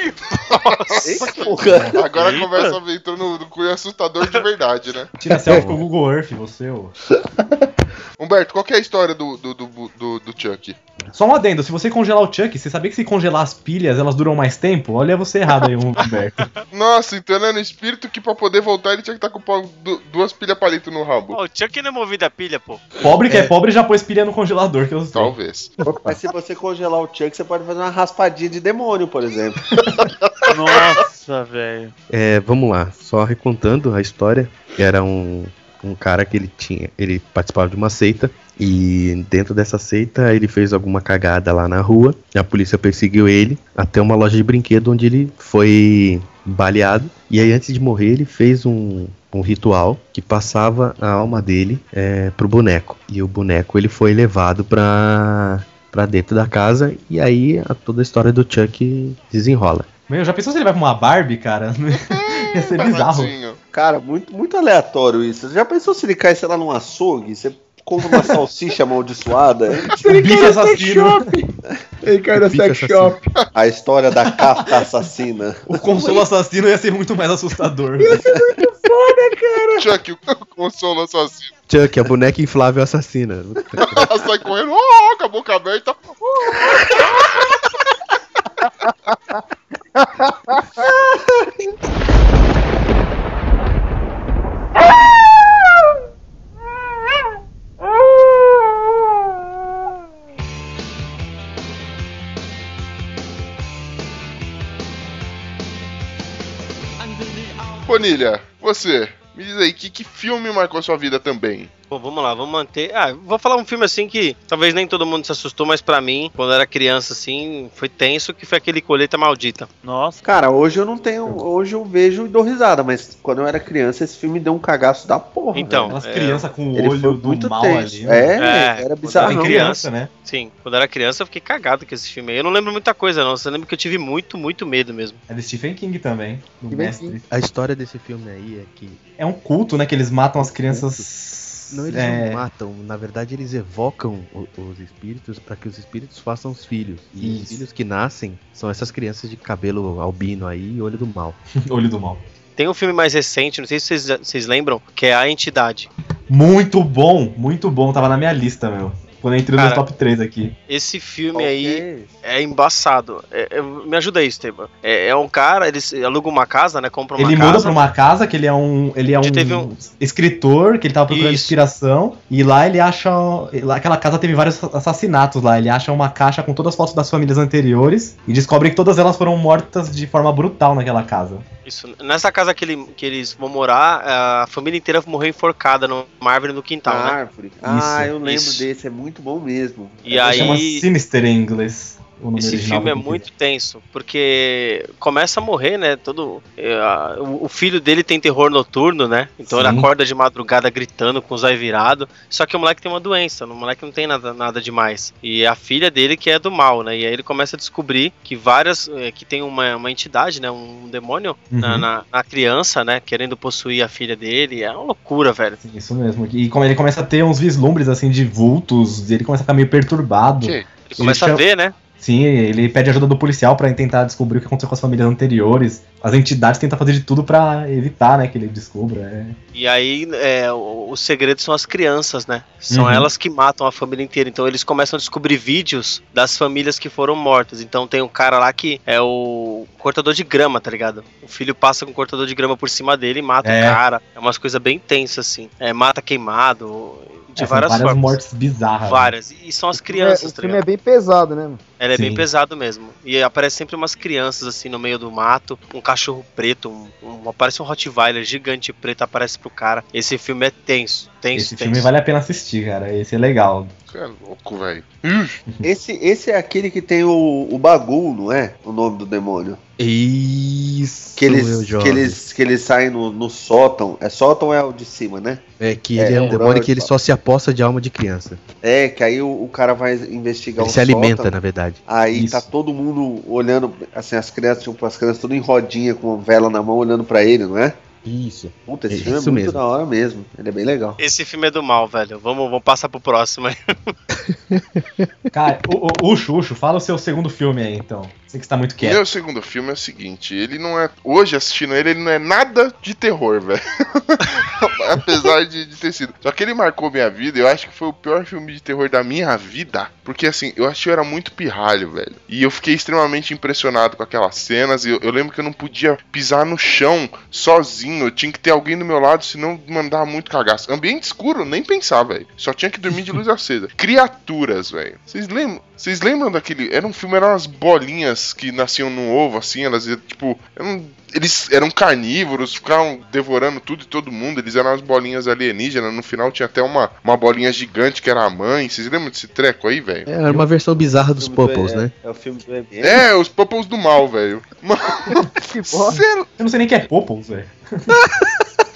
Speaker 5: Eita, porra.
Speaker 1: Agora a
Speaker 8: Eita.
Speaker 1: conversa entrou no, no cunho assustador de verdade, né?
Speaker 4: Tira selfie com o Google Earth, você, ô.
Speaker 1: Humberto, qual que é a história do, do, do, do, do Chuck?
Speaker 4: Só um adendo, se você congelar o Chuck, você sabia que se congelar as pilhas, elas duram mais tempo? Olha você errado aí, Humberto.
Speaker 1: Nossa, então ele é no espírito que pra poder voltar ele tinha que estar com o pau- du- duas pilhas palito no rabo.
Speaker 7: Ó, o Chuck não é movido a pilha, pô.
Speaker 4: Pobre que é, pobre já pôs pilha no congelador, que eu sei.
Speaker 1: Talvez.
Speaker 5: Mas se você congelar o Chuck, você pode fazer uma raspadinha de demônio, por exemplo.
Speaker 8: Nossa, velho.
Speaker 6: É, vamos lá, só recontando a história. Era um, um cara que ele tinha, ele participava de uma seita e dentro dessa seita ele fez alguma cagada lá na rua. e A polícia perseguiu ele até uma loja de brinquedo onde ele foi baleado. E aí antes de morrer ele fez um, um ritual que passava a alma dele é, pro boneco. E o boneco ele foi levado pra para dentro da casa e aí a- toda a história do Chuck desenrola.
Speaker 4: Meu, já pensou se ele vai pra uma Barbie, cara? Ia ser bizarro.
Speaker 1: Tadinho.
Speaker 5: Cara, muito, muito aleatório isso. Já pensou se ele cai, sei lá, num açougue? Você compra uma salsicha amaldiçoada?
Speaker 4: Um bife assassino,
Speaker 2: Ele caiu no
Speaker 6: Fica
Speaker 2: sex
Speaker 6: assassino.
Speaker 2: shop.
Speaker 5: A história da cafta assassina.
Speaker 4: o consolo assassino ia ser muito mais assustador.
Speaker 1: Chuck, o consolo assassino.
Speaker 6: Chuck, a boneca inflável assassina.
Speaker 1: Ela sai correndo, oh, com a boca aberta. Bonilha, você, me diz aí, que, que filme marcou sua vida também?
Speaker 7: Bom, vamos lá, vamos manter. Ah, vou falar um filme assim que talvez nem todo mundo se assustou, mas pra mim, quando eu era criança assim, foi tenso, que foi aquele colheita maldita.
Speaker 8: Nossa,
Speaker 5: Cara, hoje eu não tenho. Hoje eu vejo e dou risada, mas quando eu era criança, esse filme deu um cagaço da porra.
Speaker 7: Então,
Speaker 5: velho.
Speaker 4: Aquelas
Speaker 7: É,
Speaker 4: crianças com o
Speaker 5: ele
Speaker 4: olho
Speaker 5: foi
Speaker 4: do
Speaker 5: muito
Speaker 4: mal
Speaker 5: tenso.
Speaker 4: ali. né?
Speaker 5: É,
Speaker 7: É,
Speaker 5: era
Speaker 4: Era
Speaker 5: bizarro.
Speaker 7: Tem
Speaker 4: criança, né?
Speaker 7: Sim, quando eu era criança eu fiquei cagado com esse filme aí. Eu não lembro muita coisa, não. Só lembro que eu tive muito, muito medo mesmo.
Speaker 4: É do Stephen King também, do
Speaker 3: Stephen
Speaker 4: mestre.
Speaker 6: A história desse filme aí é que.
Speaker 4: É um culto, né? Que eles matam as crianças.
Speaker 6: Não, eles
Speaker 4: é,
Speaker 6: não matam, na verdade eles evocam o- os espíritos para que os espíritos façam os filhos. E os
Speaker 4: Isso.
Speaker 6: filhos que nascem são essas crianças de cabelo albino aí e olho do mal.
Speaker 4: Olho do mal.
Speaker 7: Tem um filme mais recente, não sei se vocês, vocês lembram, que é A Entidade.
Speaker 4: Muito bom, muito bom. Tava na minha lista, meu. Quando eu entrei
Speaker 7: Cara.
Speaker 4: no top 3 aqui.
Speaker 7: Esse filme
Speaker 5: Ok.
Speaker 7: aí é embaçado. É- é- me ajuda aí, Esteban. É, é um cara, ele se- aluga uma casa, né? Compra uma
Speaker 4: ele
Speaker 7: casa.
Speaker 4: muda pra uma casa que ele é um. Ele é
Speaker 7: Onde
Speaker 4: um,
Speaker 7: teve um-
Speaker 4: escritor que ele tava procurando
Speaker 7: Isso.
Speaker 4: inspiração. E lá ele acha. lá Aquela casa teve vários assassinatos lá. Ele acha uma caixa com todas as fotos das famílias anteriores e descobre que todas elas foram mortas de forma brutal naquela casa.
Speaker 7: Isso. Nessa casa que, ele- que eles vão morar, a família inteira morreu enforcada numa árvore no quintal,
Speaker 5: A
Speaker 7: né?
Speaker 5: árvore. Ah, eu lembro
Speaker 7: isso.
Speaker 5: desse, é muito bom mesmo.
Speaker 7: E
Speaker 5: É,
Speaker 7: aí-
Speaker 4: Chama Sinister em inglês. o nome
Speaker 7: Esse
Speaker 4: original
Speaker 7: filme é
Speaker 4: do
Speaker 7: muito tenso, porque começa a morrer, né? Todo, é, a- o o filho dele tem terror noturno, né? Então ele
Speaker 4: Sim.
Speaker 7: acorda de madrugada gritando com os olhos virados. Só que o moleque tem uma doença, o moleque não tem nada, nada demais. E é a filha dele que é do mal, né? E aí ele começa a descobrir que várias. é, que tem uma, uma entidade, né? Um demônio
Speaker 4: Uhum.
Speaker 7: na, na- na criança, né? Querendo possuir a filha dele. É uma loucura, velho.
Speaker 4: Sim, Isso mesmo. E como ele começa a ter uns vislumbres assim de vultos, ele começa a ficar meio perturbado.
Speaker 1: Que?
Speaker 7: Ele começa a
Speaker 4: chama-
Speaker 7: ver, né?
Speaker 4: Sim, ele pede ajuda do policial pra tentar descobrir o que aconteceu com as famílias anteriores. As entidades tentam fazer de tudo pra evitar, né, que ele descubra. é.
Speaker 7: E aí, é, o, o segredo são as crianças, né? São
Speaker 4: Uhum.
Speaker 7: elas que matam a família inteira. Então eles começam a descobrir vídeos das famílias que foram mortas. Então tem um cara lá que é o cortador de grama, tá ligado? O filho passa com o cortador de grama por cima dele e mata
Speaker 4: É.
Speaker 7: o cara. É umas coisas bem tensas, assim. É, mata queimado, de
Speaker 4: É, são
Speaker 7: várias, formas.
Speaker 4: mortes bizarras.
Speaker 7: Várias. E são as
Speaker 3: É,
Speaker 7: crianças,
Speaker 3: o
Speaker 7: tá
Speaker 3: filme
Speaker 7: ligado?
Speaker 3: é bem pesado, né? mano?
Speaker 7: Ela é bem
Speaker 4: Sim.
Speaker 7: pesado mesmo. E aparece sempre umas crianças assim no meio do mato, um cachorro preto, um, um- aparece um Rottweiler gigante preto, aparece pro cara. Esse filme é tenso, tenso,
Speaker 4: Esse
Speaker 7: tenso.
Speaker 4: filme vale a pena assistir, cara. Esse é legal.
Speaker 1: Você é louco, velho.
Speaker 5: Esse, esse é aquele que tem o, o Bagul, não é? O nome do demônio.
Speaker 6: Isso,
Speaker 5: Que
Speaker 6: meu
Speaker 5: eles,
Speaker 6: jovem.
Speaker 5: que eles, que eles saem no, no sótão. É sótão é o de cima, né?
Speaker 6: É que
Speaker 5: É,
Speaker 6: ele é, um
Speaker 5: é,
Speaker 6: demônio
Speaker 5: moral
Speaker 6: que ele
Speaker 5: de
Speaker 6: só se aposta de alma de criança.
Speaker 5: É, que aí o, o cara vai investigar
Speaker 6: ele
Speaker 5: um
Speaker 6: se alimenta, né?
Speaker 5: sótão.
Speaker 6: na verdade.
Speaker 5: Aí
Speaker 4: Isso.
Speaker 5: tá todo mundo olhando, assim, as crianças, tipo, as crianças tudo em rodinha com vela na mão olhando pra ele, não é?
Speaker 6: Isso.
Speaker 5: Puta, esse
Speaker 6: É
Speaker 5: filme é
Speaker 6: isso
Speaker 5: muito
Speaker 6: mesmo.
Speaker 5: da hora mesmo. Ele é bem legal.
Speaker 7: Esse filme é do mal, velho. Vamos, vamos passar pro próximo aí.
Speaker 4: Cara, o, o, Ucho, Ucho, fala o seu segundo filme aí, então. Sei que você tá muito
Speaker 1: E
Speaker 4: quieto.
Speaker 1: o segundo filme é o seguinte, ele não é. Hoje, assistindo ele, ele não é nada de terror, velho. Apesar de, de ter sido. Só que ele marcou minha vida, eu acho que foi o pior filme de terror da minha vida. Porque assim, eu achei que eu era muito pirralho, velho. E eu fiquei extremamente impressionado com aquelas cenas. E eu, eu lembro que eu não podia pisar no chão sozinho. Eu tinha que ter alguém do meu lado, senão mandava muito cagaço. Ambiente escuro, nem pensar, velho. Só tinha que dormir de luz acesa. Criaturas, velho. Vocês lembram? Vocês lembram daquele. Era um filme, eram umas bolinhas que nasciam no ovo, assim, elas iam, tipo. eram- eles eram carnívoros, ficavam devorando tudo e todo mundo. Eles eram as bolinhas alienígenas. No final tinha até uma, uma bolinha gigante que era a mãe. Vocês lembram desse treco aí, velho?
Speaker 6: É uma versão bizarra dos
Speaker 5: O filme do-
Speaker 6: Purples,
Speaker 5: é,
Speaker 6: né?
Speaker 5: É o filme do MN.
Speaker 1: É, os Popples do Mal, velho.
Speaker 3: Que bosta.
Speaker 1: Você
Speaker 4: Eu não sei nem que é Popples, velho.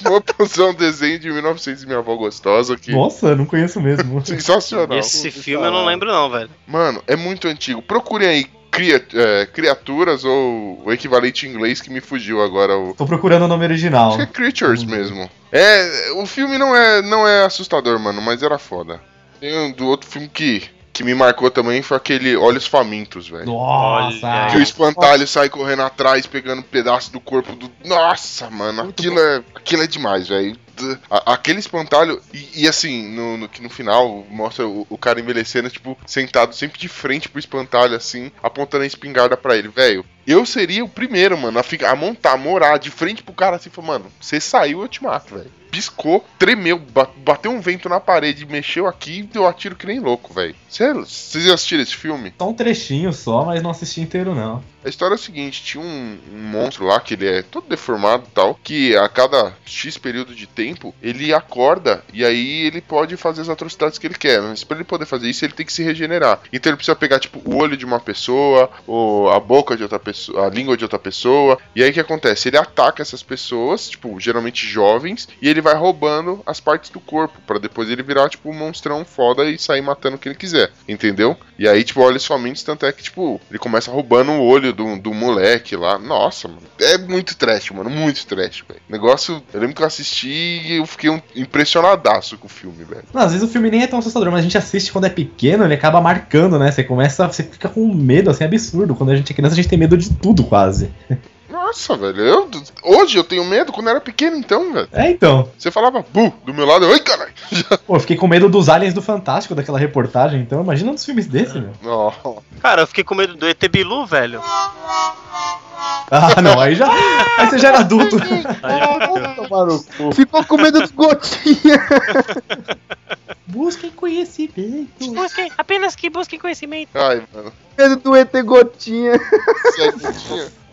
Speaker 1: Popples é um desenho de 1900 e minha avó gostosa que.
Speaker 4: Nossa, eu não conheço mesmo.
Speaker 1: Sensacional.
Speaker 7: Esse filme eu não lembro, não, velho.
Speaker 1: Mano, é muito antigo. Procurem aí cria- é, criaturas ou o equivalente em inglês que me fugiu agora. O...
Speaker 4: Tô procurando o nome original.
Speaker 1: Acho que é Creatures mesmo. É, o filme não é, não é assustador, mano, mas era foda. Tem um do outro filme que, que me marcou também foi aquele Olhos Famintos, velho.
Speaker 4: Nossa!
Speaker 1: Que o espantalho sai correndo atrás, pegando um pedaço do corpo do. Nossa, mano, aquilo é, aquilo é demais, velho. D- a- Aquele espantalho, e, e assim, no, no- que no final mostra o, o cara envelhecendo, tipo, sentado sempre de frente pro espantalho, assim, apontando a espingarda pra ele, velho. Eu seria o primeiro, mano, a, ficar, a montar, a morar de frente pro cara assim, falar, mano, você saiu, eu te mato, velho. Piscou, tremeu, ba- bateu um vento na parede, mexeu aqui e eu atiro que nem louco, velho. Cê- Vocês já assistiram esse filme?
Speaker 4: Só um trechinho só, mas não assisti inteiro, não.
Speaker 1: A história é o seguinte: tinha um, um monstro lá que ele é todo deformado e tal, que a cada X período de tempo ele acorda e aí ele pode fazer as atrocidades que ele quer. né? Mas pra ele poder fazer isso, ele tem que se regenerar. Então ele precisa pegar, tipo, o olho de uma pessoa, ou a boca de outra pessoa, a língua de outra pessoa. E aí o que acontece? Ele ataca essas pessoas, tipo, geralmente jovens, e ele vai roubando as partes do corpo, pra depois ele virar, tipo, um monstrão foda e sair matando o que ele quiser. Entendeu? E aí, tipo, olha somente, tanto é que, tipo, ele começa roubando o olho do, do moleque lá. Nossa, mano. É muito trash, mano. Muito trash, velho. Negócio. Eu lembro que eu assisti e eu fiquei um, impressionadaço com o filme, velho.
Speaker 4: Não, às vezes o filme nem é tão assustador, mas a gente assiste quando é pequeno, ele acaba marcando, né? Você começa, você fica com um medo, assim, absurdo. Quando a gente é criança, a gente tem medo de tudo, quase.
Speaker 1: Nossa, velho. Eu, hoje eu tenho medo quando eu era pequeno, então, velho.
Speaker 4: É, então.
Speaker 1: Você falava, bu, do meu lado, eu, ai, caralho.
Speaker 4: Pô, eu fiquei com medo dos aliens do Fantástico, daquela reportagem, então imagina uns filmes desse, meu.
Speaker 1: Ó.
Speaker 7: Cara, eu fiquei com medo do ET Bilu, velho.
Speaker 4: Ah, não, aí já. Aí você já era adulto.
Speaker 3: Tomar no cu. Ficou com medo dos gotinhas.
Speaker 4: Busquem conhecimento.
Speaker 13: Busquem, apenas que busquem conhecimento.
Speaker 1: Ai, mano.
Speaker 3: Medo do ET gotinha.
Speaker 1: Você é bonitinha?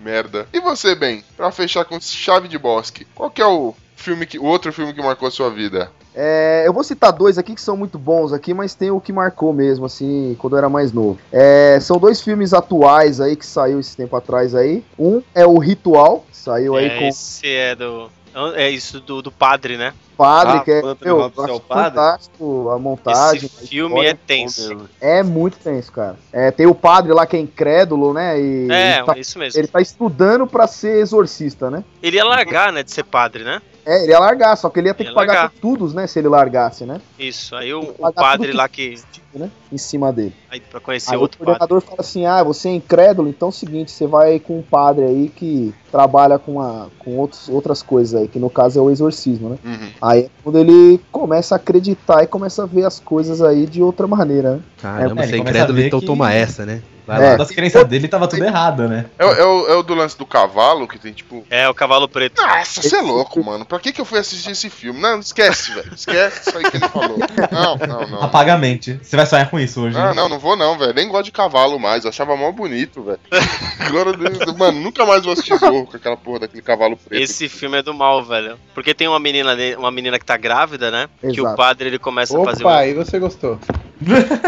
Speaker 1: Merda. E você, Ben? Pra fechar com chave de bosque, qual que é o filme que. o outro filme que marcou a sua vida?
Speaker 3: É, eu vou citar dois aqui que são muito bons aqui, mas tem o que marcou mesmo, assim, quando eu era mais novo. É, são dois filmes atuais aí que saiu esse tempo atrás aí. Um é o Ritual, que saiu aí
Speaker 7: É,
Speaker 3: com
Speaker 7: esse é do. É isso do, do padre, né?
Speaker 3: o padre,
Speaker 5: Ah,
Speaker 3: que é,
Speaker 5: Panther
Speaker 3: meu, eu
Speaker 5: Robson é o
Speaker 3: acho
Speaker 5: padre?
Speaker 3: fantástico a
Speaker 7: Esse
Speaker 3: montagem. a
Speaker 7: filme
Speaker 3: história.
Speaker 7: é tenso.
Speaker 3: É muito tenso, cara. É, tem o padre lá que é incrédulo, né? E
Speaker 7: É,
Speaker 3: ele, tá,
Speaker 7: isso mesmo.
Speaker 3: ele tá estudando pra ser exorcista, né?
Speaker 7: Ele ia largar, né, de ser padre, né?
Speaker 3: É, ele ia largar, só que ele ia ter
Speaker 7: Ia
Speaker 3: que pagar
Speaker 7: largar.
Speaker 3: tudo, né? Se ele largasse, né?
Speaker 7: Isso. Aí o, o
Speaker 3: Pagar tudo
Speaker 7: padre
Speaker 3: que-
Speaker 7: lá que.
Speaker 3: né? Em cima dele.
Speaker 7: Aí pra conhecer
Speaker 3: Aí o
Speaker 7: outro padre.
Speaker 3: coordenador fala assim: ah, você é incrédulo, então é o seguinte, você vai com um padre aí que trabalha com, a, com outros, outras coisas aí, que no caso é o exorcismo, né?
Speaker 1: Uhum.
Speaker 3: Aí é quando ele começa a acreditar e começa a ver as coisas aí de outra maneira, né?
Speaker 6: Caramba,
Speaker 4: É, ele
Speaker 6: você é
Speaker 4: começa a
Speaker 6: incrédulo,
Speaker 4: ver
Speaker 6: então
Speaker 4: que-
Speaker 6: toma essa, né? Vai
Speaker 3: É.
Speaker 6: lá.
Speaker 4: Das crenças dele tava tudo errado, né?
Speaker 1: É, o- é o, é o do lance do cavalo, que tem tipo.
Speaker 7: É, o cavalo preto.
Speaker 1: Nossa, você é louco, mano. Pra que, que eu fui assistir esse filme? Não, esquece, velho. Esquece isso aí que ele falou. Não, não, não.
Speaker 4: Apagamente. Você vai sonhar com isso hoje. né?
Speaker 1: Não, não, não vou não, velho. Nem gosto de cavalo mais. Eu achava mó bonito, velho. Agora, mano, nunca mais vou assistir Zorro com aquela porra daquele cavalo preto.
Speaker 7: Esse filme é do mal, velho. Porque tem uma menina, ali- uma menina que tá grávida, né? Que o
Speaker 3: Exato.
Speaker 7: padre ele começa a fazer.
Speaker 2: Opa,
Speaker 7: um-
Speaker 2: aí você gostou.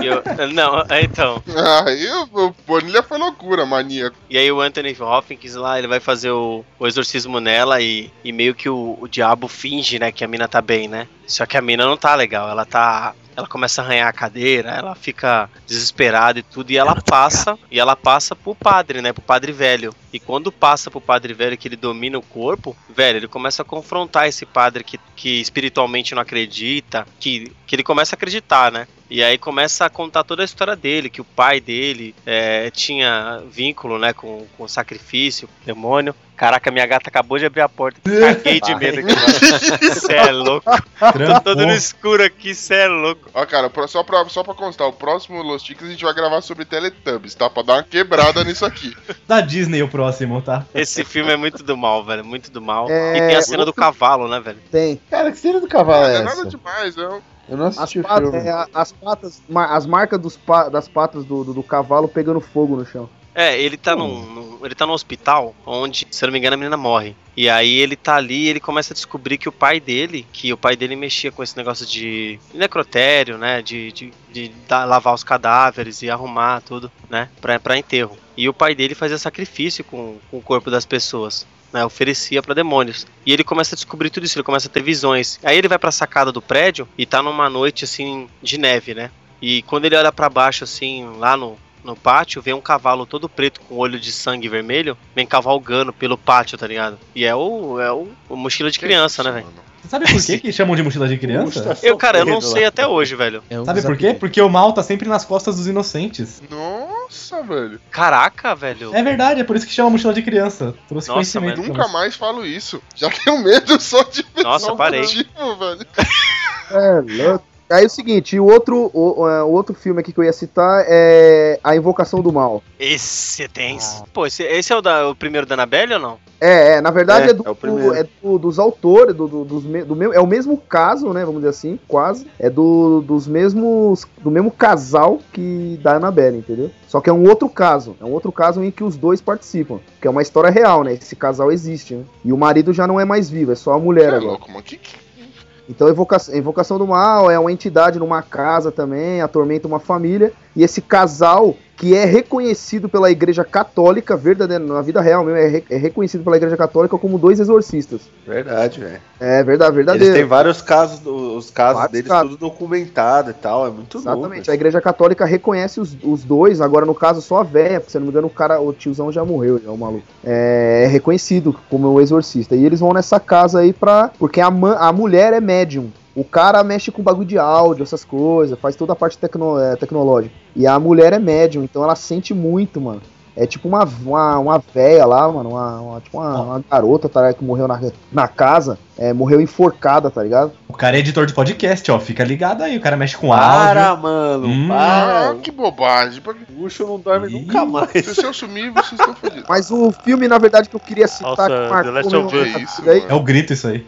Speaker 7: e eu- Não, é, então.
Speaker 1: Aí o o Bonilha foi loucura, maníaco.
Speaker 7: E aí o Anthony Hopkins lá, ele vai fazer o, o exorcismo nela e, e meio que o, o diabo finge, né, que a mina tá bem, né? Só que a mina não tá legal, ela tá. Ela começa a arranhar a cadeira, ela fica desesperada e tudo, e ela passa, e ela passa pro padre, né? Pro padre velho. E quando passa pro padre velho que ele domina o corpo, velho, ele começa a confrontar esse padre que, que espiritualmente não acredita, que, que ele começa a acreditar, né? E aí começa a contar toda a história dele, que o pai dele é, tinha vínculo, né, com, com sacrifício, demônio. Caraca, minha gata acabou de abrir a porta. Caguei de medo aqui. Cê é louco. Tô
Speaker 4: Trampou.
Speaker 7: todo no escuro aqui, cê é louco.
Speaker 1: Ó, cara, pra- só pra, só pra constar, o próximo Los Chicos a gente vai gravar sobre Teletubbies, tá? Pra dar uma quebrada nisso aqui.
Speaker 4: Da Disney o próximo, tá?
Speaker 7: Esse filme é muito do mal, velho. Muito do mal.
Speaker 3: É,
Speaker 7: E tem a cena do cavalo, né, velho?
Speaker 3: Tem.
Speaker 2: Cara, que cena do cavalo
Speaker 1: Não
Speaker 2: é
Speaker 1: é nada
Speaker 2: essa?
Speaker 1: demais, não.
Speaker 2: Eu não
Speaker 3: tipo, As
Speaker 2: assisti o
Speaker 3: patas,
Speaker 2: filme.
Speaker 3: é, a- as patas, ma- as marcas dos pa- das patas do, do, do cavalo pegando fogo no chão.
Speaker 7: É, ele tá num, num- ele tá no hospital onde, se eu não me engano, a menina morre. E aí ele tá ali, e ele começa a descobrir que o pai dele, que o pai dele mexia com esse negócio de necrotério, né, de, de, de dar- lavar os cadáveres e arrumar tudo, né, pra, pra enterro. E o pai dele fazia sacrifício com, com o corpo das pessoas. Né, oferecia pra demônios. E ele começa a descobrir tudo isso, ele começa a ter visões. Aí ele vai pra sacada do prédio e tá numa noite assim de neve, né? E quando ele olha pra baixo assim, lá no, no pátio, vem um cavalo todo preto com olho de sangue vermelho, vem cavalgando pelo pátio, tá ligado? E é o, é o, o mochila de criança, né, velho?
Speaker 4: Você sabe por que, que chamam de mochila de criança?
Speaker 7: Eu, cara, eu não sei até hoje, velho.
Speaker 6: É um
Speaker 4: Sabe por quê?
Speaker 6: desafio.
Speaker 4: Porque o mal tá sempre nas costas dos inocentes.
Speaker 1: Nossa, velho.
Speaker 7: Caraca, velho.
Speaker 4: É verdade, é por isso que chama mochila de criança. Trouxe
Speaker 7: Nossa,
Speaker 4: conhecimento. pra
Speaker 1: Nunca
Speaker 4: você.
Speaker 1: mais falo isso. Já tenho medo só de pensar
Speaker 7: Nossa,
Speaker 1: no
Speaker 7: parei.
Speaker 1: motivo, velho.
Speaker 3: É louco. Aí é o seguinte, o outro, o, é, o outro filme aqui que eu ia citar é A Invocação do Mal.
Speaker 7: Esse é tenso. Pô, esse, esse é o, da, o primeiro da Annabelle ou não?
Speaker 3: É, é, na verdade
Speaker 5: É,
Speaker 3: é, do,
Speaker 5: é o primeiro.
Speaker 3: é do- dos autores, do, do- dos me- do mesmo- é o mesmo caso, né? Vamos dizer assim, quase. É do, dos mesmos. Do mesmo casal que da Annabelle, entendeu? Só que é um outro caso. É um outro caso em que os dois participam. Que é uma história real, né? Esse casal existe, né? E o marido já não é mais vivo, é só a mulher
Speaker 1: É
Speaker 3: agora.
Speaker 1: louco, mano. Que, que-
Speaker 3: Então, evoca- Invocação do Mal é uma entidade numa casa também, atormenta uma família. E esse casal, que é reconhecido pela Igreja Católica, verdadeira, na vida real mesmo, é, re- é reconhecido pela Igreja Católica como dois exorcistas.
Speaker 5: Verdade, velho.
Speaker 3: É verdade,
Speaker 5: Eles
Speaker 3: verdadeiro.
Speaker 5: têm vários casos, do- os casos
Speaker 3: Vários
Speaker 5: deles
Speaker 3: casos.
Speaker 5: tudo documentado e tal, é muito
Speaker 3: Exatamente. A
Speaker 5: louco.
Speaker 3: Igreja Católica reconhece os, os dois, agora no caso só a véia, porque se eu não me engano o cara, o tiozão já morreu, já, o maluco. É, é reconhecido como o exorcista. E eles vão nessa casa aí pra. Porque a, man- a mulher é médium. O cara mexe com bagulho de áudio, essas coisas, faz toda a parte tecno- é, tecnológica. E a mulher é médium, então ela sente muito, mano. É tipo uma, uma, uma véia lá, mano, uma, uma- tipo uma, uma garota, tá ligado, que morreu na, na casa, é, morreu enforcada, tá ligado?
Speaker 4: O cara é editor de podcast, ó. Fica ligado aí. O cara mexe com áudio.
Speaker 5: Para, mano,
Speaker 4: Hum.
Speaker 1: ah,
Speaker 5: para.
Speaker 1: que bobagem. Pra-
Speaker 5: O Gucho não dorme
Speaker 4: Ih.
Speaker 5: nunca mais.
Speaker 1: Se eu sumir, vocês estão fodidos.
Speaker 3: Mas o filme, na verdade, que eu queria citar
Speaker 5: Tá
Speaker 14: Nossa,
Speaker 3: que
Speaker 14: The Last
Speaker 3: meu-
Speaker 14: of
Speaker 1: Que isso,
Speaker 3: Daí-
Speaker 4: É
Speaker 1: mano.
Speaker 4: o grito isso aí.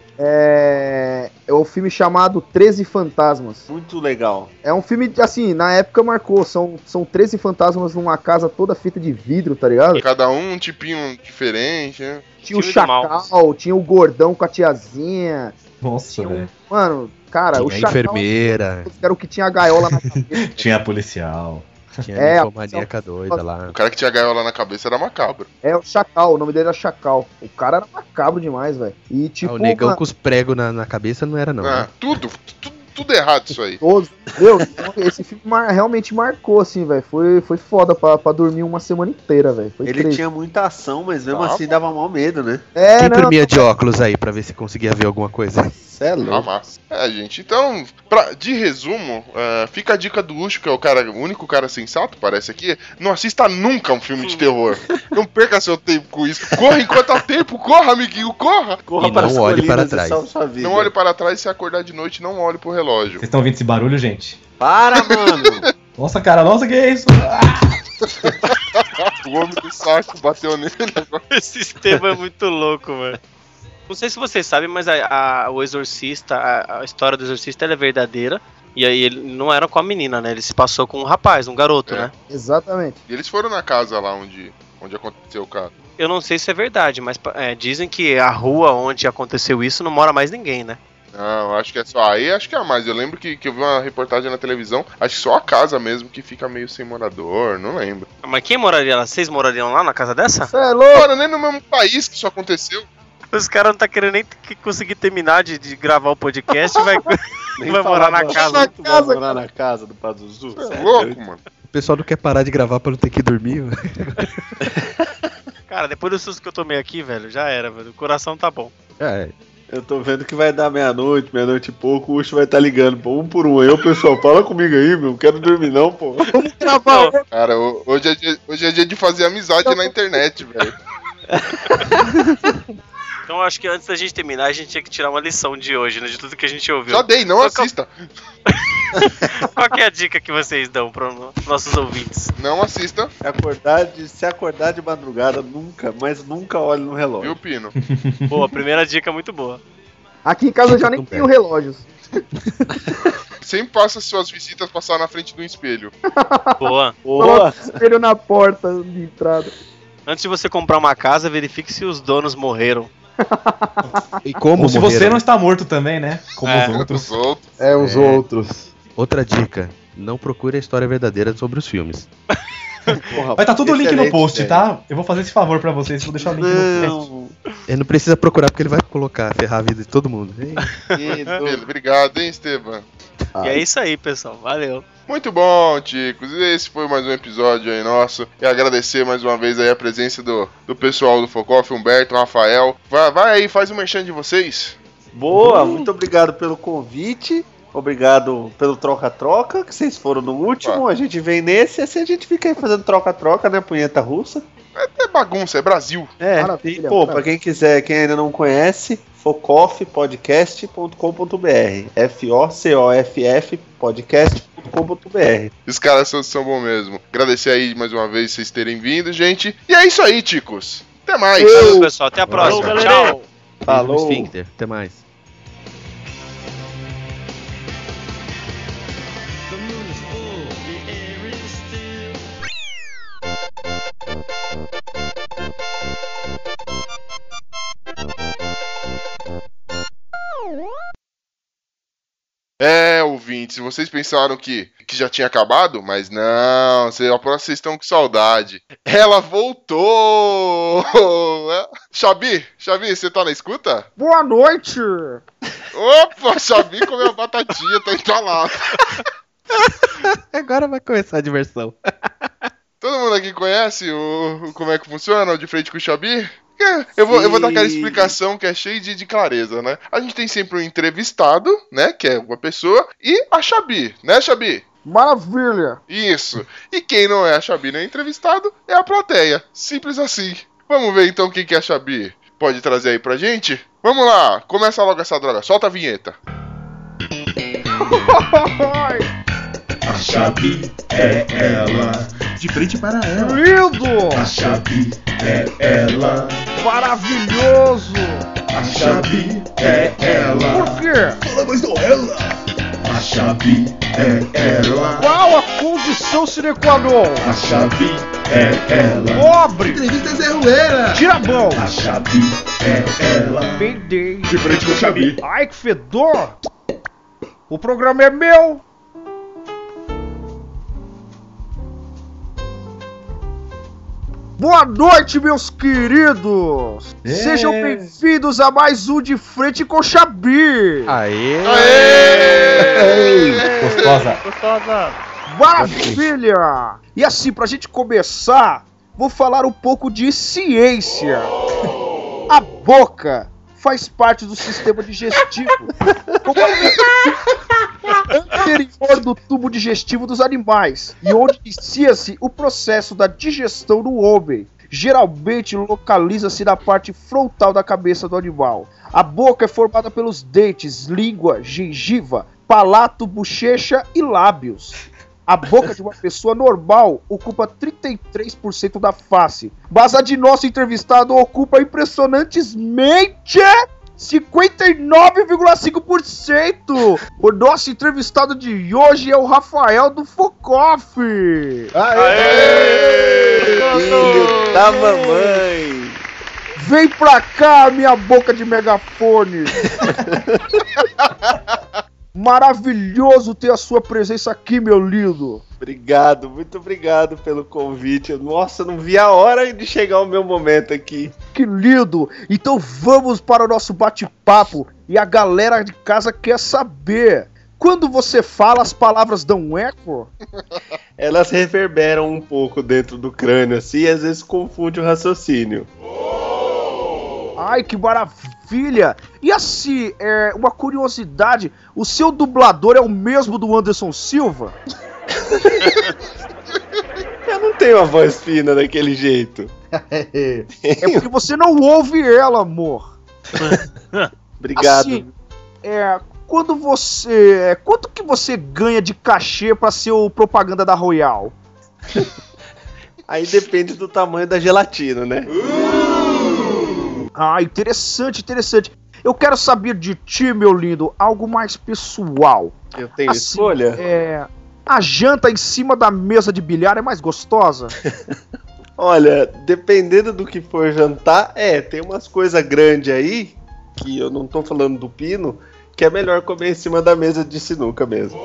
Speaker 3: é, é um filme chamado 13 Fantasmas.
Speaker 5: Muito legal.
Speaker 3: É um filme, assim, na época marcou. São, são 13 fantasmas numa casa toda feita de vidro, tá ligado?
Speaker 1: Cada um um tipinho diferente, né?
Speaker 3: Tinha o
Speaker 7: Filme do mal.
Speaker 3: Chacal, tinha o Gordão com a tiazinha.
Speaker 4: Nossa,
Speaker 3: Tinha
Speaker 4: velho.
Speaker 3: um... Mano, cara, o
Speaker 6: Tinha
Speaker 3: Chacal
Speaker 6: enfermeira,
Speaker 3: era o que tinha a gaiola na cabeça.
Speaker 4: Tinha policial.
Speaker 6: tinha
Speaker 3: É, a
Speaker 6: ninfomaníaca doida lá.
Speaker 1: O cara que tinha gaiola na cabeça era macabro.
Speaker 3: é, o Chacal, o nome dele era Chacal. O cara era macabro demais, velho. E
Speaker 6: Ah,
Speaker 3: tipo.
Speaker 6: o negão
Speaker 3: mano,
Speaker 6: com os pregos na, na cabeça não era, não.
Speaker 1: Ah,
Speaker 6: né?
Speaker 1: tudo, tudo, tudo errado isso aí.
Speaker 3: todos, entendeu? Então, Esse filme mar- realmente marcou, assim, velho. Foi, foi foda pra, pra dormir uma semana inteira, velho. Foi
Speaker 5: Ele
Speaker 3: triste.
Speaker 5: tinha muita ação, mas mesmo
Speaker 1: Tava.
Speaker 5: assim dava mal medo, né?
Speaker 3: É,
Speaker 6: Quem
Speaker 3: não,
Speaker 6: dormia de óculos aí pra ver se conseguia ver alguma coisa?
Speaker 5: Cê é
Speaker 1: Ah,
Speaker 5: louco.
Speaker 1: massa. É, gente, então, pra- de resumo, eh, fica a dica do Ucho, que é o cara, o único cara sensato, parece aqui. Não assista nunca um filme de terror. Não perca seu tempo com isso. Corra enquanto há tempo, corra, amiguinho, corra!
Speaker 5: Corra
Speaker 6: E não olhe
Speaker 5: colinas
Speaker 6: para
Speaker 5: e
Speaker 6: trás.
Speaker 5: salve sua vida.
Speaker 1: Não olhe para trás se acordar de noite, não olhe pro relógio.
Speaker 4: Vocês estão ouvindo esse barulho, gente?
Speaker 5: Para, mano.
Speaker 4: Nossa, cara, nossa, que é isso?
Speaker 1: O homem do saco bateu nele.
Speaker 7: Esse Estevam é muito louco, mano. Não sei se vocês sabem, mas a, a- o Exorcista, a, a história do Exorcista ela é verdadeira. E aí ele não era com a menina, né? Ele se passou com um rapaz, um garoto,
Speaker 1: É.
Speaker 7: né?
Speaker 3: Exatamente.
Speaker 1: E eles foram na casa lá onde, onde aconteceu o caso.
Speaker 7: Eu não sei se é verdade, mas é, dizem que a rua onde aconteceu isso não mora mais ninguém, né?
Speaker 1: Não, acho que é só. Aí acho que é a mais. Eu lembro que, que eu vi uma reportagem na televisão, acho que só a casa mesmo que fica meio sem morador, não lembro.
Speaker 7: Mas quem moraria lá? Vocês morariam lá na casa dessa?
Speaker 3: Você é louco?
Speaker 1: Mano, nem no mesmo país que isso aconteceu.
Speaker 7: Os caras não tá querendo nem que- conseguir terminar de, de gravar o podcast, vai.
Speaker 5: Nem
Speaker 7: Vai
Speaker 5: falar
Speaker 7: morar na
Speaker 5: do
Speaker 7: casa.
Speaker 5: assunto, Vai
Speaker 3: Casa,
Speaker 5: morar na casa do Pazuzu.
Speaker 1: Você
Speaker 5: Cê
Speaker 1: é
Speaker 5: é
Speaker 1: louco, mano.
Speaker 6: O pessoal não quer parar de gravar pra não ter que dormir. mano.
Speaker 7: Cara, depois do susto que eu tomei aqui, velho, já era, velho. O coração tá bom.
Speaker 6: É,
Speaker 5: Eu tô vendo que vai dar meia-noite, meia-noite e pouco, o Ucho vai estar tá ligando, pô, um por um. Eu, pessoal, fala comigo aí, meu, não quero dormir não, pô.
Speaker 1: Cara, ho- hoje é dia, hoje é dia de fazer amizade na internet, velho.
Speaker 7: Então eu acho que antes da gente terminar, a gente tinha que tirar uma lição de hoje, né? De tudo que a gente ouviu.
Speaker 1: Já dei, não assista.
Speaker 7: Qual que é a dica que vocês dão para nossos ouvintes?
Speaker 1: Não assista,
Speaker 5: Se acordar de, se acordar de madrugada, nunca, mas nunca olhe no relógio.
Speaker 1: viu, Pino?
Speaker 7: Boa, primeira dica é muito boa.
Speaker 3: Aqui em casa eu já nem
Speaker 6: Não
Speaker 3: tenho relógios.
Speaker 1: Sempre passa suas visitas passar na frente do espelho.
Speaker 7: Boa.
Speaker 5: Boa!
Speaker 3: Espelho na porta de entrada.
Speaker 7: Antes de você comprar uma casa, verifique se os donos morreram.
Speaker 6: E como
Speaker 4: Ou se
Speaker 6: morreram?
Speaker 4: você não está morto também, né? Como
Speaker 7: É.
Speaker 4: os
Speaker 1: Os
Speaker 4: outros.
Speaker 1: outros.
Speaker 15: É, os
Speaker 6: É.
Speaker 15: outros.
Speaker 6: Outra dica, não procure a história verdadeira sobre os filmes.
Speaker 5: Porra,
Speaker 4: Vai tá tudo o link no
Speaker 5: excelente
Speaker 4: post,
Speaker 5: ideia.
Speaker 4: tá? Eu vou fazer esse favor pra vocês, vou deixar o link no post.
Speaker 5: Não,
Speaker 6: Ele não precisa procurar porque ele vai colocar, ferrar a vida de todo mundo. Ei,
Speaker 1: Beleza,
Speaker 5: querido.
Speaker 1: Obrigado, hein, Esteban?
Speaker 8: Ah.
Speaker 7: E é isso aí, pessoal. Valeu.
Speaker 1: Muito bom, chicos. Esse foi mais um episódio aí nosso. E agradecer mais uma vez aí a presença do, do pessoal do Focoff, Humberto, Rafael. Vai, vai aí, faz o merchan de vocês.
Speaker 3: Uh!
Speaker 5: Boa, muito obrigado pelo convite. Obrigado pelo troca-troca, que vocês foram no último,
Speaker 1: Opa.
Speaker 5: é a gente vem nesse, assim a gente fica aí fazendo troca-troca, né, punheta russa.
Speaker 1: É, é bagunça, é Brasil.
Speaker 5: É,
Speaker 12: Maravilha,
Speaker 5: e, pô, pra
Speaker 12: maravilha.
Speaker 5: quem quiser, quem ainda não conhece, focoffpodcast.com.br. F-O-C-O-F-F podcast.com.br.
Speaker 1: Os caras são, são bons mesmo. Agradecer aí mais uma vez vocês terem vindo, gente. E é isso aí, Ticos. Até mais.
Speaker 7: Valeu, pessoal. Até a
Speaker 8: Valeu,
Speaker 7: próxima.
Speaker 8: galera.
Speaker 7: Tchau.
Speaker 5: Falou.
Speaker 6: Sphincter. Até mais.
Speaker 1: É, ouvintes, vocês pensaram que, que já tinha acabado? Mas não, cê- agora vocês estão com saudade. Ela voltou! Xabi, Xabi, você tá na escuta?
Speaker 12: Boa noite!
Speaker 1: Opa, Xabi comeu a batatinha, tá entalado.
Speaker 6: Agora vai começar a diversão.
Speaker 1: Todo mundo aqui conhece o, o- como é que funciona o de frente com o Xabi? É, Eu vou, eu vou dar aquela
Speaker 5: Sim.
Speaker 1: explicação que é cheia de, de clareza, né? A gente tem sempre um entrevistado, né? Que é uma pessoa, e a Xabi, né, Xabi?
Speaker 12: Maravilha!
Speaker 1: Isso. E quem não é a Xabi nem entrevistado é a plateia. Simples assim. Vamos ver então quem que a Xabi pode trazer aí pra gente? Vamos lá, começa logo essa droga, solta a vinheta.
Speaker 9: A chave é ela,
Speaker 2: De frente para ela.
Speaker 12: Lindo!
Speaker 9: a chave é ela,
Speaker 12: Maravilhoso!
Speaker 9: a chave é
Speaker 12: Por
Speaker 9: ela,
Speaker 12: quê?
Speaker 9: é a chave é ela,
Speaker 12: Qual a condição sine qua non?
Speaker 9: a chave é ela,
Speaker 12: Pobre!
Speaker 2: Entrevista Zé Ruela.
Speaker 12: Tira a mão!
Speaker 9: a chave é ela.
Speaker 12: Pendei!
Speaker 9: De frente com o Xabi.
Speaker 12: Ai, que fedor! O programa é meu! Boa noite, meus queridos!
Speaker 4: É.
Speaker 12: Sejam bem-vindos a mais um De Frente com Xabi!
Speaker 6: Aê!
Speaker 1: Aê!
Speaker 4: Gostosa.
Speaker 8: Gostosa.
Speaker 12: Maravilha! E assim, pra gente começar, vou falar um pouco de ciência. A boca faz parte do sistema digestivo como é a anterior do tubo digestivo dos animais e onde inicia-se o processo da digestão no homem. Geralmente localiza-se na parte frontal da cabeça do animal. A boca é formada pelos dentes, língua, gengiva, palato, bochecha e lábios. A boca de uma pessoa normal ocupa 33% da face, mas a de nosso entrevistado ocupa impressionantemente 59,5%! O nosso entrevistado de hoje é o Rafael do Focoff!
Speaker 5: Filho da mamãe.
Speaker 12: Vem pra cá, minha boca de megafone! Maravilhoso ter a sua presença aqui, meu lindo!
Speaker 5: Obrigado, muito obrigado pelo convite. Eu- Nossa, eu não vi a hora de chegar o meu momento aqui.
Speaker 12: Que lindo! Então vamos para o nosso bate-papo e a galera de casa quer saber. Quando você fala, as palavras dão um eco?
Speaker 5: Elas reverberam um pouco dentro do crânio, assim, e às vezes confunde o raciocínio.
Speaker 12: Ai, que maravilha! E assim, é, uma curiosidade: o seu dublador é o mesmo do Anderson Silva?
Speaker 5: Eu não tenho a voz fina daquele jeito.
Speaker 12: É porque você não ouve ela, amor.
Speaker 5: Obrigado.
Speaker 12: Assim, É, quando você. é, Quanto que você ganha de cachê pra ser o propaganda da Royal?
Speaker 5: Aí depende do tamanho da gelatina, né? Uh!
Speaker 12: Ah, interessante, interessante. Eu quero saber de ti, meu lindo, algo mais pessoal.
Speaker 5: Eu tenho
Speaker 7: Ah,
Speaker 12: Assim,
Speaker 5: escolha?
Speaker 12: É. A janta em cima da mesa de bilhar é mais gostosa?
Speaker 5: Olha, dependendo do que for jantar, é, tem umas coisas grandes aí, que eu não tô falando do pino, que é melhor comer em cima da mesa de sinuca mesmo.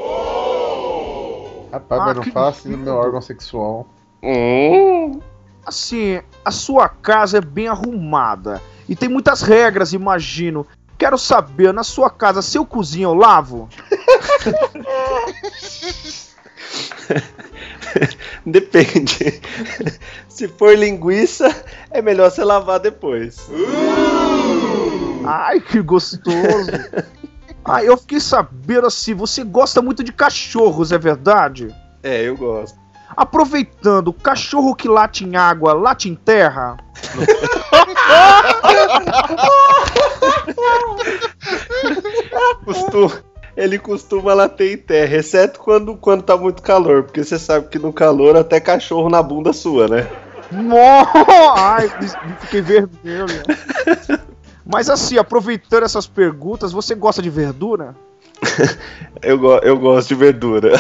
Speaker 2: Rapaz,
Speaker 12: Ah,
Speaker 2: mas não
Speaker 12: que
Speaker 2: fala assim do
Speaker 12: lindo.
Speaker 2: meu órgão sexual.
Speaker 12: Hum. Assim, a sua casa é bem arrumada e tem muitas regras, imagino. Quero saber, na sua casa, se eu cozinho, eu lavo?
Speaker 5: Depende. Se for linguiça, é melhor você lavar depois.
Speaker 12: Ai, que gostoso! Ah, Ai, eu fiquei sabendo assim, você gosta muito de cachorros, é verdade?
Speaker 5: É, eu gosto.
Speaker 12: aproveitando, cachorro que late em água, late em terra.
Speaker 5: Costuma, ele costuma latir em terra, exceto quando, quando tá muito calor, porque você sabe que no calor até cachorro na bunda sua, né?
Speaker 12: Nossa! Ai, fiquei vermelho. Mas assim, aproveitando essas perguntas, você gosta de verdura?
Speaker 5: eu, go- eu gosto de verdura.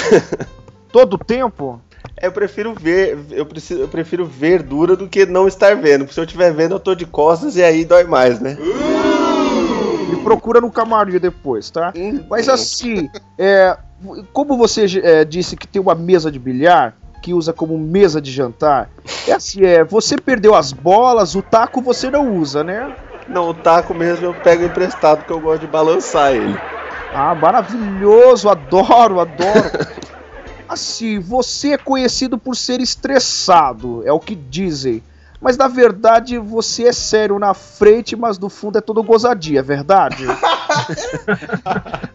Speaker 12: Todo tempo?
Speaker 5: É, Eu prefiro ver, eu, preciso, eu prefiro verdura do que não estar vendo. Porque se eu estiver vendo, eu tô de costas e aí dói mais, né?
Speaker 12: Me procura no camarim depois, tá?
Speaker 5: Uhum.
Speaker 12: Mas assim, é, como você é, disse que tem uma mesa de bilhar que usa como mesa de jantar, é assim, é, você perdeu as bolas, o taco você não usa, né?
Speaker 5: Não, o taco mesmo eu pego emprestado porque eu gosto de balançar ele.
Speaker 12: Ah, maravilhoso, adoro, adoro. Assim, você é conhecido por ser estressado, é o que dizem. Mas na verdade você é sério na frente, mas no fundo é todo gozadia, é verdade?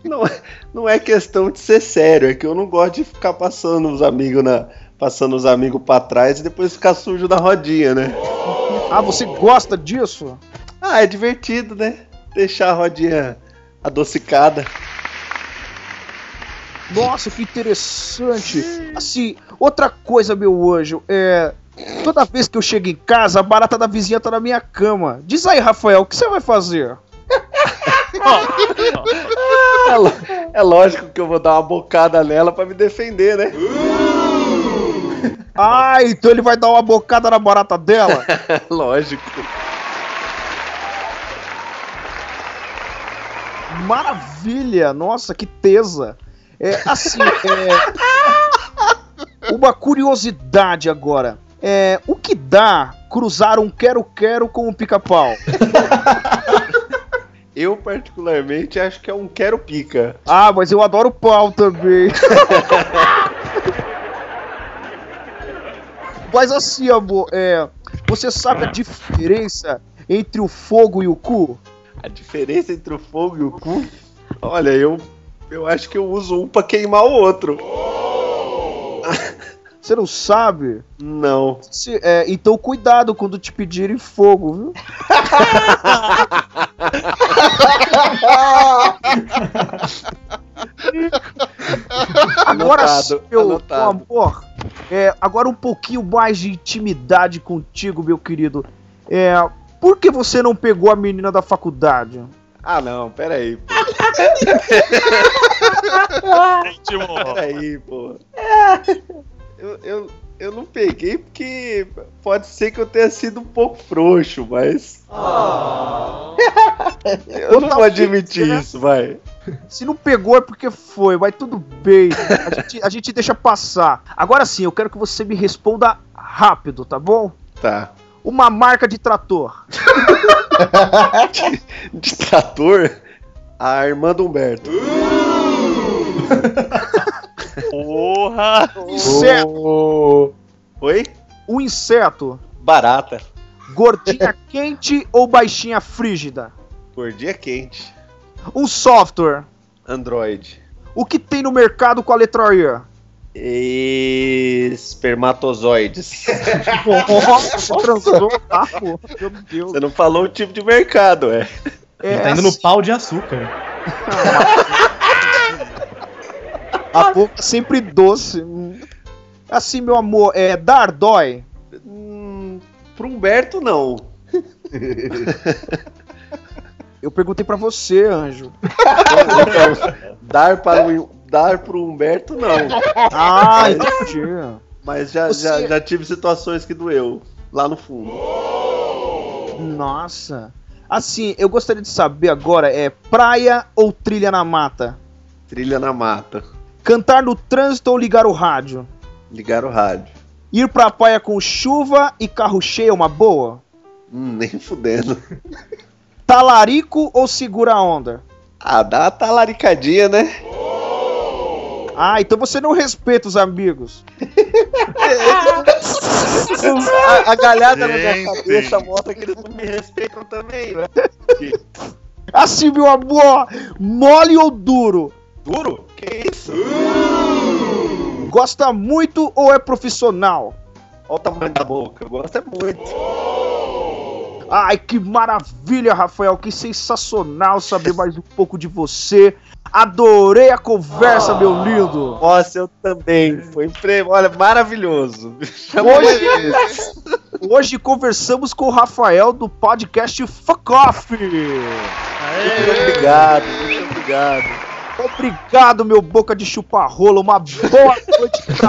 Speaker 5: Não, é- não é questão de ser sério, é que eu não gosto de ficar passando os amigos na. Passando os amigos pra trás e depois ficar sujo na rodinha, né?
Speaker 12: ah, você gosta disso?
Speaker 5: Ah, é divertido, né? Deixar a rodinha adocicada.
Speaker 12: Nossa, que interessante. Assim, outra coisa, meu anjo, é. Toda vez que eu chego em casa, a barata da vizinha tá na minha cama. Diz aí, Rafael, o que você vai fazer?
Speaker 5: É, lo- é lógico que eu vou dar uma bocada nela pra me defender, né?
Speaker 12: Ah, então ele vai dar uma bocada na barata dela?
Speaker 5: lógico.
Speaker 12: Maravilha! Nossa, que tesa! É, assim, é, uma curiosidade agora. É, o que dá cruzar um quero-quero com um pica-pau?
Speaker 5: Eu, particularmente, acho que é um quero-pica.
Speaker 12: Ah, mas eu adoro pau também. mas assim, amor, é, você sabe a diferença entre o fogo e o cu?
Speaker 5: A diferença entre o fogo e o cu? Olha, eu, eu acho que eu uso um pra queimar o outro.
Speaker 12: Você não sabe?
Speaker 5: Não.
Speaker 12: Se- é, então cuidado quando te pedirem fogo, viu? Agora sim,
Speaker 5: Anotado,
Speaker 12: meu meu
Speaker 5: anotado.
Speaker 12: amor, é, agora um pouquinho mais de intimidade contigo, meu querido. É, por que você não pegou a menina da faculdade?
Speaker 5: Ah, não, peraí. pô,
Speaker 8: Íntimo.
Speaker 5: Peraí, pô. Eu, eu, eu não peguei porque pode ser que eu tenha sido um pouco frouxo, mas. eu não vou admitir isso, vai.
Speaker 12: Se não pegou é porque foi, mas tudo bem. A gente, a gente deixa passar. Agora sim, eu quero que você me responda rápido, tá bom?
Speaker 5: Tá.
Speaker 12: Uma marca de trator.
Speaker 5: De trator, a irmã do Humberto.
Speaker 8: Porra!
Speaker 12: Inseto.
Speaker 5: Ô. Oh. Oi?
Speaker 12: Um inseto.
Speaker 5: Barata.
Speaker 12: Gordinha quente ou baixinha frígida?
Speaker 5: Gordinha quente.
Speaker 12: Um software.
Speaker 5: Android.
Speaker 12: O que tem no mercado com a letra E?
Speaker 5: Espermatozoides.
Speaker 12: Nossa, você transou, tá, pô? Meu Deus.
Speaker 5: Você não falou o tipo de mercado, é.
Speaker 12: É,
Speaker 4: Ele tá indo no pau de açúcar.
Speaker 12: A boca é sempre doce. Hum. Assim, meu amor, é dar dói.
Speaker 5: Hum, pro Humberto, não.
Speaker 12: Eu perguntei pra você, anjo.
Speaker 5: Então, dar, para o, dar pro Humberto, não.
Speaker 12: Ah, entendi.
Speaker 5: Mas já,
Speaker 12: Você-
Speaker 5: já, já tive situações que doeu. Lá no fundo.
Speaker 12: Nossa. Assim, eu gostaria de saber agora, é praia ou trilha na mata?
Speaker 5: Trilha na mata.
Speaker 12: Cantar no trânsito ou ligar o rádio?
Speaker 5: Ligaram o rádio.
Speaker 12: Ir pra praia com chuva e carro cheio é uma boa?
Speaker 5: Hum, nem fudendo.
Speaker 12: Talarico ou segura a onda?
Speaker 5: Ah, dá uma talaricadinha, né?
Speaker 12: Ah, então você não respeita os amigos.
Speaker 5: A, a galhada na minha
Speaker 1: Gente.
Speaker 5: cabeça mostra que eles não me respeitam também, né?
Speaker 12: Assim, meu amor, mole ou duro?
Speaker 5: Duro? Que isso?
Speaker 12: Gosta muito ou é profissional?
Speaker 9: Olha o tamanho da boca, gosta é muito.
Speaker 12: Ai, que maravilha, Rafael, que sensacional saber mais um pouco de você. Adorei a conversa, meu lindo.
Speaker 9: Nossa, eu também. Foi, pre- olha, maravilhoso.
Speaker 16: Hoje...
Speaker 12: Hoje conversamos com o Rafael do podcast Fuck Off.
Speaker 9: Muito obrigado, muito obrigado.
Speaker 12: Obrigado, meu boca de chupa rola. Uma boa noite pra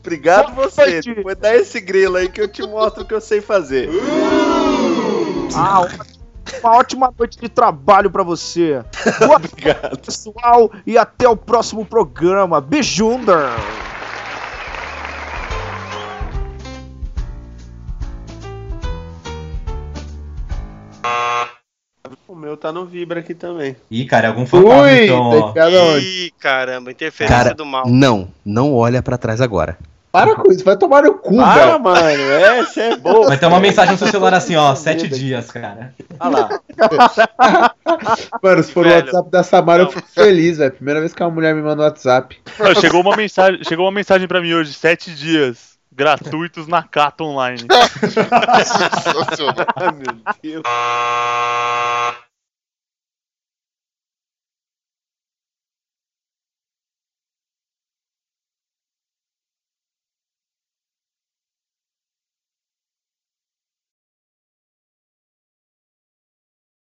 Speaker 9: Obrigado você. Depois dá esse grilo aí que eu te mostro o que eu sei fazer.
Speaker 12: Ah, uma ótima noite de trabalho pra você. Boa
Speaker 9: Obrigado.
Speaker 12: noite, pessoal, e até o próximo programa. Bejunder!
Speaker 9: O meu tá no Vibra aqui também.
Speaker 4: Ih, cara, é algum fantasma,
Speaker 2: Ui,
Speaker 4: então, ó.
Speaker 2: tá onde?
Speaker 7: Ih, caramba, interferência
Speaker 6: Cara,
Speaker 7: do mal.
Speaker 6: Não, não olha pra trás agora.
Speaker 2: Para com isso, vai tomar no cu,
Speaker 9: Para,
Speaker 2: velho.
Speaker 9: mano. Essa é boa.
Speaker 4: Vai ter uma mensagem no seu celular assim, ó, sete dias, cara.
Speaker 9: Olha lá.
Speaker 2: Mano, se for o
Speaker 7: Velho.
Speaker 2: WhatsApp da Samara,
Speaker 7: Não.
Speaker 2: eu fico feliz, velho. Primeira vez que uma mulher me manda um WhatsApp.
Speaker 8: Não, chegou, uma mensagem, chegou uma mensagem pra mim hoje, sete dias gratuitos na Cata Online. Ah,
Speaker 16: Sensacional.
Speaker 9: Ai, meu Deus.